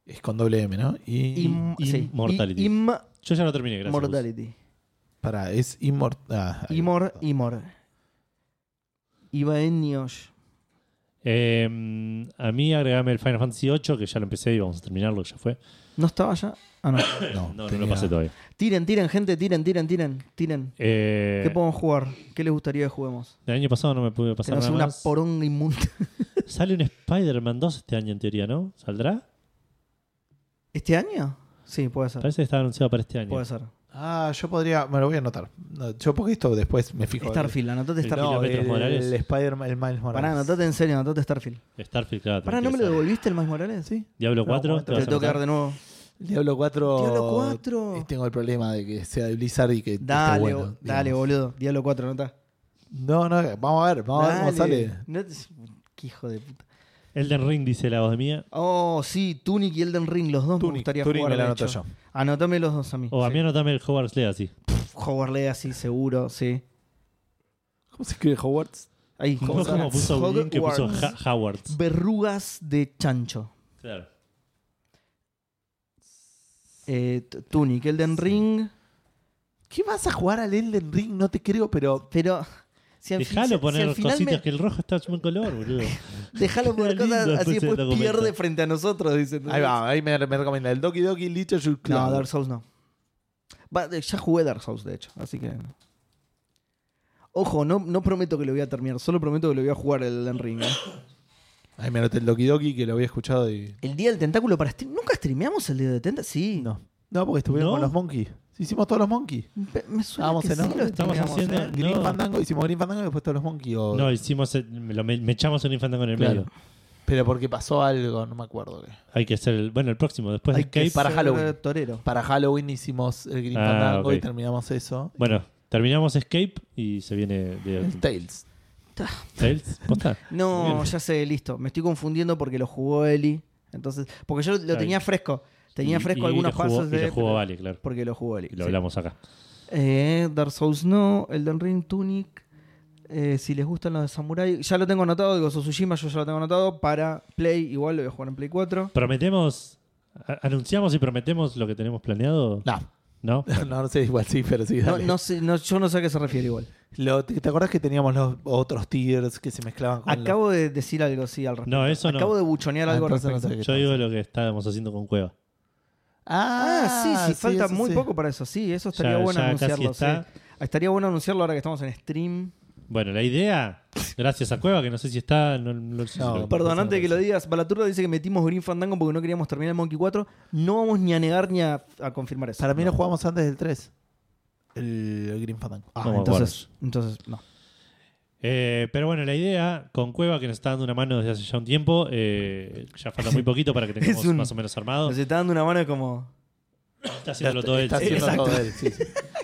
Speaker 2: Es con doble M, ¿no? Y.
Speaker 3: Im- sí, i-
Speaker 1: Immortality.
Speaker 3: Immortality.
Speaker 1: Yo ya lo terminé, gracias.
Speaker 2: para, es inmortal. Ah, ahí
Speaker 3: Imor,
Speaker 2: está.
Speaker 3: Imor. Iba en Niosh.
Speaker 1: Eh, a mí agregame el Final Fantasy VIII, que ya lo empecé y vamos a terminarlo, que ya fue.
Speaker 3: ¿No estaba ya? Ah, no.
Speaker 2: No,
Speaker 1: No, no
Speaker 2: tenía-
Speaker 1: lo pasé todavía.
Speaker 3: Tiren, tiren, gente, tiren, tiren, tiren, tiren.
Speaker 1: Eh,
Speaker 3: ¿Qué podemos jugar? ¿Qué les gustaría que juguemos?
Speaker 1: el año pasado no me pude
Speaker 3: Que
Speaker 1: pasar
Speaker 3: no sea
Speaker 1: nada
Speaker 3: una
Speaker 1: más.
Speaker 3: poronga inmunda.
Speaker 1: Sale un Spider-Man 2 este año en teoría, ¿no? ¿Saldrá?
Speaker 3: ¿Este año? Sí, puede ser.
Speaker 1: Parece que está anunciado para este año.
Speaker 3: Ah. Puede ser.
Speaker 2: Ah, yo podría. Me lo voy a anotar. No, Yo, porque esto después me fijo.
Speaker 3: Starfield, anotate
Speaker 1: El
Speaker 2: No,
Speaker 3: Starfield.
Speaker 1: Starfield.
Speaker 2: el,
Speaker 1: Kilómetros Morales.
Speaker 2: el Spider-Man, el Miles Morales.
Speaker 3: Pará, anotate en serio, anotate Starfield.
Speaker 1: Starfield, claro. te
Speaker 3: Pará, ¿no me lo
Speaker 1: interesa.
Speaker 3: devolviste el más Morales?
Speaker 2: Sí.
Speaker 1: Diablo
Speaker 2: No,
Speaker 1: 4.
Speaker 2: momento,
Speaker 1: vas
Speaker 3: Te
Speaker 1: a
Speaker 3: lo tengo que
Speaker 1: anotar?
Speaker 3: dar de nuevo.
Speaker 2: El Diablo 4.
Speaker 3: Diablo 4.
Speaker 2: Tengo el problema de que sea de Blizzard y que. esté
Speaker 3: Dale,
Speaker 2: este bueno,
Speaker 3: bo-
Speaker 2: digamos.
Speaker 3: dale, boludo. Diablo 4, anotá.
Speaker 2: No, no, vamos a ver. Vamos a ver Ah, cómo
Speaker 3: Dale.
Speaker 2: sale.
Speaker 3: No te- Qué hijo de puta.
Speaker 1: Elden Ring dice la voz mía.
Speaker 3: Oh, sí, Tunic y Elden Ring, los dos me gustaría
Speaker 2: Tunic
Speaker 3: jugar.
Speaker 2: me lo
Speaker 3: de
Speaker 2: anoto
Speaker 3: hecho.
Speaker 2: yo.
Speaker 3: Anotame los dos a mí.
Speaker 1: O a mí anotame el Hogwarts Legacy.
Speaker 3: Pff, Hogwarts Legacy, seguro, sí.
Speaker 2: ¿Cómo se escribe Hogwarts?
Speaker 3: Ahí,
Speaker 1: No como puso Blin, que puso
Speaker 3: Hogwarts.
Speaker 1: Ha- Hogwarts.
Speaker 3: Verrugas de chancho.
Speaker 1: Claro.
Speaker 3: eh, T- Tunic, Elden Ring.
Speaker 2: ¿Qué vas a jugar al Elden Ring? No te creo, pero.
Speaker 3: Pero. Si al fin- si- si
Speaker 1: Dejalo
Speaker 3: al
Speaker 1: poner
Speaker 3: final
Speaker 1: cositas
Speaker 3: me-
Speaker 1: que el rojo está en color, boludo.
Speaker 3: Dejalo poner
Speaker 1: Lindo,
Speaker 3: cosas así
Speaker 1: puse el
Speaker 3: después
Speaker 1: documento.
Speaker 3: pierde frente a nosotros, dice.
Speaker 2: Ahí va, ahí me, me recomienda el Doki Doki Little Shoot Club.
Speaker 3: No, Dark Souls no. Va, de- ya jugué Dark Souls, de hecho, así que. Ojo, no, no prometo que lo voy a terminar, solo prometo que lo voy a jugar el Elden Ring. ¿eh?
Speaker 2: Ahí me anoté el Doki Doki que lo había escuchado y.
Speaker 3: El día del tentáculo para stream. ¿Nunca streameamos el día del tentáculo? Sí.
Speaker 2: No. No, porque estuvieron
Speaker 1: ¿No?
Speaker 2: con los Monkeys. Sí, hicimos todos los Monkeys.
Speaker 3: Pe- Me suena
Speaker 2: Estábamos
Speaker 3: que
Speaker 2: en
Speaker 3: sí
Speaker 2: otro.
Speaker 3: lo
Speaker 1: Estamos
Speaker 3: streameamos,
Speaker 1: haciendo-
Speaker 3: ¿eh?
Speaker 2: Green
Speaker 1: No.
Speaker 2: Fandango, hicimos Green Fandango y después todos los Monkeys. o-
Speaker 1: No, hicimos. el- Me, lo- me- me echamos un infante con el
Speaker 2: Claro.
Speaker 1: medio.
Speaker 2: Pero porque pasó algo, no me acuerdo. qué.
Speaker 1: Hay que hacer el. Bueno, el próximo, después
Speaker 2: Hay
Speaker 1: de
Speaker 2: que
Speaker 1: Escape.
Speaker 2: para
Speaker 3: Ser
Speaker 2: Halloween.
Speaker 3: Torero.
Speaker 2: Para Halloween hicimos el Green
Speaker 1: Ah,
Speaker 2: Fandango
Speaker 1: ok.
Speaker 2: y terminamos eso.
Speaker 1: Bueno, terminamos Escape y se viene. de-
Speaker 2: El Tails.
Speaker 1: Tales. ¿Posta?
Speaker 3: No,
Speaker 1: Bien.
Speaker 3: ya sé, listo. Me estoy confundiendo porque lo jugó Eli. Entonces, porque yo lo
Speaker 1: Está
Speaker 3: tenía
Speaker 1: bien.
Speaker 3: fresco. Tenía
Speaker 1: Y-
Speaker 3: fresco
Speaker 1: y
Speaker 3: algunos
Speaker 1: lo jugó-
Speaker 3: pasos
Speaker 1: y
Speaker 3: de.
Speaker 1: lo jugó Vale, claro.
Speaker 3: Porque lo jugó Eli.
Speaker 1: Y lo
Speaker 3: sí.
Speaker 1: hablamos acá.
Speaker 3: Eh, Dark Souls no, Elden Ring, Tunic. eh, si les gustan los de Samurai, ya lo tengo anotado. Digo, Tsushima, yo ya lo tengo anotado. Para Play, igual lo voy a jugar en Play 4.
Speaker 1: Prometemos. a- Anunciamos y prometemos lo que tenemos planeado.
Speaker 2: No,
Speaker 1: ¿No?
Speaker 2: no, no sé, igual sí, pero sí.
Speaker 3: No,
Speaker 2: Dale.
Speaker 3: no sé, no- yo no sé a qué se refiere igual.
Speaker 2: Lo- ¿Te te acordás que teníamos los otros tiers que se mezclaban con
Speaker 3: Acabo de decir algo, sí, al respecto.
Speaker 1: No, eso no.
Speaker 3: Acabo de buchonear
Speaker 2: Ah,
Speaker 3: algo al
Speaker 2: entonces no
Speaker 3: respecto.
Speaker 2: sé qué
Speaker 1: Yo digo lo que estábamos haciendo con Cueva.
Speaker 2: los-
Speaker 3: Ah, sí, sí, falta
Speaker 2: eso
Speaker 3: muy
Speaker 2: sí.
Speaker 3: poco para eso. Sí, eso estaría
Speaker 1: Ya-
Speaker 3: bueno
Speaker 1: ya casi
Speaker 3: anunciarlo. sí.
Speaker 1: está.
Speaker 3: Estaría bueno anunciarlo ahora que estamos en stream.
Speaker 1: Bueno, la idea, gracias a Cueva, que no sé si está. No, no sé si
Speaker 2: No,
Speaker 1: lo-
Speaker 2: Perdón,
Speaker 3: Perdón, antes de que
Speaker 2: sí.
Speaker 3: lo digas, Balaturda dice que metimos Green Fandango porque no queríamos terminar el Monkey 4. No vamos ni a negar ni a, a confirmar eso.
Speaker 2: Para mí
Speaker 3: No.
Speaker 2: lo jugamos antes del 3. El, el Green Fandango.
Speaker 3: Ah,
Speaker 1: No me
Speaker 3: entonces, entonces, no.
Speaker 1: Eh, pero bueno, la idea con Cueva, que nos está dando una mano desde hace ya un tiempo, eh, ya falta muy poquito para que tengamos
Speaker 3: Es un-
Speaker 1: más o menos armado.
Speaker 3: Nos está dando una mano como.
Speaker 1: Está haciéndolo todo él.
Speaker 2: está
Speaker 1: sí.
Speaker 2: haciendo
Speaker 1: Exacto.
Speaker 2: todo él, sí, sí.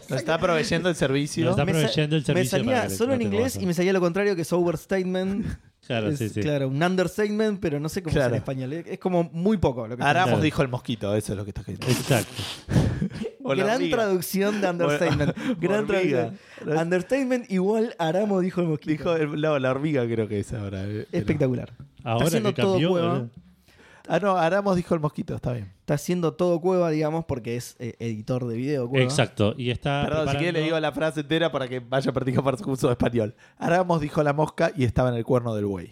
Speaker 2: Nos está proveyendo el servicio.
Speaker 1: Nos está
Speaker 3: Me sa-
Speaker 1: proveyendo el
Speaker 3: Me
Speaker 1: servicio. para
Speaker 3: salía
Speaker 1: que
Speaker 3: solo
Speaker 1: lo
Speaker 3: en
Speaker 1: tengamos
Speaker 3: inglés y me salía lo contrario, que es overstatement.
Speaker 1: Claro,
Speaker 3: Es,
Speaker 1: sí, sí.
Speaker 3: Claro, un understatement, pero no sé cómo es
Speaker 2: Claro.
Speaker 3: en español. Es es como muy poco lo que
Speaker 2: Ahora
Speaker 1: Claro.
Speaker 2: vos dijo el mosquito, eso es lo que está escrito.
Speaker 1: Exacto.
Speaker 2: O la
Speaker 3: Gran
Speaker 2: hormiga.
Speaker 3: traducción de understatement. Gran
Speaker 2: hormiga.
Speaker 3: traducción. Understatement igual Aramo dijo el mosquito.
Speaker 2: Dijo el- no, la hormiga creo que es ahora. eh, pero-
Speaker 3: Espectacular.
Speaker 1: Ahora
Speaker 3: haciendo
Speaker 1: que
Speaker 3: todo
Speaker 1: cambió.
Speaker 3: Cueva.
Speaker 1: boludo.
Speaker 2: Ah, no, Aramos dijo el mosquito, está bien.
Speaker 3: Está haciendo todo cueva, digamos, porque es eh, editor de video. Cueva.
Speaker 1: Exacto. Y
Speaker 3: Ah,
Speaker 1: está.
Speaker 2: Perdón, si
Speaker 1: preparando-
Speaker 2: quieres le digo la frase entera para que vaya a practicar para su curso de español. Aramos dijo la mosca y estaba en el cuerno del buey.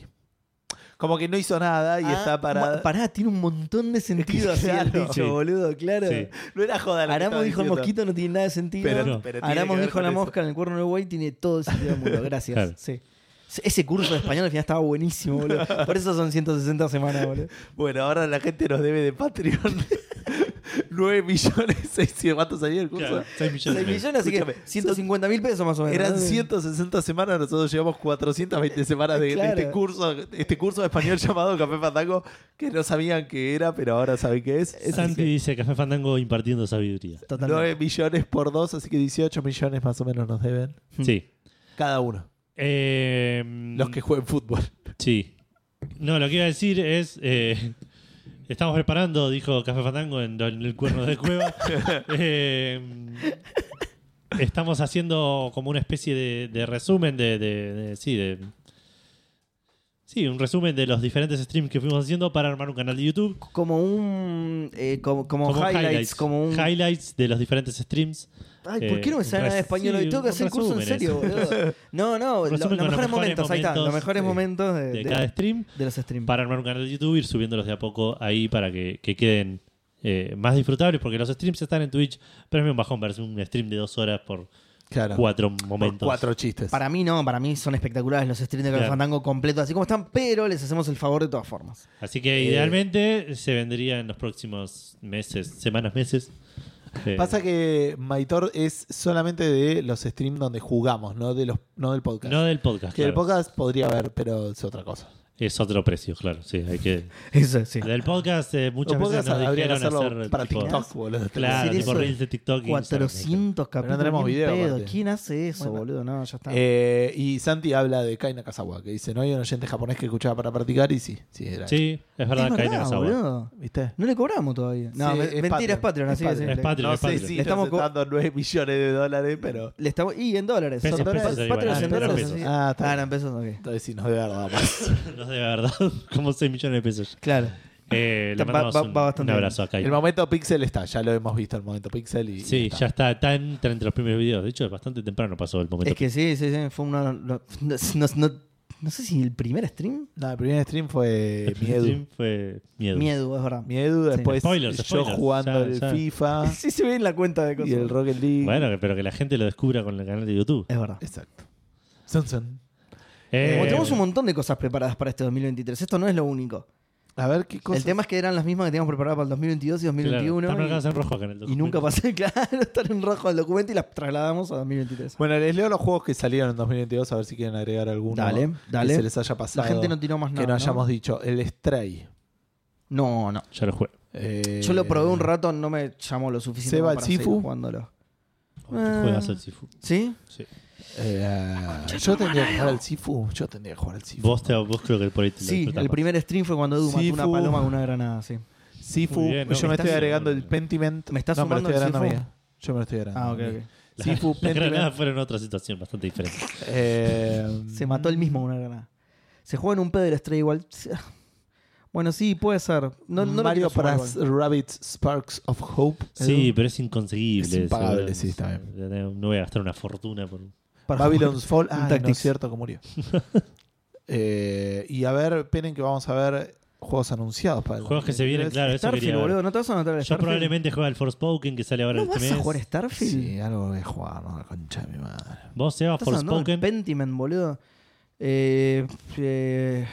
Speaker 2: Como que no hizo nada y
Speaker 3: Ah,
Speaker 2: está
Speaker 3: ma-
Speaker 2: parada.
Speaker 3: Pará, tiene un montón de sentido así el
Speaker 2: Claro.
Speaker 3: dicho,
Speaker 1: Sí.
Speaker 3: boludo, claro.
Speaker 1: Sí.
Speaker 2: No era joda. lo que
Speaker 3: Aramos
Speaker 2: estaba
Speaker 3: dijo el
Speaker 2: diciendo.
Speaker 3: mosquito, no tiene nada de sentido.
Speaker 2: Pero,
Speaker 1: No.
Speaker 2: pero tiene
Speaker 3: Aramos
Speaker 2: que ver
Speaker 3: dijo
Speaker 2: con
Speaker 3: la
Speaker 2: eso.
Speaker 3: mosca en el cuerno del buey, tiene todo el sentido del mundo. Gracias.
Speaker 1: Claro.
Speaker 3: Sí. Se- Ese curso de español al final estaba buenísimo, boludo. Por eso son 160 semanas, boludo.
Speaker 2: Bueno, ahora la gente nos debe de Patreon 9 millones 600. ¿Cuánto salía el curso?
Speaker 1: Claro, seis millones.
Speaker 3: 6 millones, así que
Speaker 2: Escúchame,
Speaker 3: 150 mil pesos más o menos.
Speaker 2: Eran
Speaker 3: ¿no?
Speaker 2: 160 semanas, nosotros llevamos 420 semanas de, de
Speaker 3: Claro.
Speaker 2: este curso, este curso de español llamado Café Fandango, que no sabían qué era, pero ahora saben qué es.
Speaker 1: Santi dice Café Fandango impartiendo sabiduría.
Speaker 3: Totalmente.
Speaker 2: 9 millones por 2, así que 18 millones más o menos nos deben.
Speaker 1: Sí.
Speaker 2: Cada uno.
Speaker 1: Eh,
Speaker 2: Los que jueguen fútbol.
Speaker 1: Sí. No, lo que iba a decir es. eh, estamos preparando, dijo Café Fandango en, en el cuerno de cueva. Eh, estamos haciendo como una especie de, de resumen de, de- de- Sí, de. Sí, un resumen de los diferentes streams que fuimos haciendo para armar un canal de YouTube.
Speaker 3: Como un. eh, como, como highlights, Como un.
Speaker 1: Highlights de los diferentes streams.
Speaker 3: Ay, ¿por
Speaker 1: Eh,
Speaker 3: qué no me
Speaker 1: un
Speaker 3: sale nada de
Speaker 1: res-
Speaker 3: español hoy?
Speaker 1: sí,
Speaker 3: Tengo que
Speaker 1: un
Speaker 3: hacer curso en
Speaker 1: resumen,
Speaker 3: serio, boludo. No, no, lo-
Speaker 1: Resumen
Speaker 3: los
Speaker 1: con
Speaker 3: mejores momentos, ahí está. Los mejores
Speaker 1: momentos
Speaker 3: momentos de,
Speaker 1: de
Speaker 3: de-
Speaker 1: cada stream.
Speaker 3: de los streams.
Speaker 1: para armar un canal de YouTube, ir subiéndolos de a poco ahí para que, que queden eh, más disfrutables, porque los streams están en Twitch, pero es medio un bajón verse un stream de dos horas por
Speaker 2: Claro.
Speaker 1: cuatro
Speaker 2: Por
Speaker 1: momentos.
Speaker 2: Cuatro chistes.
Speaker 3: Para mí no, para mí son espectaculares los streams de Café
Speaker 1: Claro.
Speaker 3: Fandango completos así como están, pero les hacemos el favor de todas formas.
Speaker 1: Así que
Speaker 2: Eh.
Speaker 1: idealmente se vendría en los próximos meses, semanas, meses. Eh,
Speaker 2: Pasa que Maitor es solamente de los streams donde jugamos, no, de los, no del podcast.
Speaker 1: no del podcast,
Speaker 2: que el
Speaker 1: claro.
Speaker 2: podcast podría haber, pero es otra cosa.
Speaker 1: es otro precio, claro. Sí, hay que.
Speaker 3: Eso, sí.
Speaker 1: Del podcast eh, muchas
Speaker 2: Los podcasts
Speaker 1: veces nos
Speaker 2: habría que
Speaker 1: dijeron
Speaker 2: hacerlo
Speaker 1: hacer
Speaker 2: para
Speaker 1: tipo-
Speaker 2: TikTok, boludo.
Speaker 1: Claro,
Speaker 3: Decir
Speaker 1: tipo
Speaker 3: eso.
Speaker 1: reels de TikTok. y Instagram.
Speaker 3: 400
Speaker 2: Pero
Speaker 3: capítulos.
Speaker 2: no tenemos
Speaker 3: ni en
Speaker 2: video,
Speaker 3: pedo.
Speaker 2: aparte.
Speaker 3: ¿Quién hace eso,
Speaker 2: Bueno.
Speaker 3: boludo? No, ya está.
Speaker 2: Eh, y Santi habla de Kai Nakazawa, que dice, no hay un oyente japonés que escuchaba para practicar y sí, sí, era.
Speaker 1: Sí, es
Speaker 3: es
Speaker 1: verdad,
Speaker 3: verdad,
Speaker 1: Kai Nakazawa.
Speaker 3: boludo.
Speaker 2: ¿Viste?
Speaker 3: No le cobramos todavía. No,
Speaker 2: Sí,
Speaker 3: me-
Speaker 2: es
Speaker 3: mentira, es Patreon, así que sí.
Speaker 1: Es Patreon,
Speaker 2: no
Speaker 1: es
Speaker 2: sé
Speaker 1: Patreon.
Speaker 2: si
Speaker 1: Le
Speaker 2: nos
Speaker 3: estamos co-
Speaker 2: están dando 9 millones de dólares, pero...
Speaker 3: Le estamos... Y en dólares.
Speaker 1: Pesos,
Speaker 3: Son dólares.
Speaker 1: pesos, ahí
Speaker 3: Patreon
Speaker 1: van.
Speaker 3: en
Speaker 1: Ah,
Speaker 3: dólares.
Speaker 1: pesos.
Speaker 3: así.
Speaker 2: Ah, está
Speaker 3: Ah,
Speaker 2: bien.
Speaker 3: eran pesos, ok.
Speaker 2: Entonces sí, nos debe dar más.
Speaker 1: No, de verdad, como 6 millones de pesos.
Speaker 3: Claro.
Speaker 1: Eh, le
Speaker 3: Va-
Speaker 1: mandamos
Speaker 3: va-
Speaker 1: un,
Speaker 3: va bastante
Speaker 1: un abrazo a Kai.
Speaker 2: El momento Pixel está, ya lo hemos visto el momento Pixel. Y, y
Speaker 1: Sí,
Speaker 2: está.
Speaker 1: ya está, está en- está entre los primeros videos. De hecho, es bastante temprano pasó el momento.
Speaker 3: Es que sí, sí, sí. Fue una. No, no- no- no- no sé si el primer stream.
Speaker 2: No, el primer stream fue
Speaker 1: El
Speaker 2: Miedu.
Speaker 1: stream fue miedo.
Speaker 3: eh, Miedo, es verdad.
Speaker 2: Miedu, después
Speaker 1: Spoilers,
Speaker 2: yo
Speaker 1: spoilers,
Speaker 2: jugando
Speaker 1: ya,
Speaker 2: el
Speaker 1: ya.
Speaker 2: FIFA
Speaker 3: Sí, se ve en la cuenta de cosas.
Speaker 2: y el Rocket League.
Speaker 1: Bueno, que- pero que la gente lo descubra con el canal de YouTube.
Speaker 3: Es verdad.
Speaker 2: Exacto. Son, son. Eh,
Speaker 3: Eh, Como tenemos un
Speaker 2: bueno.
Speaker 3: montón de cosas preparadas para este 2023. Esto no es lo único.
Speaker 2: A ver qué cosa.
Speaker 3: El tema es que eran las mismas que teníamos preparadas para el 2022 y
Speaker 1: Claro,
Speaker 3: 2021.
Speaker 1: están
Speaker 3: y-
Speaker 1: marcadas en rojo acá en el
Speaker 3: y,
Speaker 1: documento.
Speaker 3: nunca pasé, claro, estar en rojo el documento y las trasladamos a 2023.
Speaker 2: Bueno, les leo los juegos que salieron en 2022, a ver si quieren agregar alguno.
Speaker 3: Dale, dale.
Speaker 2: Que se les haya pasado.
Speaker 3: la gente no tiró más nada.
Speaker 2: Que no hayamos dicho. El Stray.
Speaker 3: No, no.
Speaker 1: Ya lo juego.
Speaker 2: Eh,
Speaker 3: Yo lo probé un rato, no me llamó lo suficiente
Speaker 2: Seba,
Speaker 3: como para
Speaker 2: el Sifu.
Speaker 3: seguir jugándolo. Ah.
Speaker 1: Juegas al Sifu.
Speaker 3: ¿Sí?
Speaker 1: Sí.
Speaker 2: eh, yo tendría que jugar al Sifu. Yo tendría que jugar al Sifu.
Speaker 1: Vos, te, vos creo que por ahí te lo
Speaker 3: Sí,
Speaker 1: disfrutás
Speaker 3: el
Speaker 1: más.
Speaker 3: primer stream fue cuando Edu mató una
Speaker 2: Sifu.
Speaker 3: paloma con una granada, sí.
Speaker 2: Sifu.
Speaker 1: Muy bien, ¿no?
Speaker 2: Yo me
Speaker 1: Estás-
Speaker 2: estoy agregando el Pentiment.
Speaker 3: ¿Me estás
Speaker 2: no, me lo
Speaker 3: sumando
Speaker 2: estoy
Speaker 3: el
Speaker 2: agregando a
Speaker 3: Sifu?
Speaker 2: mí. Yo me lo estoy agregando.
Speaker 3: Ah, ok,
Speaker 2: a mí.
Speaker 3: ok.
Speaker 1: La-
Speaker 2: Sifu,
Speaker 1: Las granadas
Speaker 2: Pentiment.
Speaker 1: fueron otra situación bastante diferente.
Speaker 2: eh,
Speaker 3: Se mató él mismo con una granada. Se juega en un pedo del estrella igual. Bueno, sí, puede ser. No, no lo
Speaker 2: Mario
Speaker 3: quiero sumar
Speaker 2: para
Speaker 3: igual.
Speaker 2: Rabbits Sparks of Hope.
Speaker 1: Sí,
Speaker 2: Edu.
Speaker 1: pero es inconseguible.
Speaker 2: Es
Speaker 1: eso,
Speaker 2: impagable,
Speaker 1: ¿verdad?
Speaker 2: sí, está bien.
Speaker 1: No voy a gastar una fortuna por...
Speaker 3: Para
Speaker 2: Babylon's Fall.
Speaker 3: un
Speaker 2: Ah, no es
Speaker 3: Tactics.
Speaker 2: cierto que murió. Eh, y a ver, esperen que vamos a ver juegos anunciados para el
Speaker 1: Juegos que se vienen,
Speaker 2: 2023.
Speaker 1: claro, eso
Speaker 3: Starfield,
Speaker 1: quería ver.
Speaker 3: boludo. ¿No te vas a anotar el
Speaker 1: Yo
Speaker 3: Starfield?
Speaker 1: probablemente juegue al Forspoken que sale ahora
Speaker 3: ¿No
Speaker 1: este
Speaker 3: vas
Speaker 1: mes.
Speaker 3: a jugar Starfield?
Speaker 2: Sí, algo voy a jugar, no, la concha de mi madre.
Speaker 1: Vos, Seba,
Speaker 3: Estás andando en
Speaker 1: Forspoken.
Speaker 3: Pentiment, boludo. Eh, eh,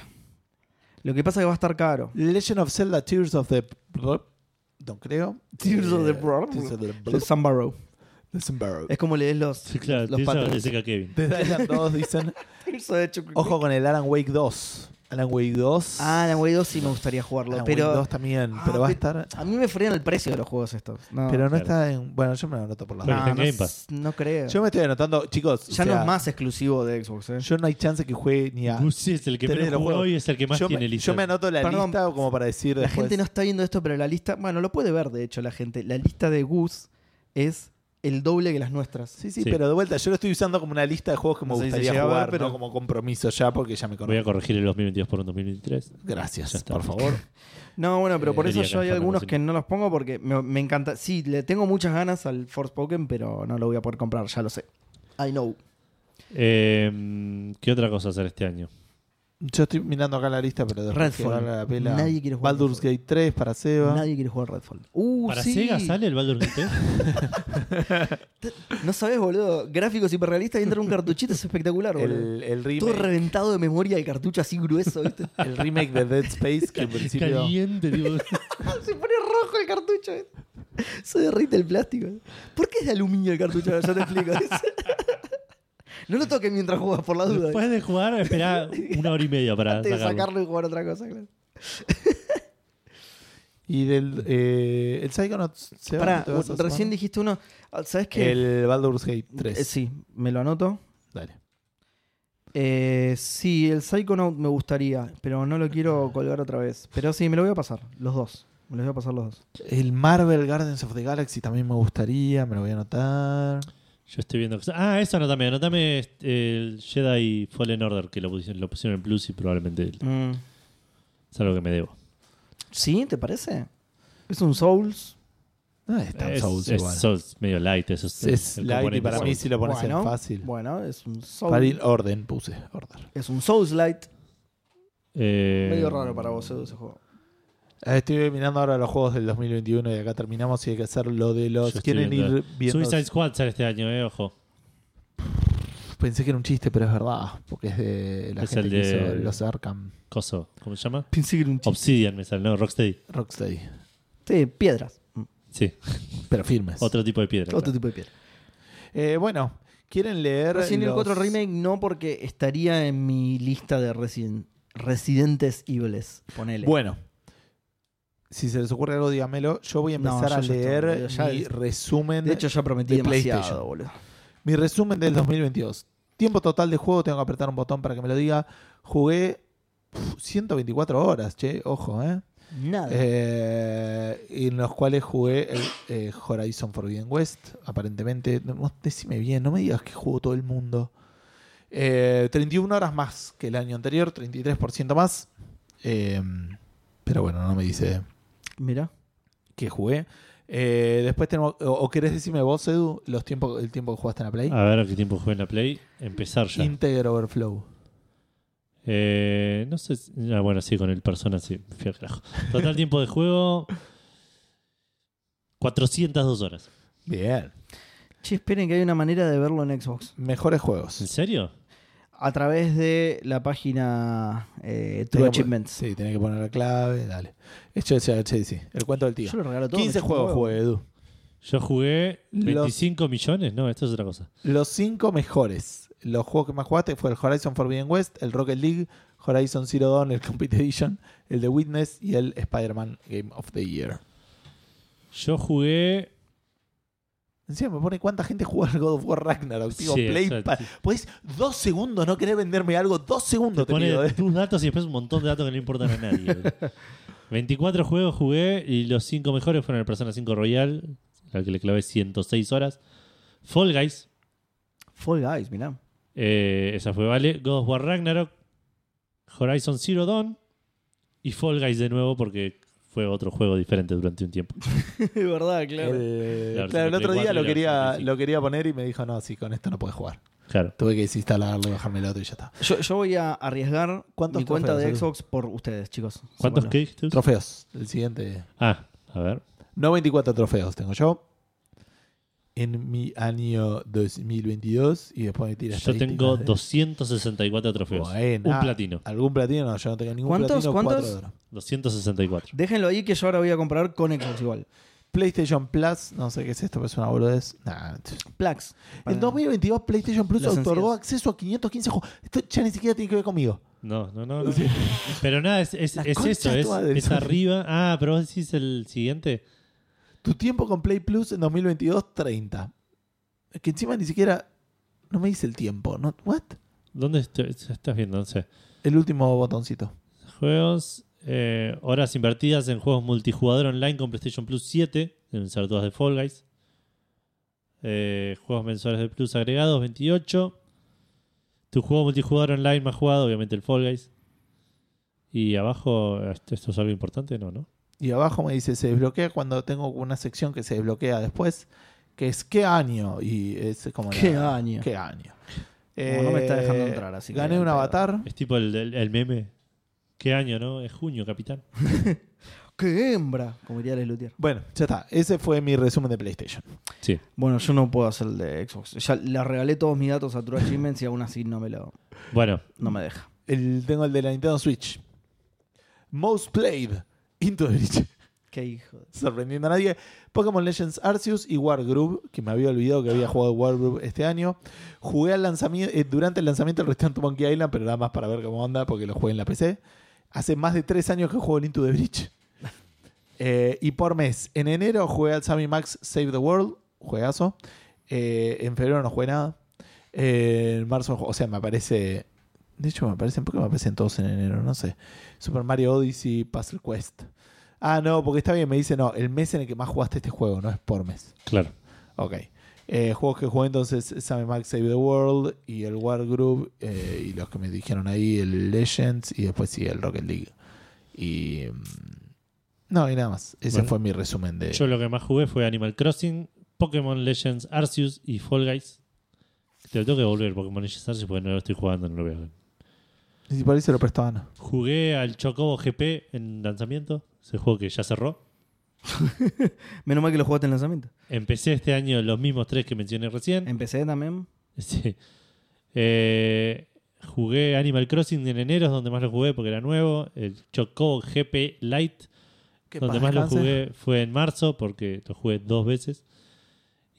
Speaker 3: lo que pasa es que va a estar caro.
Speaker 2: Legend of Zelda Tears of the... No creo.
Speaker 3: Tears of the
Speaker 2: Eh,
Speaker 3: Blood.
Speaker 2: Tears of the
Speaker 3: El
Speaker 2: Blood.
Speaker 3: Sunbarrow.
Speaker 2: Listen, Barrow.
Speaker 3: Es como lees los,
Speaker 1: Sí, claro,
Speaker 3: los
Speaker 1: te hizo- te
Speaker 3: patrones.
Speaker 1: seca Kevin.
Speaker 2: Desde Island 2 dicen...
Speaker 3: Eso de hecho-
Speaker 2: Ojo con el Alan Wake 2. Alan Wake 2.
Speaker 3: Ah, la Way 2 sí me gustaría jugarlo.
Speaker 2: Alan
Speaker 3: pero
Speaker 2: Wake 2 también,
Speaker 3: Ah,
Speaker 2: pero va a
Speaker 3: pe-
Speaker 2: estar...
Speaker 3: a mí me frenan el precio de los juegos estos. No,
Speaker 2: Pero no
Speaker 1: claro.
Speaker 2: está en... Bueno, yo me lo anoto por la
Speaker 1: Pero
Speaker 3: no,
Speaker 1: está en
Speaker 3: no
Speaker 1: Game
Speaker 3: s-
Speaker 1: Pass.
Speaker 3: no creo.
Speaker 2: Yo me estoy anotando, chicos. o
Speaker 3: ya no
Speaker 2: sea,
Speaker 3: es más exclusivo de Xbox. ¿eh?
Speaker 2: Yo no hay chance que jugue ni a.
Speaker 1: Guzzi es el que
Speaker 2: Tres de
Speaker 1: menos
Speaker 2: los
Speaker 1: jugó
Speaker 2: juegos.
Speaker 1: y es el que más
Speaker 2: yo,
Speaker 1: tiene
Speaker 2: me,
Speaker 1: lista.
Speaker 2: yo me anoto la
Speaker 3: Perdón.
Speaker 2: lista como para decir
Speaker 3: la
Speaker 2: después.
Speaker 3: gente no está viendo esto, pero la lista. Bueno, lo puede ver de hecho la gente. La lista de Goose es el doble que las nuestras.
Speaker 2: Sí, sí,
Speaker 1: Sí.
Speaker 2: pero de vuelta, yo lo estoy usando como una lista de juegos que me
Speaker 3: No sé si se
Speaker 2: gustaría
Speaker 3: llega a ver,
Speaker 2: jugar,
Speaker 3: pero-
Speaker 2: no como compromiso ya, porque ya me
Speaker 1: Voy a
Speaker 2: conozco.
Speaker 1: corregir el 2022 por un 2023.
Speaker 2: Gracias,
Speaker 1: Ya está.
Speaker 2: por favor.
Speaker 3: No, bueno, pero por
Speaker 1: Eh,
Speaker 3: eso
Speaker 1: diría
Speaker 3: yo
Speaker 1: que
Speaker 3: hay
Speaker 1: falta
Speaker 3: algunos
Speaker 1: cocina.
Speaker 3: que no los pongo porque me, me encanta. Sí, le tengo muchas ganas al Forspoken, pero no lo voy a poder comprar, ya lo sé. I know.
Speaker 1: Eh, ¿Qué otra cosa hacer este año?
Speaker 2: Yo estoy mirando acá la lista, pero después
Speaker 3: Redfall.
Speaker 2: que valga la pela.
Speaker 3: Nadie quiere jugar
Speaker 2: Baldur's
Speaker 3: Redfall.
Speaker 2: Gate 3 para Seba.
Speaker 3: Nadie quiere jugar Redfall. Uh,
Speaker 1: ¿Para
Speaker 3: sí.
Speaker 1: Sega sale el Baldur's Gate?
Speaker 3: No sabes, boludo. Gráficos hiperrealistas y entra un cartuchito, es espectacular, boludo.
Speaker 2: El, el
Speaker 3: Todo
Speaker 2: remake,
Speaker 3: reventado de memoria el cartucho así grueso, ¿viste?
Speaker 2: el remake de Dead Space, que en principio.
Speaker 1: Caliente, tipo.
Speaker 3: Se pone rojo el cartucho. ¿viste? Se derrite el plástico. ¿Por qué es de aluminio el cartucho? Ahora Yo te explico. ¿viste? No lo toques mientras juegas, por la duda.
Speaker 1: Después de jugar, esperá una hora y media para
Speaker 3: Antes de
Speaker 1: sacarlo.
Speaker 3: sacarlo y jugar otra cosa, claro.
Speaker 2: Y del. Eh, el Psychonauts. Seba,
Speaker 3: Pará,
Speaker 2: ¿no te vas a
Speaker 3: recién
Speaker 2: sumar?
Speaker 3: dijiste uno. Ah, ¿Sabes qué?
Speaker 2: El Baldur's Gate 3.
Speaker 3: Eh, sí, me lo anoto.
Speaker 2: Dale.
Speaker 3: Eh, sí, el Psychonaut me gustaría, pero no lo quiero colgar otra vez. Pero sí, me lo voy a pasar, los dos. Me los voy a pasar los dos.
Speaker 2: El Marvel Gardens of the Galaxy también me gustaría, me lo voy a anotar.
Speaker 1: Yo estoy viendo. que- Ah, eso anotame. Anotame este, el Jedi Fallen Order, que lo pusieron, lo pusieron en Plus y probablemente
Speaker 3: Mm.
Speaker 1: es algo que me debo.
Speaker 3: ¿Sí? ¿Te parece? Es un Souls.
Speaker 2: No Ah, es tan
Speaker 1: Es,
Speaker 2: Souls
Speaker 1: es
Speaker 2: igual.
Speaker 1: Souls medio light. Eso es,
Speaker 2: es
Speaker 1: el
Speaker 2: light y
Speaker 1: componente
Speaker 2: para mí
Speaker 1: Souls.
Speaker 2: si lo pones
Speaker 3: Bueno,
Speaker 2: en fácil.
Speaker 3: Bueno, es un Souls.
Speaker 2: Para ir orden puse, order.
Speaker 3: Es un Souls Light.
Speaker 1: Eh,
Speaker 3: Medio raro para vos, Edu, ese juego.
Speaker 2: Eh, Estoy mirando ahora los juegos del 2021 y acá terminamos y hay que hacer lo de los...
Speaker 1: Yo estoy
Speaker 2: Quieren
Speaker 1: viendo-
Speaker 2: ir viendo...
Speaker 1: Suicide Squad sale este año, eh, ojo.
Speaker 2: Pensé que era un chiste, pero es verdad, porque es de la
Speaker 1: Es
Speaker 2: gente
Speaker 1: el
Speaker 2: que hizo
Speaker 1: de-
Speaker 2: los Arkham
Speaker 1: Coso, ¿cómo se llama?
Speaker 3: Pensé que era un
Speaker 1: Obsidian me sale, ¿no? Rocksteady.
Speaker 2: Rocksteady,
Speaker 3: Sí, piedras. Mm,
Speaker 1: Sí,
Speaker 2: pero firmes.
Speaker 1: otro tipo de piedra.
Speaker 3: Otro
Speaker 1: claro.
Speaker 3: tipo de piedras.
Speaker 2: Eh, bueno, ¿quieren leer
Speaker 3: Resident
Speaker 2: los-
Speaker 3: Evil 4 Remake no, porque estaría en mi lista de Resident, Residentes Eviles. Ponele.
Speaker 2: Bueno, si se les ocurre algo, dígamelo. Yo voy a
Speaker 3: No,
Speaker 2: empezar
Speaker 3: yo
Speaker 2: a
Speaker 3: ya estoy, boludo,
Speaker 2: leer
Speaker 3: ya
Speaker 2: mi
Speaker 3: es-
Speaker 2: resumen
Speaker 3: de hecho, ya
Speaker 2: de
Speaker 3: prometí demasiado,
Speaker 2: PlayStation.
Speaker 3: boludo.
Speaker 2: Mi resumen del 2022. Tiempo total de juego, tengo que apretar un botón para que me lo diga. Jugué uf, 124 horas, che, ojo, ¿eh?
Speaker 3: Nada.
Speaker 2: Eh, en los cuales jugué el, eh, Horizon Forbidden West, aparentemente. No, vos decime bien, no me digas que jugó todo el mundo. Eh, 31 horas más que el año anterior, 33% más. Eh, Pero bueno, no me dice
Speaker 3: Mira.
Speaker 2: que jugué. Eh, después tenemos. O, o querés decirme vos, Edu, los tiempos, el tiempo que jugaste en la Play?
Speaker 1: A ver a qué tiempo juega en la Play. Empezar ya.
Speaker 2: Integer Overflow.
Speaker 1: Eh, no sé. si- ah, bueno, sí, con el Persona, sí. Fui al carajo. Total tiempo de juego: 402 horas.
Speaker 2: Bien.
Speaker 3: Che, esperen que hay una manera de verlo en Xbox.
Speaker 2: Mejores
Speaker 1: ¿En
Speaker 2: juegos.
Speaker 1: serio?
Speaker 3: A través de la página eh,
Speaker 2: Tenés
Speaker 3: True
Speaker 2: que-
Speaker 3: Achievements.
Speaker 2: Sí, tenés que poner la clave, dale. Esto es sí, sí. El cuento del tío.
Speaker 3: Yo lo regalo todo.
Speaker 2: 15
Speaker 3: me chupa
Speaker 2: juegos
Speaker 3: un huevo.
Speaker 2: jugué, Edu.
Speaker 1: Yo jugué
Speaker 2: Los-
Speaker 1: 25 millones. No, esto es otra cosa.
Speaker 2: Los 5 mejores. Los juegos que más jugaste fue el Horizon Forbidden West, el Rocket League, Horizon Zero Dawn, el Complete Edition, el The Witness y el Spider-Man Game of the Year.
Speaker 1: Yo jugué.
Speaker 2: Encima me pone cuánta gente juega al God of War Ragnarok. Digo,
Speaker 1: Sí,
Speaker 2: Play
Speaker 1: exacto.
Speaker 2: pa- Podés dos segundos, no querés venderme algo. Dos segundos
Speaker 1: Te
Speaker 2: te,
Speaker 1: pone
Speaker 2: pido, eh.
Speaker 1: tus datos y después un montón de datos que no importan a nadie. boludo. 24 juegos jugué y los 5 mejores fueron el Persona 5 Royal, al que le clavé 106 horas. Fall Guys,
Speaker 3: Fall Guys, mirá.
Speaker 1: eh, esa fue vale. God of War Ragnarok, Horizon Zero Dawn y Fall Guys de nuevo porque fue otro juego diferente durante un tiempo.
Speaker 3: Es verdad,
Speaker 2: Eh, El-
Speaker 1: Claro,
Speaker 2: claro, el
Speaker 1: 74
Speaker 2: otro día lo
Speaker 1: y la
Speaker 2: quería,
Speaker 1: 75.
Speaker 2: lo quería poner y me dijo, no, sí, con esto no puedes jugar.
Speaker 1: Claro.
Speaker 2: Tuve que desinstalarlo, bajarme el otro y ya está.
Speaker 3: Yo, yo voy a arriesgar
Speaker 2: ¿Cuántos
Speaker 3: mi cuenta
Speaker 2: trofeos,
Speaker 3: de
Speaker 2: Edu?
Speaker 3: Xbox por ustedes, chicos.
Speaker 1: ¿Cuántos
Speaker 3: Bueno.
Speaker 1: qué dijiste?
Speaker 2: Trofeos. El siguiente.
Speaker 1: Ah, a ver.
Speaker 2: 94 trofeos tengo yo. En mi año 2022. Y después me tiras
Speaker 1: Yo tengo 264 trofeos. Un platino.
Speaker 2: ¿Algún platino? No, yo no tengo ningún
Speaker 3: ¿Cuántos?
Speaker 2: platino.
Speaker 3: ¿Cuántos?
Speaker 2: cuatro de oro.
Speaker 1: 264.
Speaker 3: Déjenlo ahí que yo ahora voy a comprar con Xbox igual.
Speaker 2: PlayStation Plus. No sé qué es esto, pero es una boludez. Nah, t-
Speaker 3: Plax.
Speaker 2: En 2022 PlayStation Plus
Speaker 3: Los
Speaker 2: otorgó
Speaker 3: sencillos.
Speaker 2: acceso a 515 juegos. Esto ya ni siquiera tiene que ver conmigo.
Speaker 1: No, no, no. no. Pero nada, es, es,
Speaker 2: La
Speaker 1: es
Speaker 2: concha
Speaker 1: eso,
Speaker 2: de
Speaker 1: es,
Speaker 2: tu madre.
Speaker 1: es arriba. Ah, pero vos decís el siguiente.
Speaker 2: Tu tiempo con Play Plus en 2022, 30. Es Que encima ni siquiera... No me dice el tiempo. ¿no? ¿What?
Speaker 1: ¿Dónde est- estás viendo? No sé.
Speaker 2: El último botoncito.
Speaker 1: Juegos, eh, horas invertidas en juegos multijugador online con PlayStation Plus 7, deben ser todas de Fall Guys. Eh, juegos mensuales de Plus agregados, 28. Tu juego multijugador online más jugado, obviamente el Fall Guys. Y abajo, ¿esto esto es algo importante? No, ¿no?
Speaker 2: Y abajo me dice, se desbloquea cuando tengo una sección que se desbloquea después, que es qué año. Y es como... la-
Speaker 3: ¿Qué año?
Speaker 2: ¿Qué año? Eh,
Speaker 3: Como no me está dejando entrar, así que
Speaker 2: Gané
Speaker 3: ya
Speaker 2: un
Speaker 3: entero.
Speaker 2: avatar.
Speaker 1: Es tipo el, el- el meme. ¿Qué año, no? Es junio, capitán.
Speaker 3: ¡Qué hembra! Como diría Les Luthier.
Speaker 2: Bueno, ya está. Ese fue mi resumen de PlayStation.
Speaker 1: Sí.
Speaker 3: Bueno, yo no puedo hacer el de Xbox. Ya le regalé todos mis datos a True Achievements y aún así no me lo
Speaker 1: Bueno,
Speaker 3: no me deja.
Speaker 2: El, tengo el de la Nintendo Switch. Most played. Into the Breach.
Speaker 3: Qué hijo. de-
Speaker 2: Sorprendiendo a nadie. Pokémon Legends Arceus y Wargroove, que me había olvidado que había jugado Wargroove este año. Jugué al lanzamiento, eh, durante el lanzamiento del Return to Monkey Island, pero nada más para ver cómo anda, porque lo jugué en la PC. Hace más de tres años que juego el Into the Breach. Eh, y por mes, en enero jugué al Sammy Max Save the World, juegazo. Eh, en febrero no jugué nada. Eh, en marzo, no jugué- o sea, me aparece. De hecho, me aparecen, ¿por qué me aparecen todos en enero? No sé. Super Mario Odyssey, Puzzle Quest. Ah, no, porque está bien, me dice, no, el mes en el que más jugaste este juego, no es por mes.
Speaker 1: claro.
Speaker 2: Ok. Eh, juegos que jugué entonces, Sammy Max Save the World y el War Group eh, y los que me dijeron ahí, el Legends y después sí, el Rocket League. Y... mm, No, y nada más. Ese
Speaker 1: Bueno.
Speaker 2: fue mi resumen de...
Speaker 1: Yo lo que más jugué fue Animal Crossing, Pokémon Legends Arceus y Fall Guys. Te lo tengo que volver Pokémon Legends Arceus porque no lo estoy jugando, no lo veo.
Speaker 2: Y si por ahí se lo prestó a Ana.
Speaker 1: Jugué al Chocobo GP en lanzamiento, ese juego que ya cerró.
Speaker 3: Menos mal que lo jugaste en lanzamiento.
Speaker 1: Empecé este año los mismos tres que mencioné recién.
Speaker 3: Empecé también.
Speaker 1: Sí. Eh, jugué Animal Crossing en enero, es donde más lo jugué porque era nuevo. El Chocobo GP Lite,
Speaker 2: Que
Speaker 1: donde
Speaker 2: paz
Speaker 1: más lo
Speaker 2: descanse.
Speaker 1: jugué fue en marzo porque lo jugué dos veces.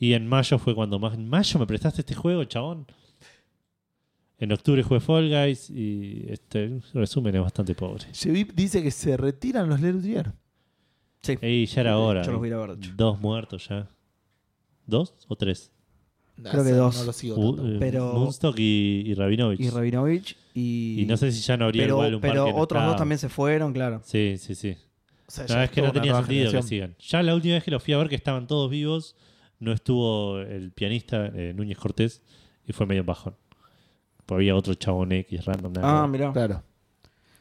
Speaker 1: Y en mayo fue cuando más. En mayo me prestaste este juego, chabón. En octubre jugué Fall Guys y este resumen es bastante pobre.
Speaker 2: Shevip dice que se retiran los Lerutier.
Speaker 3: Sí.
Speaker 1: Y ya era
Speaker 3: Yo
Speaker 1: hora.
Speaker 3: los voy a ir a ver, de hecho.
Speaker 1: Dos muertos ya. ¿Dos o tres?
Speaker 3: Creo que dos.
Speaker 2: No lo sigo
Speaker 1: Uh,
Speaker 2: tanto.
Speaker 1: eh,
Speaker 3: Pero-
Speaker 1: Moonstock y, y Rabinovich.
Speaker 3: Y Rabinovich y.
Speaker 1: Y no sé si ya no habría
Speaker 3: pero,
Speaker 1: igual un par
Speaker 3: pero
Speaker 1: que no
Speaker 3: otros
Speaker 1: estaba.
Speaker 3: dos también se fueron, claro.
Speaker 1: Sí, sí, sí.
Speaker 2: O sea,
Speaker 1: La
Speaker 2: ya
Speaker 1: verdad es que
Speaker 2: tuvo
Speaker 1: no
Speaker 2: una
Speaker 1: tenía
Speaker 2: nueva
Speaker 1: sentido que
Speaker 2: generación.
Speaker 1: sigan. Ya la última vez que los fui a ver que estaban todos vivos, no estuvo el pianista eh, Núñez Cortés y fue medio bajón. Pues había otro chabón X random. nada que
Speaker 3: Ah,
Speaker 1: ver.
Speaker 3: mirá.
Speaker 2: Claro.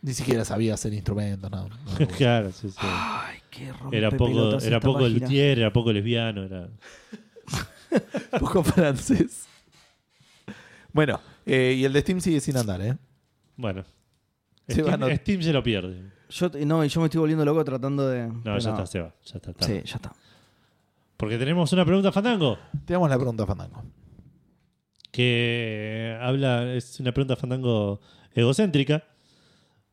Speaker 2: Ni siquiera sabía hacer instrumentos, no. no.
Speaker 1: claro, sí, sí.
Speaker 3: Ay, qué
Speaker 1: Era poco,
Speaker 3: rompepelotas
Speaker 1: era
Speaker 3: Ah, esta
Speaker 1: poco
Speaker 3: página.
Speaker 1: luthier, era poco lesbiano, era.
Speaker 2: poco francés. Bueno, eh, y el de Steam sigue sin andar, ¿eh?
Speaker 1: Bueno.
Speaker 2: Se
Speaker 1: Steam,
Speaker 2: van a-
Speaker 1: Steam se lo pierde.
Speaker 3: Yo, t- no, y yo me estoy volviendo loco tratando de.
Speaker 1: No, ya está, se va. Ya está, está.
Speaker 3: Sí, ya está.
Speaker 1: Porque tenemos una pregunta, Fandango.
Speaker 2: Tenemos la pregunta, Fandango.
Speaker 1: que habla, es una pregunta fandango egocéntrica,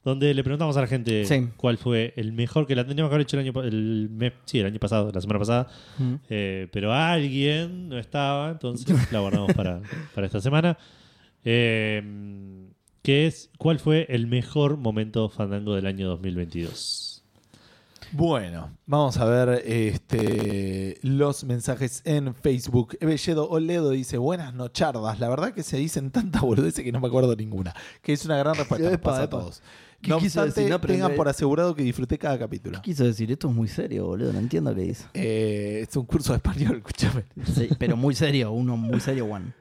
Speaker 1: donde le preguntamos a la gente
Speaker 3: Sí.
Speaker 1: cuál fue el mejor que la teníamos que haber hecho el año, pa- el mes, sí, el año pasado, la semana pasada,
Speaker 3: Mm.
Speaker 1: eh, pero alguien no estaba, entonces la guardamos para, para esta semana. Eh, que es cuál fue el mejor momento fandango del año 2022.
Speaker 2: Bueno, vamos a ver este, los mensajes en Facebook. Ebelledo Oledo dice, buenas nochardas. La verdad que se dicen tantas boludeces que no me acuerdo ninguna. Que es una gran respuesta. nos
Speaker 3: Epa,
Speaker 2: pasa a
Speaker 3: epa.
Speaker 2: todos.
Speaker 3: ¿Qué
Speaker 2: No
Speaker 3: quiso
Speaker 2: obstante,
Speaker 3: decir? No, pero
Speaker 2: tengan
Speaker 3: en
Speaker 2: por
Speaker 3: realidad-
Speaker 2: asegurado que disfruté cada capítulo.
Speaker 3: ¿Qué quiso decir? Esto es muy serio, boludo. No entiendo qué dice.
Speaker 2: Eh, es un curso de español, escúchame.
Speaker 3: Sí, pero muy serio, uno muy serio, Juan.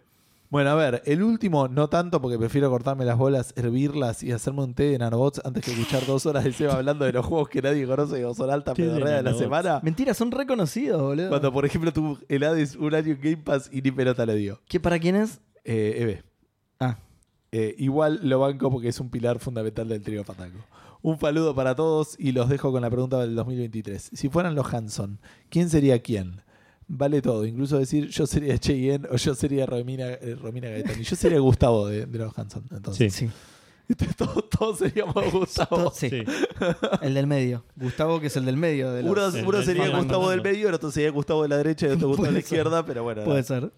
Speaker 2: Bueno, a ver, el último, no tanto porque prefiero cortarme las bolas, hervirlas y hacerme un té de nanobots antes que escuchar dos horas de Seba hablando de los juegos que nadie conoce o son alta
Speaker 1: Té de
Speaker 2: pedorrea de la
Speaker 1: nanobots.
Speaker 2: semana.
Speaker 3: Mentira, son reconocidos, boludo.
Speaker 2: Ah. Cuando, por ejemplo, tuvo el Hades un año en Game Pass y ni pelota le dio.
Speaker 3: ¿Qué para quién es?
Speaker 2: Eh, Eve.
Speaker 3: Ah.
Speaker 2: Eh, igual lo banco porque es un pilar fundamental del trío Pataco. Un saludo para todos y los dejo con la pregunta del 2023. Si fueran los Hanson, ¿quién sería quién? Vale todo, incluso decir yo sería Cheyenne o yo sería Romina, eh, Romina Gaetani. Yo sería Gustavo de, de los Hanson. Entonces,
Speaker 1: Sí.
Speaker 2: todos, todos seríamos
Speaker 3: Todo-
Speaker 2: Gustavo.
Speaker 3: sí, el del medio. Gustavo, que es el del medio. De los-
Speaker 2: Uno,
Speaker 1: Sí,
Speaker 2: uno
Speaker 1: del
Speaker 2: sería
Speaker 1: Fandango.
Speaker 2: Gustavo del medio, el otro sería Gustavo de la derecha y otro Gustavo de la
Speaker 3: Puede ser.
Speaker 2: izquierda, pero bueno.
Speaker 3: Puede
Speaker 2: nada.
Speaker 3: ser.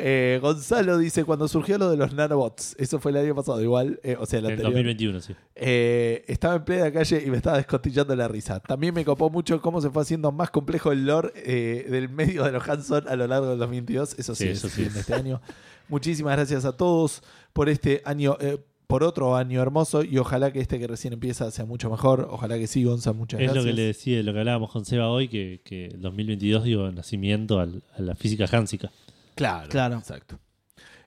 Speaker 2: Eh, Gonzalo dice, cuando surgió lo de los nanobots, eso fue el año pasado, igual, eh, o sea, el
Speaker 1: En
Speaker 2: anterior.
Speaker 1: 2021, sí.
Speaker 2: Eh, estaba en plena calle y me estaba descostillando la risa. También me copó mucho cómo se fue haciendo más complejo el lore eh, del medio de los Hanson a lo largo del 2022. Eso sí,
Speaker 1: Sí,
Speaker 2: eso
Speaker 1: eso
Speaker 2: sí.
Speaker 1: sí.
Speaker 2: en este año. Muchísimas gracias a todos por este año, eh, por otro año hermoso y ojalá que este que recién empieza sea mucho mejor. Ojalá que sí, Gonza, muchas
Speaker 1: Es
Speaker 2: gracias.
Speaker 1: lo que le decía, lo que hablábamos con Seba hoy, que, que el 2022 dio nacimiento al- a la física hansica.
Speaker 2: Claro,
Speaker 3: Claro.
Speaker 2: exacto.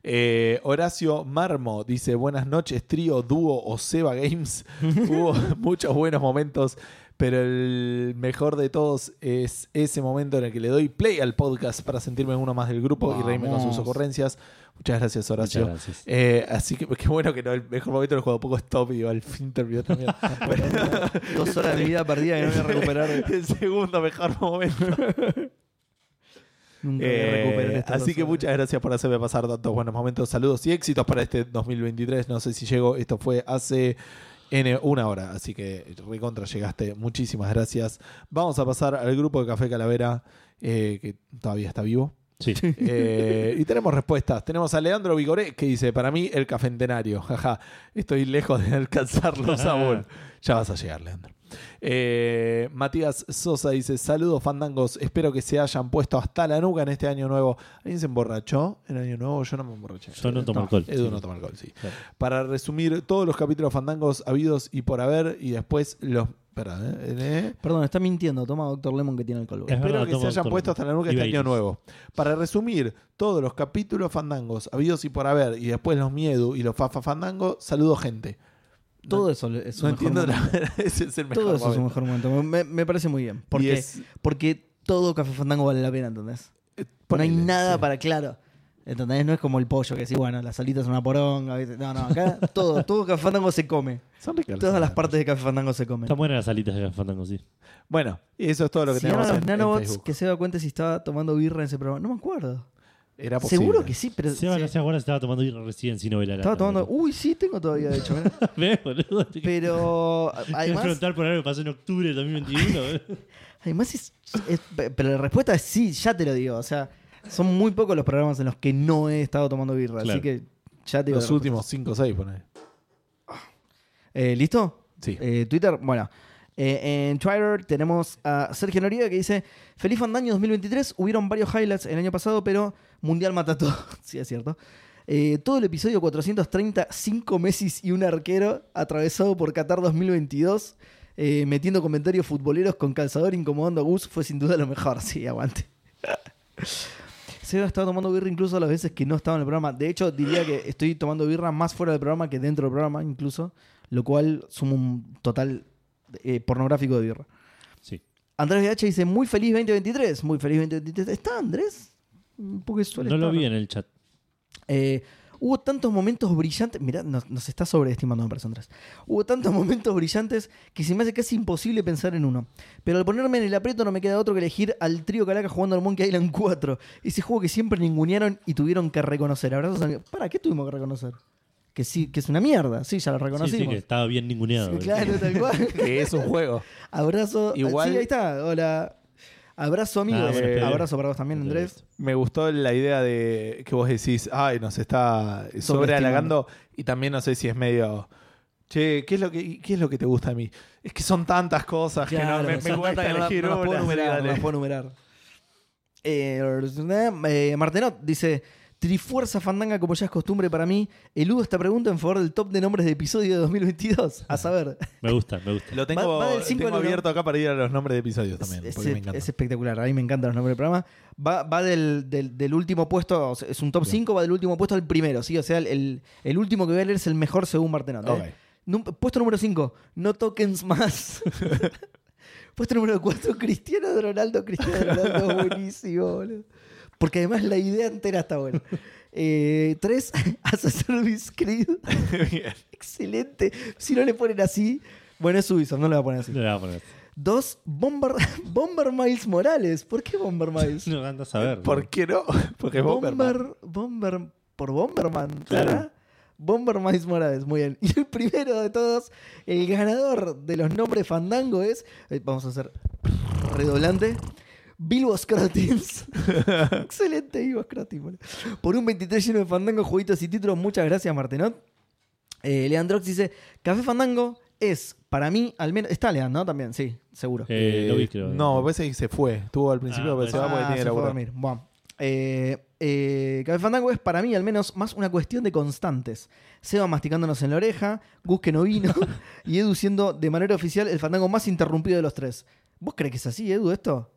Speaker 2: Eh, Horacio Marmo dice: Buenas noches, trío, dúo o Seba Games. Hubo muchos buenos momentos, pero el mejor de todos es ese momento en el que le doy play al podcast para sentirme uno más del grupo y reírme con sus
Speaker 3: Vamos.
Speaker 2: ocurrencias. Muchas gracias, Horacio.
Speaker 1: Muchas gracias.
Speaker 2: Eh, así que qué bueno que no, el mejor momento del juego poco es top y al fin terminó también.
Speaker 3: Dos horas de vida perdida que no voy a recuperar.
Speaker 2: el segundo mejor momento.
Speaker 3: Nunca voy a
Speaker 2: Eh,
Speaker 3: recuperar estas
Speaker 2: así
Speaker 3: dos
Speaker 2: que
Speaker 3: horas.
Speaker 2: muchas gracias por hacerme pasar tantos buenos momentos. Saludos y éxitos para este 2023. No sé si llego, esto fue hace N una hora, así que recontra llegaste. Muchísimas gracias. Vamos a pasar al grupo de Café Calavera, eh, que todavía está vivo.
Speaker 1: Sí.
Speaker 2: Eh, y tenemos respuestas. Tenemos a Leandro Vigoré que dice: Para mí, el cafentenario. Jaja, estoy lejos de
Speaker 1: Ah.
Speaker 2: alcanzarlos aún. Ya vas a llegar, Leandro. Eh, Matías Sosa dice: Saludos, fandangos. Espero que se hayan puesto hasta la nuca en este año nuevo. ¿Alguien se emborrachó en el año nuevo? Yo no me emborraché.
Speaker 1: Yo no tomo alcohol.
Speaker 2: Edu
Speaker 1: Sí.
Speaker 2: no toma alcohol, sí.
Speaker 1: Claro.
Speaker 2: Para resumir todos los capítulos fandangos habidos y por haber, y después los. Espera, eh, eh.
Speaker 3: Perdón, está mintiendo. Toma Doctor Lemon que tiene alcohol. boludo.
Speaker 1: Es
Speaker 2: Espero
Speaker 1: verdad,
Speaker 2: que
Speaker 1: tomo
Speaker 2: se hayan
Speaker 1: Doctor
Speaker 2: puesto hasta la nuca este
Speaker 1: Iberis.
Speaker 2: año nuevo. Para resumir, todos los capítulos fandangos habidos y por haber, y después los miedu y los fafa fandango, saludo gente.
Speaker 3: Todo eso es su
Speaker 2: No
Speaker 3: mejor
Speaker 2: entiendo
Speaker 3: momento.
Speaker 2: la Ese es el mejor
Speaker 3: Todo eso es su
Speaker 2: momento.
Speaker 3: mejor momento. Me, me- me parece muy bien. Porque,
Speaker 2: Y es-
Speaker 3: porque todo Café Fandango vale la pena, ¿entendés?
Speaker 2: eh,
Speaker 3: no hay
Speaker 2: ponele,
Speaker 3: nada
Speaker 2: sí.
Speaker 3: para claro. ¿Entendés? No es como el pollo que sí, bueno, las salitas son una poronga. ¿viste? No, no, acá todo, todo Café Fandango se come.
Speaker 2: Son ricas
Speaker 3: Todas las
Speaker 2: nanas.
Speaker 3: partes de Café Fandango se comen.
Speaker 1: Están buenas las salitas de Fandango, sí.
Speaker 2: Bueno, y eso es todo lo que
Speaker 3: Si eran
Speaker 2: tenemos en,
Speaker 3: los
Speaker 2: en
Speaker 3: nanobots
Speaker 2: Facebook.
Speaker 3: que se da cuenta si estaba tomando birra en ese programa. No me acuerdo.
Speaker 2: Era posible.
Speaker 3: Seguro que sí, pero.
Speaker 1: Seba,
Speaker 3: sí.
Speaker 1: no se acuerda, estaba tomando birra recién sin novela.
Speaker 3: Estaba tomando. Uy, sí, tengo todavía, de hecho. mirá.
Speaker 1: Ve, boludo. Te quiero
Speaker 3: Pero. Además,
Speaker 1: preguntar por algo que pasó en octubre de 2021. boludo.
Speaker 3: además es, es- Pero la respuesta es sí, ya te lo digo. O sea, son muy pocos los programas en los que no he estado tomando birra. Así
Speaker 1: Claro.
Speaker 3: que ya te digo.
Speaker 2: Los
Speaker 3: la
Speaker 2: últimos 5 o 6, poner.
Speaker 3: respuesta. Eh, ¿Listo?
Speaker 2: Sí.
Speaker 3: Eh, Twitter, bueno. Eh, en Twitter tenemos a Sergio Noriega que dice: Feliz Fandaño 2023. Hubieron varios highlights el año pasado, pero Mundial mata todo. sí, es cierto. Eh, todo el episodio 430, 5 Messi y un arquero atravesado por Qatar 2022, eh, metiendo comentarios futboleros con calzador incomodando a Gus, fue sin duda lo mejor. Sí, aguante. Seba estaba tomando birra incluso las veces que no estaba en el programa. De hecho, diría que estoy tomando birra más fuera del programa que dentro del programa, incluso. lo cual suma un total eh, pornográfico de birra.
Speaker 1: Sí.
Speaker 3: Andrés VH dice, muy feliz 2023, muy feliz 2023. ¿Está Andrés? Porque suele
Speaker 1: No lo
Speaker 3: estar.
Speaker 1: vi en el chat.
Speaker 3: Eh, hubo tantos momentos brillantes. Mirá, nos, nos está sobreestimando, me parece, Andrés. Hubo tantos momentos brillantes que se me hace casi imposible pensar en uno. Pero al ponerme en el aprieto no me queda otro que elegir al trío Calaca jugando al Monkey Island 4. Ese juego que siempre ningunearon y tuvieron que reconocer. Abrazos amigos. ¿Para qué tuvimos que reconocer? Que sí, que es una mierda. Sí, ya lo
Speaker 1: Sí, sí,
Speaker 3: reconocimos.
Speaker 1: que estaba bien ninguneado.
Speaker 3: Sí, claro, tal cual.
Speaker 2: Que es un juego.
Speaker 3: Abrazo.
Speaker 2: Igual-
Speaker 3: Sí, ahí está. Hola. Abrazo, amigos.
Speaker 1: Ah, bueno,
Speaker 2: Eh,
Speaker 3: Abrazo para vos también,
Speaker 1: No te
Speaker 3: Andrés.
Speaker 2: Me gustó la idea de que vos decís, ay, nos está sobrehalagando. Y también no sé si es medio. Che, ¿qué es lo que, qué es lo que te gusta a mí? Es que son tantas cosas
Speaker 3: Claro,
Speaker 2: que no me, me
Speaker 3: son
Speaker 2: cuesta
Speaker 3: tantas que no la-
Speaker 2: elegir
Speaker 3: no las puedo
Speaker 2: una.
Speaker 3: numerar, no
Speaker 2: Dale.
Speaker 3: las puedo numerar. Eh, eh, Martenot dice: Trifuerza Fandanga, como ya es costumbre para mí, eludo esta pregunta en favor del top de nombres de episodio de 2022. A saber,
Speaker 1: Me gusta, me gusta.
Speaker 2: Lo tengo,
Speaker 3: Va- va del cinco
Speaker 2: tengo
Speaker 3: al uno.
Speaker 2: abierto acá para ir a los nombres de episodios también.
Speaker 3: es,
Speaker 2: porque
Speaker 3: es-
Speaker 2: me encanta.
Speaker 3: es espectacular. A mí me encantan los nombres del programa. Va, va del, del- del último puesto, o sea, es un top 5, va del último puesto al primero, ¿sí? O sea, el- el, el último que voy a leer es el mejor según Martenot. ¿eh?
Speaker 2: Ok.
Speaker 3: Num- puesto número 5, no tokens más. puesto número 4, Cristiano Ronaldo. Cristiano Ronaldo, buenísimo, boludo. Porque además la idea entera está buena. 3, Service Creed.
Speaker 2: Bien.
Speaker 3: Excelente. Si no le ponen así, bueno, es Ubisoft, no le va a poner así.
Speaker 1: No le voy a poner.
Speaker 3: 2, Bomber, Bomber Miles Morales. ¿Por qué Bomber Miles?
Speaker 1: No andas a
Speaker 3: Eh,
Speaker 1: ver.
Speaker 2: ¿Por qué no? Porque es Bomberman.
Speaker 3: Bomber, Bomber, por Bomberman,
Speaker 1: Claro.
Speaker 3: ¿verdad? Bomber Miles Morales, muy bien. Y el primero de todos, el ganador de los nombres Fandango es, eh, vamos a hacer redoblante, Bilbo Scrotins. Excelente Bilbo Scrotins, boludo. Por un 23 lleno de Fandango, jueguitos y títulos, muchas gracias Martenot. Eh, Leandrox dice, Café Fandango es, para mí, al menos, está Leandro ¿no? También, sí, seguro.
Speaker 1: Eh, lo vi, creo.
Speaker 2: No, me parece que se fue. Estuvo al principio,
Speaker 1: Ah,
Speaker 2: pero se
Speaker 1: puede
Speaker 2: va porque
Speaker 3: Ah,
Speaker 2: tiene que
Speaker 3: se fue a
Speaker 2: laburar.
Speaker 3: dormir. Buah. Eh, eh, Café Fandango es para mí al menos más una cuestión de constantes. Seba masticándonos en la oreja, Gus que no vino y Edu siendo de manera oficial el fandango más interrumpido de los tres. ¿Vos crees que es así, Edu, esto?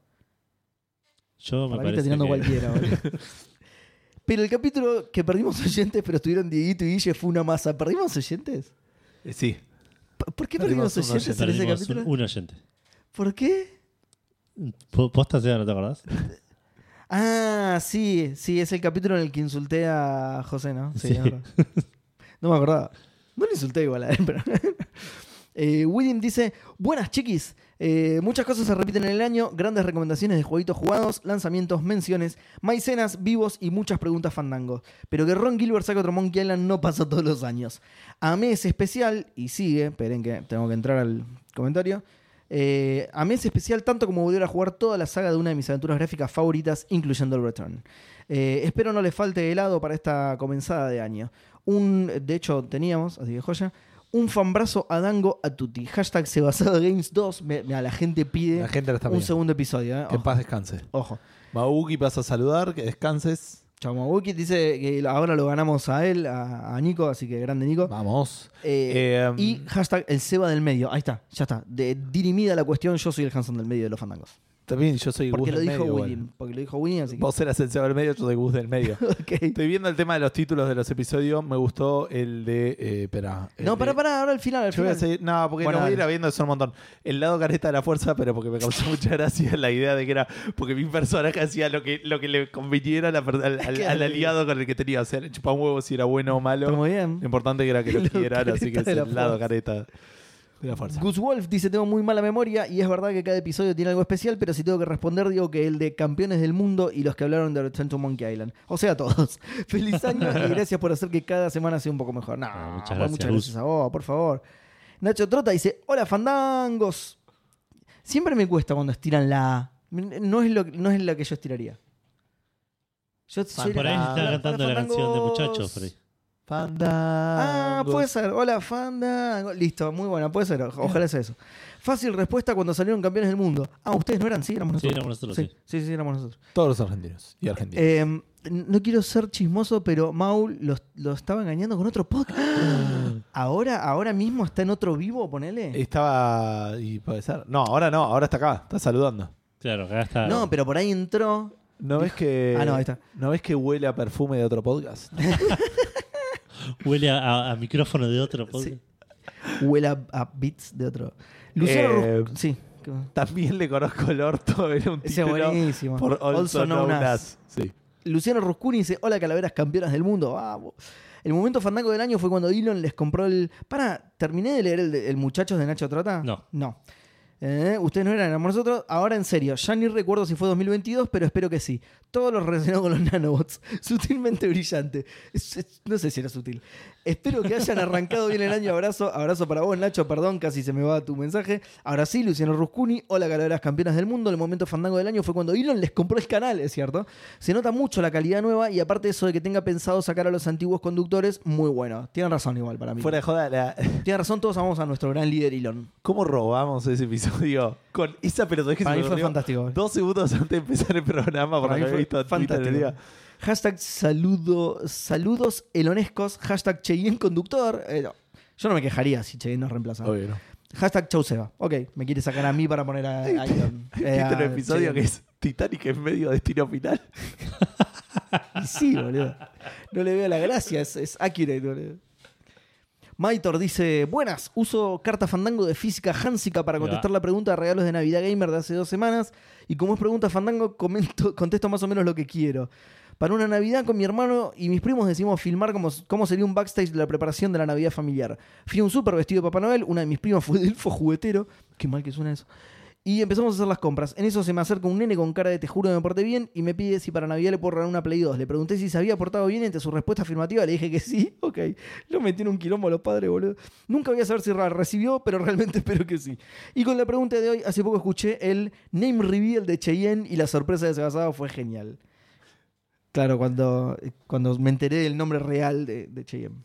Speaker 1: Yo me
Speaker 3: Para mí
Speaker 1: parece
Speaker 3: está tirando
Speaker 1: que-
Speaker 3: cualquiera. boludo. Pero el capítulo que perdimos oyentes, pero estuvieron Dieguito y Guille, fue una masa. ¿Perdimos oyentes?
Speaker 2: Eh, Sí.
Speaker 3: ¿P- ¿Por qué
Speaker 2: Perdimos
Speaker 3: perdimos
Speaker 2: un
Speaker 3: oyentes en ese
Speaker 1: Perdimos un,
Speaker 3: capítulo?
Speaker 1: un oyente.
Speaker 3: ¿Por qué?
Speaker 1: Po- Posta sea, ¿no te acordás?
Speaker 3: Ah, sí, sí, es el capítulo en el que insulté a José, ¿no? Sí,
Speaker 1: Sí.
Speaker 3: ahora. No me acordaba. No le insulté igual a él, pero. Eh, William dice: Buenas chiquis. Eh, muchas cosas se repiten en el año, grandes recomendaciones de jueguitos jugados, lanzamientos, menciones, maicenas, vivos y muchas preguntas fandango. Pero que Ron Gilbert saque otro Monkey Island no pasa todos los años. Amé ese especial y sigue, esperen que tengo que entrar al comentario. Eh, amé ese especial tanto como volver a jugar toda la saga de una de mis aventuras gráficas favoritas, incluyendo el Return. Eh, espero no le falte helado para esta comenzada de año. Un, de hecho, teníamos, así que joya, un fanbrazo a Dango a Tutti. Hashtag Sebasado Games 2. Me- me- a la gente pide
Speaker 2: La gente la está
Speaker 3: un
Speaker 2: mirando.
Speaker 3: segundo episodio. eh.
Speaker 2: Que en
Speaker 3: Ojo.
Speaker 2: paz descanse.
Speaker 3: ojo.
Speaker 2: Mauki, vas a saludar, que descanses.
Speaker 3: Chamabuki dice que ahora lo ganamos a él, a, a Nico, así que grande Nico.
Speaker 2: Vamos.
Speaker 3: Eh,
Speaker 2: Eh,
Speaker 3: y hashtag el Seba del medio. Ahí está, ya está. De- dirimida la cuestión, yo soy el Hanson del medio de los fandangos.
Speaker 2: También yo soy
Speaker 3: Porque
Speaker 2: Gus
Speaker 3: lo
Speaker 2: del
Speaker 3: dijo
Speaker 2: medio, igual.
Speaker 3: William. Porque lo dijo William, así que.
Speaker 2: Vos eras el Seba del medio, yo soy Gus del medio.
Speaker 3: Ok.
Speaker 2: Estoy viendo el tema de los títulos de los episodios. Me gustó el de. Eh, espera. el
Speaker 3: No,
Speaker 2: de-
Speaker 3: pará, pará, ahora al final. Al
Speaker 2: Yo voy a
Speaker 3: final.
Speaker 2: seguir. No, porque
Speaker 3: Bueno,
Speaker 2: lo voy a ir
Speaker 3: dale.
Speaker 2: viendo, son un montón. El lado careta de la fuerza, pero porque me causó mucha gracia la idea de que era. Porque mi personaje hacía lo que, lo que le conviniera a la per- al, al- al aliado con el que tenía. O sea, le chupaba un huevo si era bueno o malo.
Speaker 3: Pero muy bien.
Speaker 2: Lo importante que era que lo
Speaker 3: El lado
Speaker 2: quieran, así que es
Speaker 3: careta
Speaker 2: el
Speaker 3: de la
Speaker 2: lado
Speaker 3: fuerza.
Speaker 2: careta de la fuerza.
Speaker 3: Gus Wolf dice: Tengo muy mala memoria y es verdad que cada episodio tiene algo especial, pero si tengo que responder, digo que el de Campeones del Mundo y los que hablaron de Return to Monkey Island. O sea, todos. Feliz año y gracias por hacer que cada semana sea un poco mejor. No,
Speaker 1: Ah, muchas
Speaker 3: muchas
Speaker 1: gracias,
Speaker 3: gracias,
Speaker 1: Gus.
Speaker 3: a vos, por favor. Nacho Trota dice: Hola, fandangos. Siempre me cuesta cuando estiran la A. No es lo, no es la que yo estiraría. Yo soy
Speaker 1: Por ahí
Speaker 2: Ah,
Speaker 1: está
Speaker 2: hola,
Speaker 1: cantando la canción de
Speaker 3: fandangos.
Speaker 1: muchachos. por ahí.
Speaker 2: Panda.
Speaker 3: Ah, puede ser. Hola, Fandango. Listo, muy buena, puede ser. Ojalá sea eso. Fácil respuesta cuando salieron campeones del mundo. Ah, ustedes no eran, sí, éramos
Speaker 1: Sí,
Speaker 3: nosotros.
Speaker 1: éramos nosotros, sí.
Speaker 3: Sí, sí, sí, éramos nosotros.
Speaker 2: Todos los argentinos y argentinas.
Speaker 3: Eh, no quiero ser chismoso, pero Maul lo, lo estaba engañando con otro podcast. Ahora, ahora mismo está en otro vivo, ponele.
Speaker 2: Estaba. Y puede ser. No, ahora no, ahora está acá, está saludando.
Speaker 1: Claro, acá está.
Speaker 3: No, pero por ahí entró.
Speaker 2: ¿No ves que.
Speaker 3: Ah, no, ahí está.
Speaker 2: ¿No ves que huele a perfume de otro podcast?
Speaker 1: Huele a, a- a micrófono de otro.
Speaker 3: Sí. huele a, a beats de otro. Luciano
Speaker 2: Eh,
Speaker 3: Rus- Sí. ¿qué más?
Speaker 2: También le conozco el orto, era un
Speaker 3: Ese
Speaker 2: título
Speaker 3: buenísimo.
Speaker 2: por Also, Known As. Sí.
Speaker 3: Luciano Ruscuni dice, hola calaveras campeonas del mundo. Vamos. El momento fandango del año fue cuando Elon les compró el... Para, ¿terminé de leer el, de- el Muchachos de Nacho Trata?
Speaker 1: No.
Speaker 3: No. Eh, Ustedes no eran amor nosotros. Ahora en serio, ya ni recuerdo si fue 2022, pero espero que sí. Todo lo relacionado con los nanobots. Sutilmente brillante. Es- es- no sé si era sutil. Espero que hayan arrancado bien el año. Abrazo, abrazo para vos, Nacho. Perdón, casi se me va tu mensaje. Ahora sí, Luciano Ruscuni. Hola, calaveras campeonas del mundo. El momento fandango del año fue cuando Elon les compró el canal, es cierto. Se nota mucho la calidad nueva y aparte eso de que tenga pensado sacar a los antiguos conductores, muy bueno. Tienen razón igual para mí.
Speaker 2: Fuera de joda, la-
Speaker 3: Tienen razón, todos amamos a nuestro gran líder Elon.
Speaker 2: ¿cómo robamos ese episodio? Con esa pelotudez que
Speaker 3: Para
Speaker 2: se
Speaker 3: mí
Speaker 2: me
Speaker 3: fue
Speaker 2: ocurrió
Speaker 3: fantástico.
Speaker 2: Dos segundos antes de empezar el programa, por lo
Speaker 3: Para mí
Speaker 2: que había
Speaker 3: fue
Speaker 2: visto en Twitter el
Speaker 3: fantástico.
Speaker 2: día.
Speaker 3: Hashtag saludo, saludos elonescos, hashtag Cheyenne conductor. Eh, no. Yo no me quejaría si Cheyenne nos reemplazaba.
Speaker 2: Obvio, ¿no?
Speaker 3: Hashtag Chauseba. Ok, me quiere sacar a mí para poner a, a Elon. Eh,
Speaker 2: Título
Speaker 3: a
Speaker 2: del Este episodio
Speaker 3: Cheyenne.
Speaker 2: que es Titanic en medio destino final.
Speaker 3: Y sí, boludo. No le veo la gracia, es, es accurate, boludo. Maitor dice, buenas, uso carta fandango de física hansica para
Speaker 1: Ahí va.
Speaker 3: contestar la pregunta de regalos de Navidad Gamer de hace dos semanas y como es pregunta fandango, comento- contesto más o menos lo que quiero. Para una Navidad con mi hermano y mis primos decimos filmar cómo, cómo sería un backstage de la preparación de la Navidad familiar. Fui a un súper vestido de Papá Noel, una de mis primas fue de elfo juguetero, qué mal que suena eso, y empezamos a hacer las compras. En eso se me acerca un nene con cara de te juro que me porté bien y me pide si para Navidad le puedo regalar una Play 2. Le pregunté si se había portado bien y entre su respuesta afirmativa le dije que sí. Ok, lo metí en un quilombo a los padres, boludo. Nunca voy a saber si ra- recibió, pero realmente espero que sí. Y con la pregunta de hoy, hace poco escuché el name reveal de Cheyenne y la sorpresa de Sebasado fue genial. Claro, cuando, eh, cuando me enteré del nombre real de, de Cheyenne.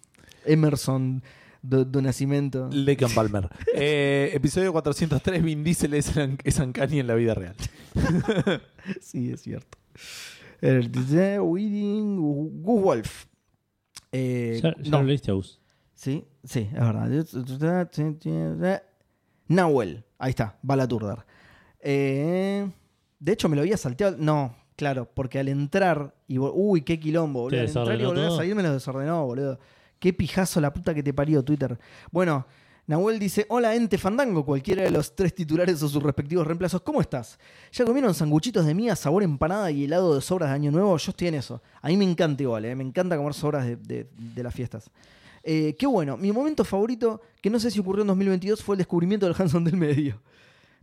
Speaker 3: Emerson do, do Nascimento.
Speaker 2: Lecan Palmer. Eh, episodio 403, Vin Diesel es, An- es Ancani en la vida real.
Speaker 3: Sí, es cierto. El dice Weeding Gu- Wolf. Eh,
Speaker 1: Ya, ya
Speaker 3: no.
Speaker 1: lo leíste, Agus.
Speaker 3: Sí, sí, es verdad. Nahuel. Ahí está, Balaturdar. Eh, de hecho, me lo había salteado. No, claro, porque al entrar. Y, vol- uy, qué quilombo, boludo.
Speaker 1: Te
Speaker 3: Al entrar y
Speaker 1: desordenó
Speaker 3: volver a
Speaker 1: todo.
Speaker 3: salir me lo desordenó, boludo. Qué pijazo la puta que te parió Twitter. Bueno, Nahuel dice: Hola, ente fandango. Cualquiera de los tres titulares o sus respectivos reemplazos, ¿cómo estás? ¿Ya comieron sanguchitos de mía, sabor empanada y helado de sobras de Año Nuevo? Yo estoy en eso. A mí me encanta igual, eh, me encanta comer sobras de- de- de las fiestas. Eh, qué bueno, mi momento favorito, que no sé si ocurrió en 2022, fue el descubrimiento del Hanson del medio.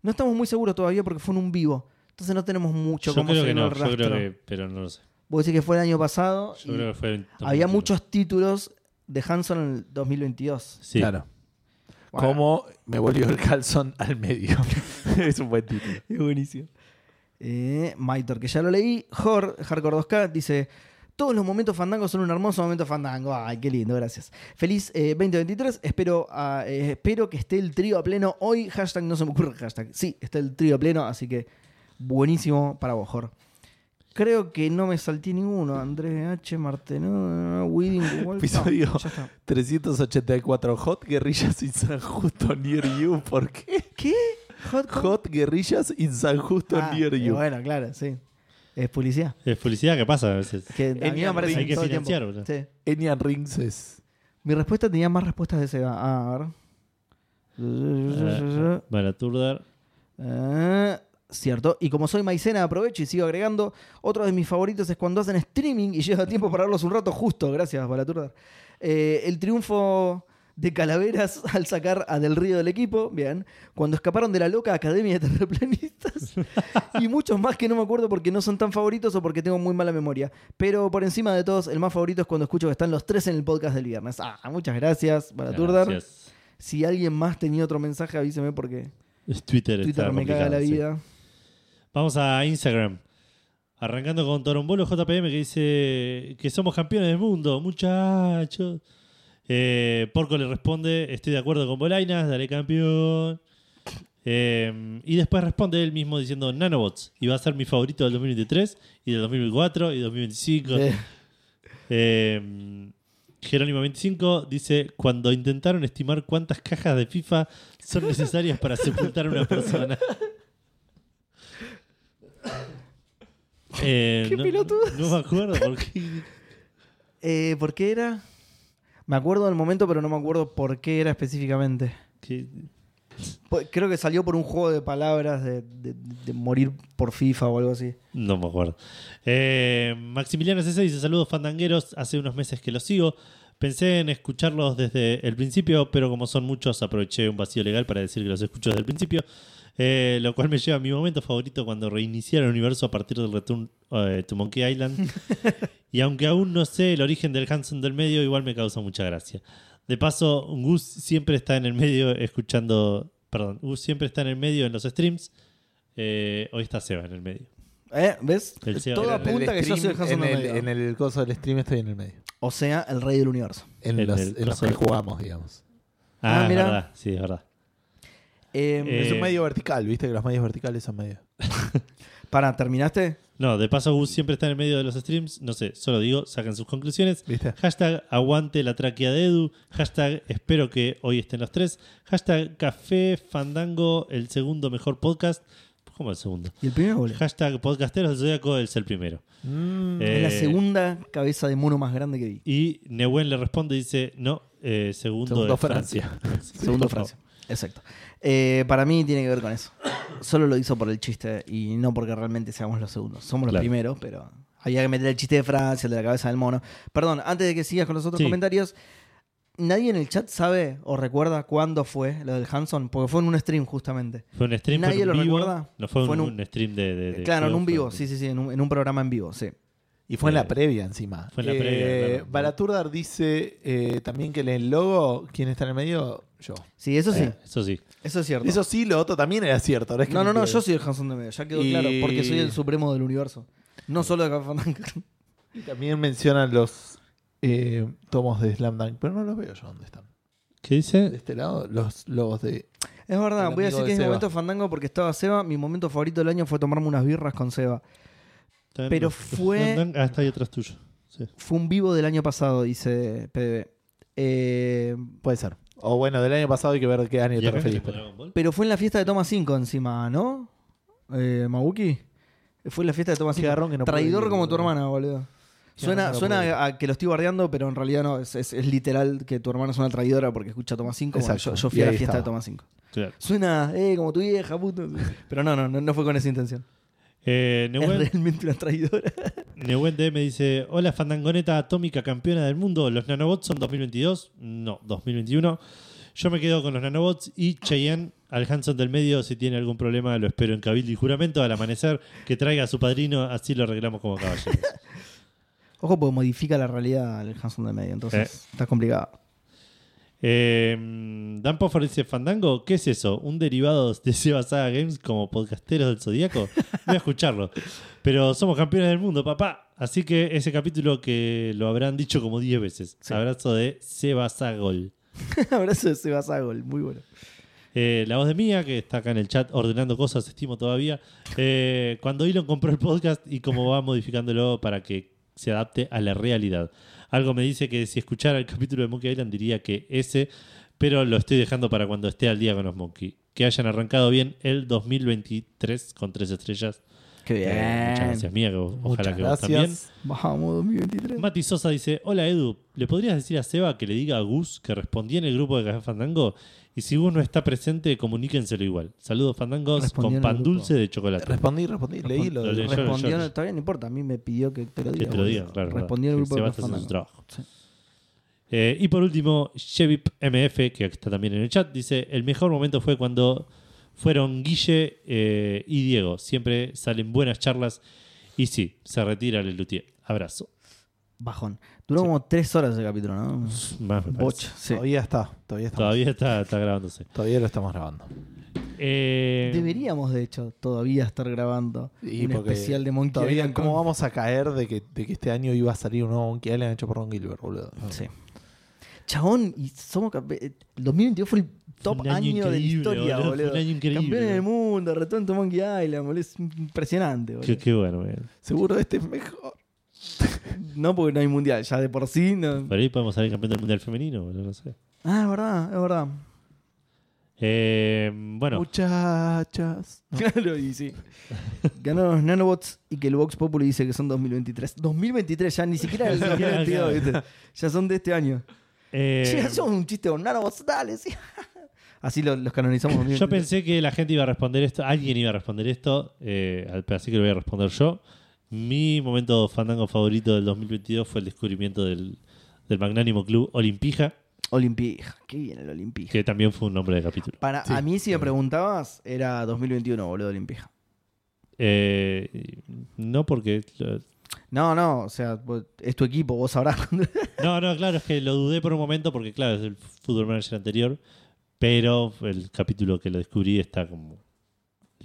Speaker 3: No estamos muy seguros todavía porque fue en un vivo. Entonces no tenemos mucho
Speaker 1: Yo,
Speaker 3: como
Speaker 1: creo que
Speaker 3: seguir
Speaker 1: no,
Speaker 3: el
Speaker 1: yo
Speaker 3: rastro.
Speaker 1: creo que, pero no lo sé.
Speaker 3: Vos decís que fue el año pasado.
Speaker 1: Yo
Speaker 3: y
Speaker 1: creo que fue. en
Speaker 3: había
Speaker 1: 2021.
Speaker 3: muchos títulos de Hanson en el 2022.
Speaker 1: Sí.
Speaker 2: Claro.
Speaker 3: Bueno.
Speaker 2: Como me volvió el calzón al medio. es un buen título.
Speaker 3: Es buenísimo. Eh, Maitor, que ya lo leí. Jor, Hardcore 2K, dice: Todos los momentos fandangos son un hermoso momento fandango. Ay, qué lindo, gracias. Feliz eh, 2023. Espero, ah, eh, espero que esté el trío a pleno hoy. Hashtag no se me ocurre el hashtag. Sí, está el trío a pleno, así que buenísimo para vos, Jor. Creo que no me salté ninguno. Andrés H. Martenó, Weeding, Wolf. No,
Speaker 2: Episodio.
Speaker 3: ya está.
Speaker 2: 384 Hot Guerrillas in San Justo Near You. ¿Por qué?
Speaker 3: ¿Qué? Hot,
Speaker 2: Hot Guerrillas in San Justo
Speaker 3: Ah,
Speaker 2: Near
Speaker 3: eh,
Speaker 2: You.
Speaker 3: Bueno, claro, sí. Es publicidad.
Speaker 1: Es publicidad que pasa a veces.
Speaker 3: Que a mí me
Speaker 2: Ian
Speaker 3: aparecen
Speaker 2: Ring.
Speaker 1: Hay que
Speaker 3: todo el tiempo.
Speaker 1: financiar, boludo.
Speaker 3: Sí.
Speaker 2: Enian Rings es.
Speaker 3: Mi respuesta tenía más respuestas de Seba. Ah, a ver.
Speaker 1: Eh, Balaturdar.
Speaker 3: Eh, cierto. Y como soy maicena, aprovecho y sigo agregando. Otro de mis favoritos es cuando hacen streaming y lleva tiempo para verlos un rato justo. Gracias, Balaturdar. Eh, el triunfo de Calaveras al sacar a Del Río del equipo. Bien. Cuando escaparon de la loca Academia de Terraplanistas. y muchos más que no me acuerdo porque no son tan favoritos o porque tengo muy mala memoria. Pero por encima de todos, el más favorito es cuando escucho que están los tres en el podcast del viernes. Ah, muchas gracias, Balaturdar.
Speaker 1: Gracias.
Speaker 3: Si alguien más tenía otro mensaje, avíseme porque
Speaker 1: Es Twitter,
Speaker 3: Twitter
Speaker 1: está
Speaker 3: me caga la
Speaker 1: complicado, sí.
Speaker 3: vida.
Speaker 1: Vamos a Instagram. Arrancando con Torombolo JPM que dice que somos campeones del mundo, muchachos. Eh, Porco le responde, estoy de acuerdo con Bolainas, daré campeón. Eh, y después responde él mismo diciendo Nanobots, y va a ser mi favorito del 2023, y del 2024, y 2025.
Speaker 3: Eh,
Speaker 1: Eh, Jerónimo 25 dice, cuando intentaron estimar cuántas cajas de FIFA son necesarias para sepultar a una persona. Eh,
Speaker 3: Qué
Speaker 1: no,
Speaker 3: pelotudo.
Speaker 1: Eh, No me acuerdo por qué.
Speaker 3: eh, ¿Por qué era? Me acuerdo del momento, pero no me acuerdo por qué era específicamente.
Speaker 1: Que-
Speaker 3: Po- Creo que salió por un juego de palabras de, de- de morir por FIFA o algo así.
Speaker 1: No me acuerdo. Eh, Maximiliano CC dice: Saludos, fandangueros. Hace unos meses que los sigo. Pensé en escucharlos desde el principio, pero como son muchos, aproveché un vacío legal para decir que los escucho desde el principio. Eh, lo cual me lleva a mi momento favorito cuando reiniciaron el universo a partir del Return eh, to Monkey Island. y aunque aún no sé el origen del Hanson del medio, igual me causa mucha gracia. De paso, Gus siempre está en el medio escuchando. Perdón, Gus siempre está en el medio en los streams. Eh, hoy está Seba en el medio.
Speaker 3: ¿Eh? ¿Ves?
Speaker 1: El CEO
Speaker 3: Todo
Speaker 1: era el
Speaker 3: apunta que yo soy el Hanson
Speaker 2: en
Speaker 3: del
Speaker 2: el,
Speaker 3: medio.
Speaker 2: en el coso del stream estoy en el medio.
Speaker 3: O sea, el rey del universo.
Speaker 2: En,
Speaker 1: En
Speaker 2: los,
Speaker 1: el
Speaker 2: en los
Speaker 1: coso
Speaker 2: que
Speaker 1: del-
Speaker 2: jugamos, digamos.
Speaker 3: Ah,
Speaker 1: Ah, es
Speaker 3: mira.
Speaker 1: verdad. Sí, es verdad.
Speaker 3: Eh,
Speaker 2: es
Speaker 1: Eh,
Speaker 2: un medio vertical, viste que los medios verticales son medios.
Speaker 3: Para, ¿terminaste?
Speaker 1: No, de paso Gus siempre está en el medio de los streams. No sé, solo digo, saquen sus conclusiones.
Speaker 2: ¿Viste?
Speaker 1: Hashtag aguante la tráquea de Edu. Hashtag espero que hoy estén los tres. Hashtag café fandango, el segundo mejor podcast. ¿Cómo el segundo?
Speaker 3: ¿Y el primero, boludo?
Speaker 1: Hashtag podcasteros del Zodíaco es el primero.
Speaker 2: Mm,
Speaker 1: Eh,
Speaker 3: Es la segunda cabeza de mono más grande que vi.
Speaker 1: Y Nehuen le responde y dice, no, eh, segundo,
Speaker 2: Segundo
Speaker 1: es Francia. Sí,
Speaker 3: Segundo
Speaker 1: por favor.
Speaker 3: Francia. Exacto. Eh, para mí tiene que ver con eso. Solo lo hizo por el chiste y no porque realmente seamos los segundos. Somos los
Speaker 1: Claro.
Speaker 3: primeros, pero había que meter el chiste de Francia, el de la cabeza del mono. Perdón, antes de que sigas con los otros
Speaker 1: Sí.
Speaker 3: comentarios, ¿nadie en el chat sabe o recuerda cuándo fue lo del Hanson? Porque fue en un stream justamente.
Speaker 1: Fue un stream,
Speaker 3: Nadie
Speaker 1: fue en un
Speaker 3: lo
Speaker 1: vivo.
Speaker 3: recuerda.
Speaker 1: No fue,
Speaker 3: Fue
Speaker 1: un,
Speaker 3: en un-
Speaker 1: un stream de... de- de
Speaker 3: claro, en
Speaker 1: juegos,
Speaker 3: un vivo,
Speaker 1: Eh, fue
Speaker 3: sí, sí, sí, en un, en un programa en vivo, sí.
Speaker 2: y fue en la
Speaker 1: eh,
Speaker 2: previa encima.
Speaker 1: fue en la
Speaker 2: Eh,
Speaker 1: previa, claro.
Speaker 2: Balaturdar dice eh, también que en el logo, ¿quién está en el medio? Yo.
Speaker 3: Sí, eso sí,
Speaker 1: Eh, Eso sí.
Speaker 3: eso es cierto.
Speaker 2: Eso sí, lo otro también era cierto. No, es que
Speaker 3: no, no, no,
Speaker 2: mentira.
Speaker 3: yo soy el Hanson de medio, ya quedó
Speaker 2: Y-
Speaker 3: claro, porque soy el supremo del universo. No solo de Café
Speaker 2: Y También mencionan los eh, tomos de Slam Dunk, pero no los veo yo dónde están.
Speaker 1: ¿Qué dice?
Speaker 2: De este lado, los logos de.
Speaker 3: Es verdad,
Speaker 2: El
Speaker 3: voy a
Speaker 2: amigo
Speaker 3: decir
Speaker 2: de
Speaker 3: que es mi
Speaker 2: Seba.
Speaker 3: momento fandango porque estaba Seba. Mi momento favorito del año fue tomarme unas birras con Seba.
Speaker 1: Está en
Speaker 3: Pero
Speaker 1: los-
Speaker 3: fue-
Speaker 1: Ah, está ahí atrás tuyo. Sí.
Speaker 3: Fue un vivo del año pasado, dice PDB. Eh,
Speaker 2: Puede ser. O bueno, del año pasado hay que ver qué año te referís. pero-
Speaker 3: pero fue en la fiesta de Toma 5 encima, ¿no? Eh, Mabuki. Fue en la fiesta de Toma
Speaker 2: Qué
Speaker 3: 5.
Speaker 2: garrón que no pude
Speaker 3: Traidor
Speaker 2: ir,
Speaker 3: como tu
Speaker 2: boludo.
Speaker 3: hermana, boludo.
Speaker 2: Qué
Speaker 3: Suena,
Speaker 2: garrón que no pude ir.
Speaker 3: suena a que lo estoy bardeando, pero en realidad no. Es, es- es literal que tu hermana es una traidora porque escucha Toma 5. Bueno,
Speaker 2: Exacto.
Speaker 3: yo, yo fui
Speaker 2: Y
Speaker 3: a la
Speaker 2: ahí
Speaker 3: fiesta de
Speaker 2: estaba.
Speaker 3: Toma 5.
Speaker 1: Claro.
Speaker 3: Suena, eh, como tu vieja, puto. Pero no, no, no, no fue con esa intención.
Speaker 1: Eh, Nehuen,
Speaker 3: Es realmente una traidora.
Speaker 1: Nehuen D me dice: Hola, fandangoneta atómica campeona del mundo. ¿Los nanobots son 2022? No, 2021. Yo me quedo con los nanobots y Cheyenne al Hanson del medio. Si tiene algún problema, lo espero en Cabildo y juramento al amanecer. Que traiga a su padrino, así lo arreglamos como caballeros.
Speaker 3: Ojo, porque modifica la realidad el Hanson de medio, entonces está complicado.
Speaker 1: Eh, Dan Poffer dice: Fandango, ¿qué es eso? ¿Un derivado de Seba Saga Games como podcasteros del Zodíaco? Voy a escucharlo. Pero somos campeones del mundo, papá. Así que ese capítulo que lo habrán dicho como 10 veces.
Speaker 3: Sí.
Speaker 1: Abrazo de Seba Sagol.
Speaker 3: Abrazo de Sebas Agol, muy bueno.
Speaker 1: Eh, la voz de Mía, que está acá en el chat ordenando cosas, estimo todavía. Eh, cuando Elon compró el podcast y cómo va modificándolo para que se adapte a la realidad. Algo me dice que si escuchara el capítulo de Monkey Island diría que ese, pero lo estoy dejando para cuando esté al día con los Monkey. Que hayan arrancado bien el 2023 con tres estrellas.
Speaker 3: Qué
Speaker 1: Eh, muchas gracias, Mía. que vos- ojalá
Speaker 2: Muchas
Speaker 1: que vos también.
Speaker 2: gracias.
Speaker 3: Bajamos 2023.
Speaker 1: Mati Sosa dice: Hola Edu, ¿le podrías decir a Seba que le diga a Gus que respondí en el grupo de Café Fandango? Y si Gus no está presente, comuníquenselo igual. Saludos Fandangos
Speaker 3: Respondí en
Speaker 1: con
Speaker 3: el
Speaker 1: pan
Speaker 3: grupo.
Speaker 1: dulce de chocolate.
Speaker 2: Respondí, respondí. Leí lo
Speaker 1: lo
Speaker 2: de.
Speaker 1: leyó, yo-
Speaker 3: Respondió,
Speaker 1: yo-
Speaker 3: no, está bien, no importa, a mí me pidió que te lo
Speaker 1: que
Speaker 3: diga.
Speaker 1: te Este lo diga,
Speaker 3: boludo.
Speaker 1: claro.
Speaker 3: Respondió en el
Speaker 1: que
Speaker 3: grupo
Speaker 1: Seba
Speaker 3: de
Speaker 1: está haciendo su
Speaker 3: Fandango.
Speaker 1: trabajo.
Speaker 3: Sí.
Speaker 1: Eh, y por último, Shevip MF, que está también en el chat, dice: El mejor momento fue cuando fueron Guille eh, y Diego. Siempre salen buenas charlas. Y sí, se retira Lelutier. Abrazo.
Speaker 3: Bajón. Duró
Speaker 1: Sí.
Speaker 3: como tres horas el capítulo, ¿no?
Speaker 1: Más me parece.
Speaker 3: Bocha, sí.
Speaker 2: Todavía está. Todavía está. Todavía.
Speaker 1: Todavía está, está grabándose.
Speaker 2: lo estamos grabando.
Speaker 1: Eh,
Speaker 3: Deberíamos, de hecho, todavía estar grabando un
Speaker 2: porque
Speaker 3: especial de Monkey
Speaker 2: todavía,
Speaker 3: Island
Speaker 2: ¿Cómo
Speaker 3: con-
Speaker 2: vamos a caer de que, de que este año iba a salir un nuevo Monkey Island hecho por Ron Gilbert, boludo?
Speaker 3: Sí. Chabón, y somos campe- eh, el 2022 fue el top
Speaker 1: un año
Speaker 3: año, de la
Speaker 1: increíble, boludo,
Speaker 3: historia,
Speaker 1: fue
Speaker 3: boludo.
Speaker 1: un año increíble.
Speaker 3: Campeones del mundo, retorno a Monkey Island, boludo. Es impresionante, boludo.
Speaker 1: Qué, qué bueno, bien.
Speaker 2: Seguro este es mejor.
Speaker 3: No porque no hay mundial, ya de por sí. No...
Speaker 1: Por ahí podemos salir campeón del mundial femenino, boludo, no sé.
Speaker 3: Ah, es verdad, es verdad.
Speaker 1: Ah. Eh, bueno,
Speaker 2: Muchachas.
Speaker 3: Claro, y sí. Ganaron los nanobots y que el Vox Populi dice que son 2023. 2023, ya ni siquiera el 2022, ¿viste? Ya son de este año.
Speaker 1: Eh,
Speaker 3: Che, hacemos un chiste con nanobots, dale, sí. Así lo- los canonizamos. bien.
Speaker 1: Yo pensé que la gente iba a responder esto, alguien iba a responder esto, eh, al- así que lo voy a responder yo. Mi momento fandango favorito del 2022 fue el descubrimiento del, del magnánimo club Olimpija,
Speaker 3: Olimpija, qué bien el Olimpija.
Speaker 1: que también fue un nombre de capítulo.
Speaker 3: Para,
Speaker 2: Sí.
Speaker 3: a mí, si me preguntabas, era 2021, boludo, Olimpija.
Speaker 1: Eh, no porque...
Speaker 3: No, no, o sea, vos- es tu equipo, vos sabrás.
Speaker 1: No, no, claro, es que lo dudé por un momento porque, claro, es el Football Manager anterior, pero el capítulo que lo descubrí está como...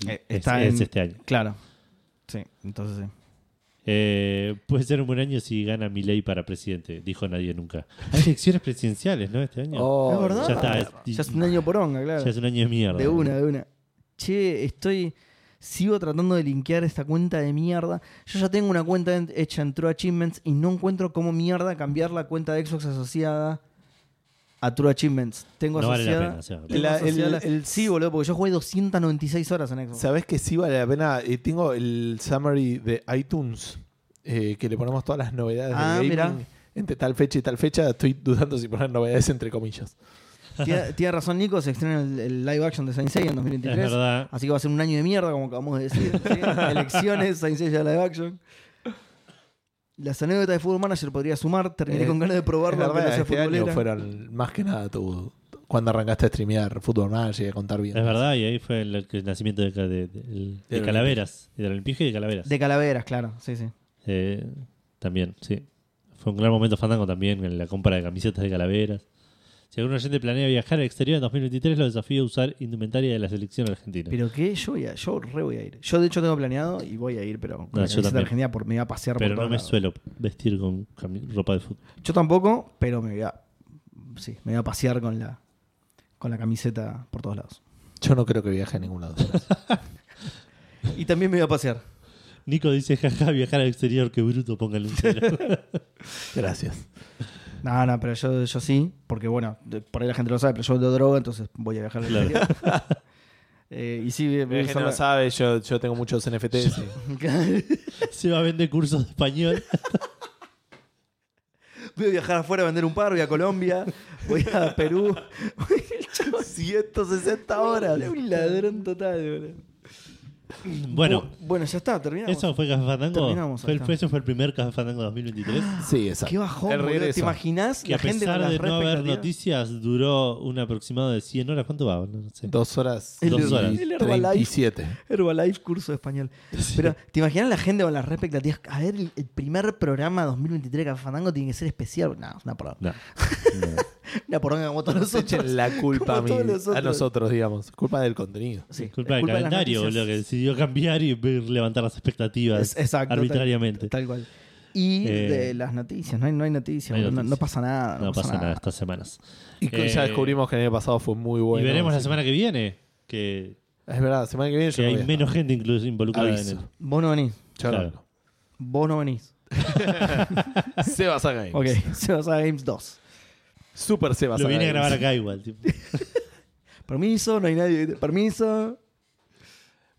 Speaker 3: Eh,
Speaker 1: es-
Speaker 3: está
Speaker 1: es
Speaker 3: en-
Speaker 1: este año.
Speaker 3: claro. Sí, entonces sí.
Speaker 1: Eh, puede ser un buen año si gana mi ley para presidente, dijo nadie nunca. Hay elecciones presidenciales, ¿no? Este año.
Speaker 2: Oh,
Speaker 3: ¿Es verdad?
Speaker 1: ya está, es-
Speaker 3: ya es un año poronga, claro.
Speaker 1: Ya es un año de mierda.
Speaker 3: De una, de una. Che, estoy. Sigo tratando de linkear esta cuenta de mierda. Yo ya tengo una cuenta en- hecha en True Achievements y no encuentro cómo mierda cambiar la cuenta de Xbox asociada a True Achievements. Tengo
Speaker 1: No vale la
Speaker 3: asociada.
Speaker 1: pena, o sea,
Speaker 3: tengo
Speaker 2: La- el-
Speaker 3: asociada-
Speaker 2: el-
Speaker 3: sí, boludo, porque yo jugué 296 horas en Xbox.
Speaker 2: ¿Sabes que sí vale la pena? Eh, tengo el summary de iTunes, eh, que le ponemos todas las novedades
Speaker 3: Ah,
Speaker 2: del
Speaker 3: mirá.
Speaker 2: gaming. Entre tal fecha y tal fecha, estoy dudando si poner novedades entre comillas.
Speaker 3: Tiene, tiene razón Nico, se estrena el, el live action de Saint Seiya en
Speaker 1: Es
Speaker 3: 2023.
Speaker 1: verdad.
Speaker 3: Así que va a ser un año de mierda, como acabamos de decir. ¿sí? Elecciones, Saint Seiya live action. Las anécdotas de Football Manager podría sumar. Terminé
Speaker 2: Eh,
Speaker 3: con ganas de
Speaker 2: Es
Speaker 3: probarlo, aunque
Speaker 2: verdad,
Speaker 3: no sea
Speaker 2: este año
Speaker 3: futbolera.
Speaker 2: fueron más que nada tu, cuando arrancaste a streamear Fútbol Manager y a contar bien.
Speaker 1: Es verdad, y ahí fue el, el nacimiento de, ca- de- de- el- de
Speaker 2: Del
Speaker 1: Calaveras, y del Olimpije y de Calaveras.
Speaker 3: De calaveras, claro, sí, sí.
Speaker 1: Eh, también, sí. Fue un gran momento fandango también en la compra de camisetas de Calaveras. Si algún oyente planea viajar al exterior en 2023, lo desafío a usar indumentaria de la selección argentina.
Speaker 3: Pero qué, yo voy a, yo re voy a ir. Yo de hecho tengo planeado y voy a ir, pero con
Speaker 1: No,
Speaker 3: la
Speaker 1: yo
Speaker 3: camiseta
Speaker 1: también.
Speaker 3: argentina por, me voy a pasear
Speaker 1: Pero
Speaker 3: por
Speaker 1: no
Speaker 3: todos
Speaker 1: me
Speaker 3: lados.
Speaker 1: suelo vestir con cami- ropa de fútbol.
Speaker 3: Yo tampoco, pero me voy a. Sí, me voy a pasear con la con la camiseta por todos lados.
Speaker 2: Yo no creo que viaje a ningún lado.
Speaker 3: Y también me voy a pasear.
Speaker 1: Nico dice, jaja, viajar al exterior, qué bruto, póngale un cero.
Speaker 2: Gracias.
Speaker 3: No, no, pero yo, yo sí, porque bueno, de- por ahí la gente lo sabe, pero yo doy droga, entonces voy a viajar al
Speaker 1: Claro.
Speaker 3: exterior. Eh, y sí, voy a
Speaker 2: La gente
Speaker 3: usar
Speaker 2: no
Speaker 3: la-
Speaker 2: sabe, yo, yo tengo muchos NFTs. y-
Speaker 1: Se va a vender cursos de español.
Speaker 3: Voy a viajar afuera a vender un par, voy a Colombia, voy a Perú.
Speaker 2: 160
Speaker 3: Ahora,
Speaker 2: horas.
Speaker 3: un ladrón total, boludo.
Speaker 1: Bueno,
Speaker 3: Bu- bueno, ya está, terminamos.
Speaker 1: Eso fue Café Fandango.
Speaker 3: Terminamos,
Speaker 1: Fue el,
Speaker 3: ahí está.
Speaker 1: ese fue el primer Café Fandango 2023.
Speaker 2: Sí, exacto.
Speaker 3: Qué bajón,
Speaker 2: El
Speaker 3: boludo.
Speaker 2: regreso.
Speaker 3: ¿Te imaginas
Speaker 1: Que
Speaker 3: la
Speaker 1: a
Speaker 3: gente
Speaker 1: pesar
Speaker 3: con las
Speaker 1: de no haber
Speaker 3: expectativas?
Speaker 1: noticias, duró un aproximado de 100 horas. ¿Cuánto va? No sé.
Speaker 2: Dos horas.
Speaker 3: El-
Speaker 1: Dos horas.
Speaker 2: Y
Speaker 3: el Herbalife.
Speaker 2: 37.
Speaker 3: Herbalife curso de español. Pero, ¿te imaginas la gente con las re expectativas? A ver, el, el primer programa 2023 de Café Fandango tiene que ser especial. No, es una poronga.
Speaker 1: No. No.
Speaker 3: Una poronga como todos
Speaker 2: Nos
Speaker 3: nosotros.
Speaker 2: echen la culpa a,
Speaker 3: Como todos
Speaker 2: mí-
Speaker 3: los
Speaker 2: a
Speaker 3: otros.
Speaker 2: nosotros, digamos. Culpa del contenido.
Speaker 3: Sí,
Speaker 1: Es culpa
Speaker 3: es
Speaker 1: del
Speaker 3: de las
Speaker 1: calendario,
Speaker 3: noticias.
Speaker 1: boludo, que decidió cambiar y ver- levantar las expectativas
Speaker 3: Es- exacto,
Speaker 1: arbitrariamente.
Speaker 3: Tal, tal cual. Y
Speaker 1: Eh,
Speaker 3: de las noticias, no hay, no hay noticias,
Speaker 1: no hay
Speaker 3: boludo, no,
Speaker 1: noticias.
Speaker 3: no pasa nada. No,
Speaker 1: no pasa nada estas semanas.
Speaker 2: Y que ya
Speaker 1: Eh,
Speaker 2: descubrimos que el año pasado fue muy bueno.
Speaker 1: y veremos la
Speaker 2: así
Speaker 1: semana que viene que,
Speaker 2: que- Es verdad, la semana que viene yo
Speaker 1: que
Speaker 2: no
Speaker 1: hay
Speaker 2: voy a
Speaker 1: menos gente incluso
Speaker 2: estar.
Speaker 1: involucrada
Speaker 2: Aviso.
Speaker 1: en el.
Speaker 3: Vos no venís,
Speaker 2: Yo no.
Speaker 1: Claro.
Speaker 3: vos no venís.
Speaker 2: Sebas a Games.
Speaker 3: Ok, se vas a Games 2.
Speaker 2: Super Sebas
Speaker 1: Lo
Speaker 2: a
Speaker 1: vine a
Speaker 2: Games.
Speaker 1: grabar acá igual. tipo.
Speaker 3: Permiso, no hay nadie. Permiso.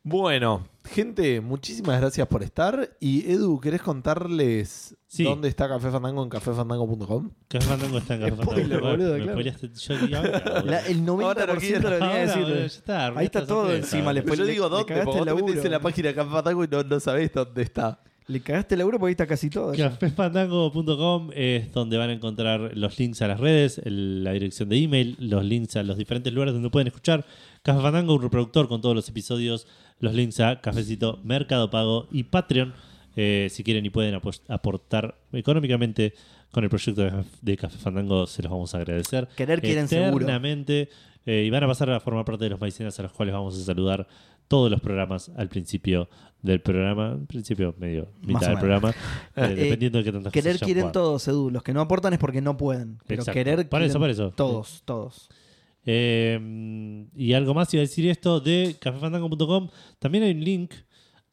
Speaker 2: Bueno, gente, muchísimas gracias por estar. Y Edu, ¿querés contarles
Speaker 1: Sí.
Speaker 2: dónde está Café Fandango en cafefandango.com?
Speaker 1: Café Fandango está en Café
Speaker 2: Spoiler,
Speaker 1: Fandango.
Speaker 2: boludo,
Speaker 1: Me
Speaker 2: claro.
Speaker 1: spoileaste yo y ahora, boludo.
Speaker 3: La- el 90%
Speaker 2: Ahora no quiero,
Speaker 3: lo venía a
Speaker 1: Ahora,
Speaker 3: decir.
Speaker 1: boludo, ya está,
Speaker 3: Ahí
Speaker 1: arruinaste
Speaker 3: está
Speaker 1: la
Speaker 3: todo
Speaker 1: sorpresa,
Speaker 3: encima.
Speaker 1: boludo.
Speaker 3: Le,
Speaker 2: Pero yo
Speaker 3: le-
Speaker 2: digo
Speaker 3: le
Speaker 2: dónde,
Speaker 3: cagaste
Speaker 2: porque
Speaker 3: el
Speaker 2: vos te
Speaker 3: laburo.
Speaker 2: metés en la página de Café Fandango y no, no sabés dónde está.
Speaker 3: Le cagaste el laburo porque ahí está casi todo. ya.
Speaker 1: Caféfandango.com es donde van a encontrar los links a las redes, el- la dirección de email, los links a los diferentes lugares donde pueden escuchar. Café Fandango, un reproductor con todos los episodios, los links a Cafecito, Mercado Pago y Patreon. Eh, si quieren y pueden apo- aportar económicamente con el proyecto de, Caf- de Café Fandango, se los vamos a agradecer.
Speaker 3: Querer quieren seguro.
Speaker 1: Eternamente. Eh, y van a pasar a formar parte de los maicenas a los cuales vamos a saludar todos los programas al principio del programa, principio medio,
Speaker 3: Más o
Speaker 1: mitad del
Speaker 3: menos.
Speaker 1: programa, eh,
Speaker 3: Eh,
Speaker 1: dependiendo de qué tantas
Speaker 3: Querer
Speaker 1: cosas hayan
Speaker 3: quieren
Speaker 1: jugado.
Speaker 3: todos, Edu. Los que no aportan es porque no pueden. Pero
Speaker 1: Exacto.
Speaker 3: querer
Speaker 1: Por eso,
Speaker 3: quieren
Speaker 1: por eso.
Speaker 3: todos, todos.
Speaker 1: Eh, y algo más iba a decir esto de cafefandango.com. También hay un link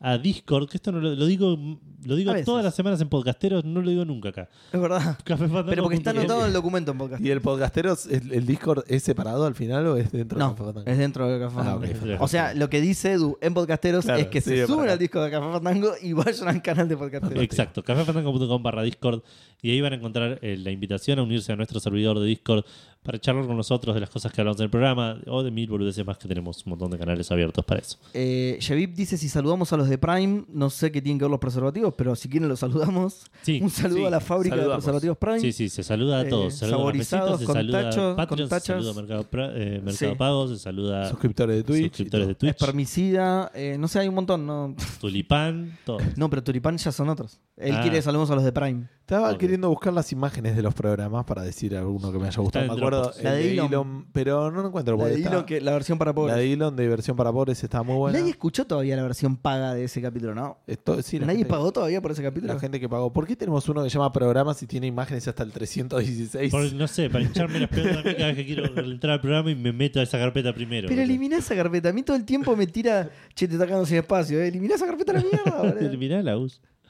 Speaker 1: a Discord, que esto no lo, lo digo, lo digo
Speaker 3: A veces.
Speaker 1: todas las semanas en podcasteros, no lo digo nunca acá.
Speaker 3: Es verdad.
Speaker 1: Café Fandango
Speaker 3: Pero porque está
Speaker 1: punto com.
Speaker 3: anotado en el documento en podcast.
Speaker 2: ¿Y el podcastero, el, el Discord, es separado al final o es dentro
Speaker 3: No,
Speaker 2: de Café Fandango?
Speaker 3: es dentro de Café
Speaker 2: Ah, ok.
Speaker 3: Fandango. O sea, lo que dice Edu en Podcasteros
Speaker 2: Claro,
Speaker 3: es que
Speaker 2: sí,
Speaker 3: se
Speaker 2: es
Speaker 3: suben
Speaker 2: verdad.
Speaker 3: al disco de Café Fandango y vayan al canal de Podcasteros.
Speaker 1: Exacto, cafefandango.com barra Discord y ahí van a encontrar eh, la invitación a unirse a nuestro servidor de Discord para charlar con nosotros de las cosas que hablamos en el programa o de mil boludeces más que tenemos un montón de canales abiertos para eso.
Speaker 3: Eh, Yavip dice: Si saludamos a los de Prime, no sé qué tienen que ver los preservativos, pero si quieren los saludamos.
Speaker 1: Sí,
Speaker 3: Un saludo
Speaker 2: sí,
Speaker 3: a la fábrica
Speaker 2: saludamos.
Speaker 3: de preservativos Prime.
Speaker 1: sí, sí, se saluda a
Speaker 3: Eh,
Speaker 1: todos. se saluda a
Speaker 3: saborizados,
Speaker 1: Cafecitos, se
Speaker 3: con
Speaker 1: saluda
Speaker 3: tachos,
Speaker 1: a Patreon,
Speaker 3: con
Speaker 1: se saluda a
Speaker 3: tachas.
Speaker 1: Mercado, Pra- eh, Mercado
Speaker 3: Sí.
Speaker 1: Pago, se saluda a
Speaker 2: Suscriptores de Twitch. y
Speaker 1: suscriptores de
Speaker 2: todo.
Speaker 1: Twitch,
Speaker 3: Espermicida, eh, no sé, hay un montón. No,
Speaker 1: Tulipán, todo.
Speaker 3: no pero Turipán ya son otros. Él
Speaker 1: Ah.
Speaker 3: quiere que saludemos a los de Prime.
Speaker 2: Estaba
Speaker 1: Ok.
Speaker 2: queriendo buscar las imágenes de los programas para decir alguno que me haya
Speaker 1: Está
Speaker 2: gustado.
Speaker 1: en
Speaker 2: Me acuerdo
Speaker 1: Dropbox.
Speaker 2: el
Speaker 3: La de
Speaker 2: de
Speaker 3: Elon.
Speaker 2: Elon, pero no lo encuentro.
Speaker 3: La,
Speaker 2: porque
Speaker 3: de
Speaker 2: está-
Speaker 3: Elon, que- la versión para pobres.
Speaker 2: la de Elon de versión para pobres está muy buena.
Speaker 3: Nadie escuchó todavía la versión paga de ese capítulo, ¿no?
Speaker 2: Esto- sí, la
Speaker 3: Nadie
Speaker 2: gente-
Speaker 3: pagó todavía por ese capítulo.
Speaker 2: La gente que pagó. ¿Por qué tenemos uno que llama programas y tiene imágenes hasta el 316?
Speaker 1: Por- no sé, para hincharme las pelotas cada vez que quiero entrar al programa y me meto a esa carpeta primero.
Speaker 3: Pero
Speaker 1: boludo.
Speaker 3: eliminá esa carpeta. A mí todo el tiempo me tira, che, te está quedando sin espacio. ¿eh? Eliminá esa carpeta a la mierda, boludo.
Speaker 1: Eliminá la US.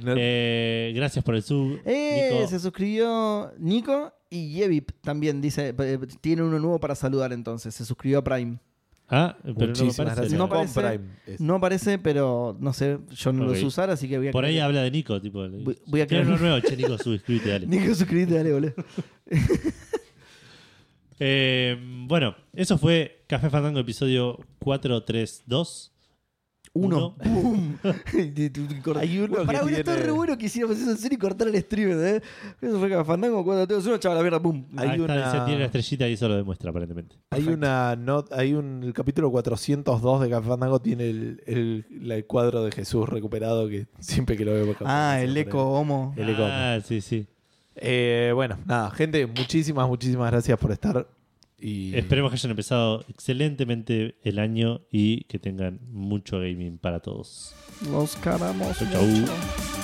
Speaker 2: No-
Speaker 1: Eh, gracias por el sub.
Speaker 3: Eh,
Speaker 1: Nico.
Speaker 3: se suscribió Nico y Yevip también dice, eh, tiene uno nuevo para saludar entonces. Se suscribió a Prime.
Speaker 1: Ah, pero no me
Speaker 2: Muchísimas
Speaker 1: parece.
Speaker 2: gracias.
Speaker 3: No
Speaker 2: Con
Speaker 3: aparece.
Speaker 2: Prime. Es-
Speaker 3: No aparece, pero no sé, yo no lo
Speaker 1: Ok.
Speaker 3: sé usar, así que voy a
Speaker 1: Por ahí habla de Nico, tipo.
Speaker 3: Voy- voy a
Speaker 1: Tiene
Speaker 3: creer-
Speaker 1: uno nuevo, che, Nico, suscríbete, dale.
Speaker 3: Nico, suscríbete, dale, boludo.
Speaker 1: Eh, bueno, eso fue Café Fandango, episodio 432.
Speaker 3: Uno. ¡Bum! Hay
Speaker 2: uno
Speaker 3: Para,
Speaker 2: que
Speaker 3: boludo, está
Speaker 2: tiene-
Speaker 3: re bueno que hiciéramos eso en serio y cortar el stream, ¿eh? Eso fue Café Fandango, cuando te uno, chaval, la mierda, ¡pum!
Speaker 2: Hay
Speaker 1: Ahí Ah, está,
Speaker 2: una-
Speaker 1: dice, tiene la estrellita y eso lo demuestra, aparentemente.
Speaker 2: Hay una not- hay un el capítulo 402 de Café Fandango tiene el, el, la- el cuadro de Jesús recuperado que siempre que lo veo Café
Speaker 3: Ah,
Speaker 2: Fandango
Speaker 3: el
Speaker 2: se lo
Speaker 3: eco homo.
Speaker 2: El eco.
Speaker 1: Ah, sí, sí.
Speaker 2: pone. Eh, bueno, nada, gente, muchísimas muchísimas gracias por estar y
Speaker 1: Esperemos que hayan empezado excelentemente el año y que tengan mucho gaming para todos.
Speaker 3: Los caramos.
Speaker 1: Chau, chau.
Speaker 3: mucho.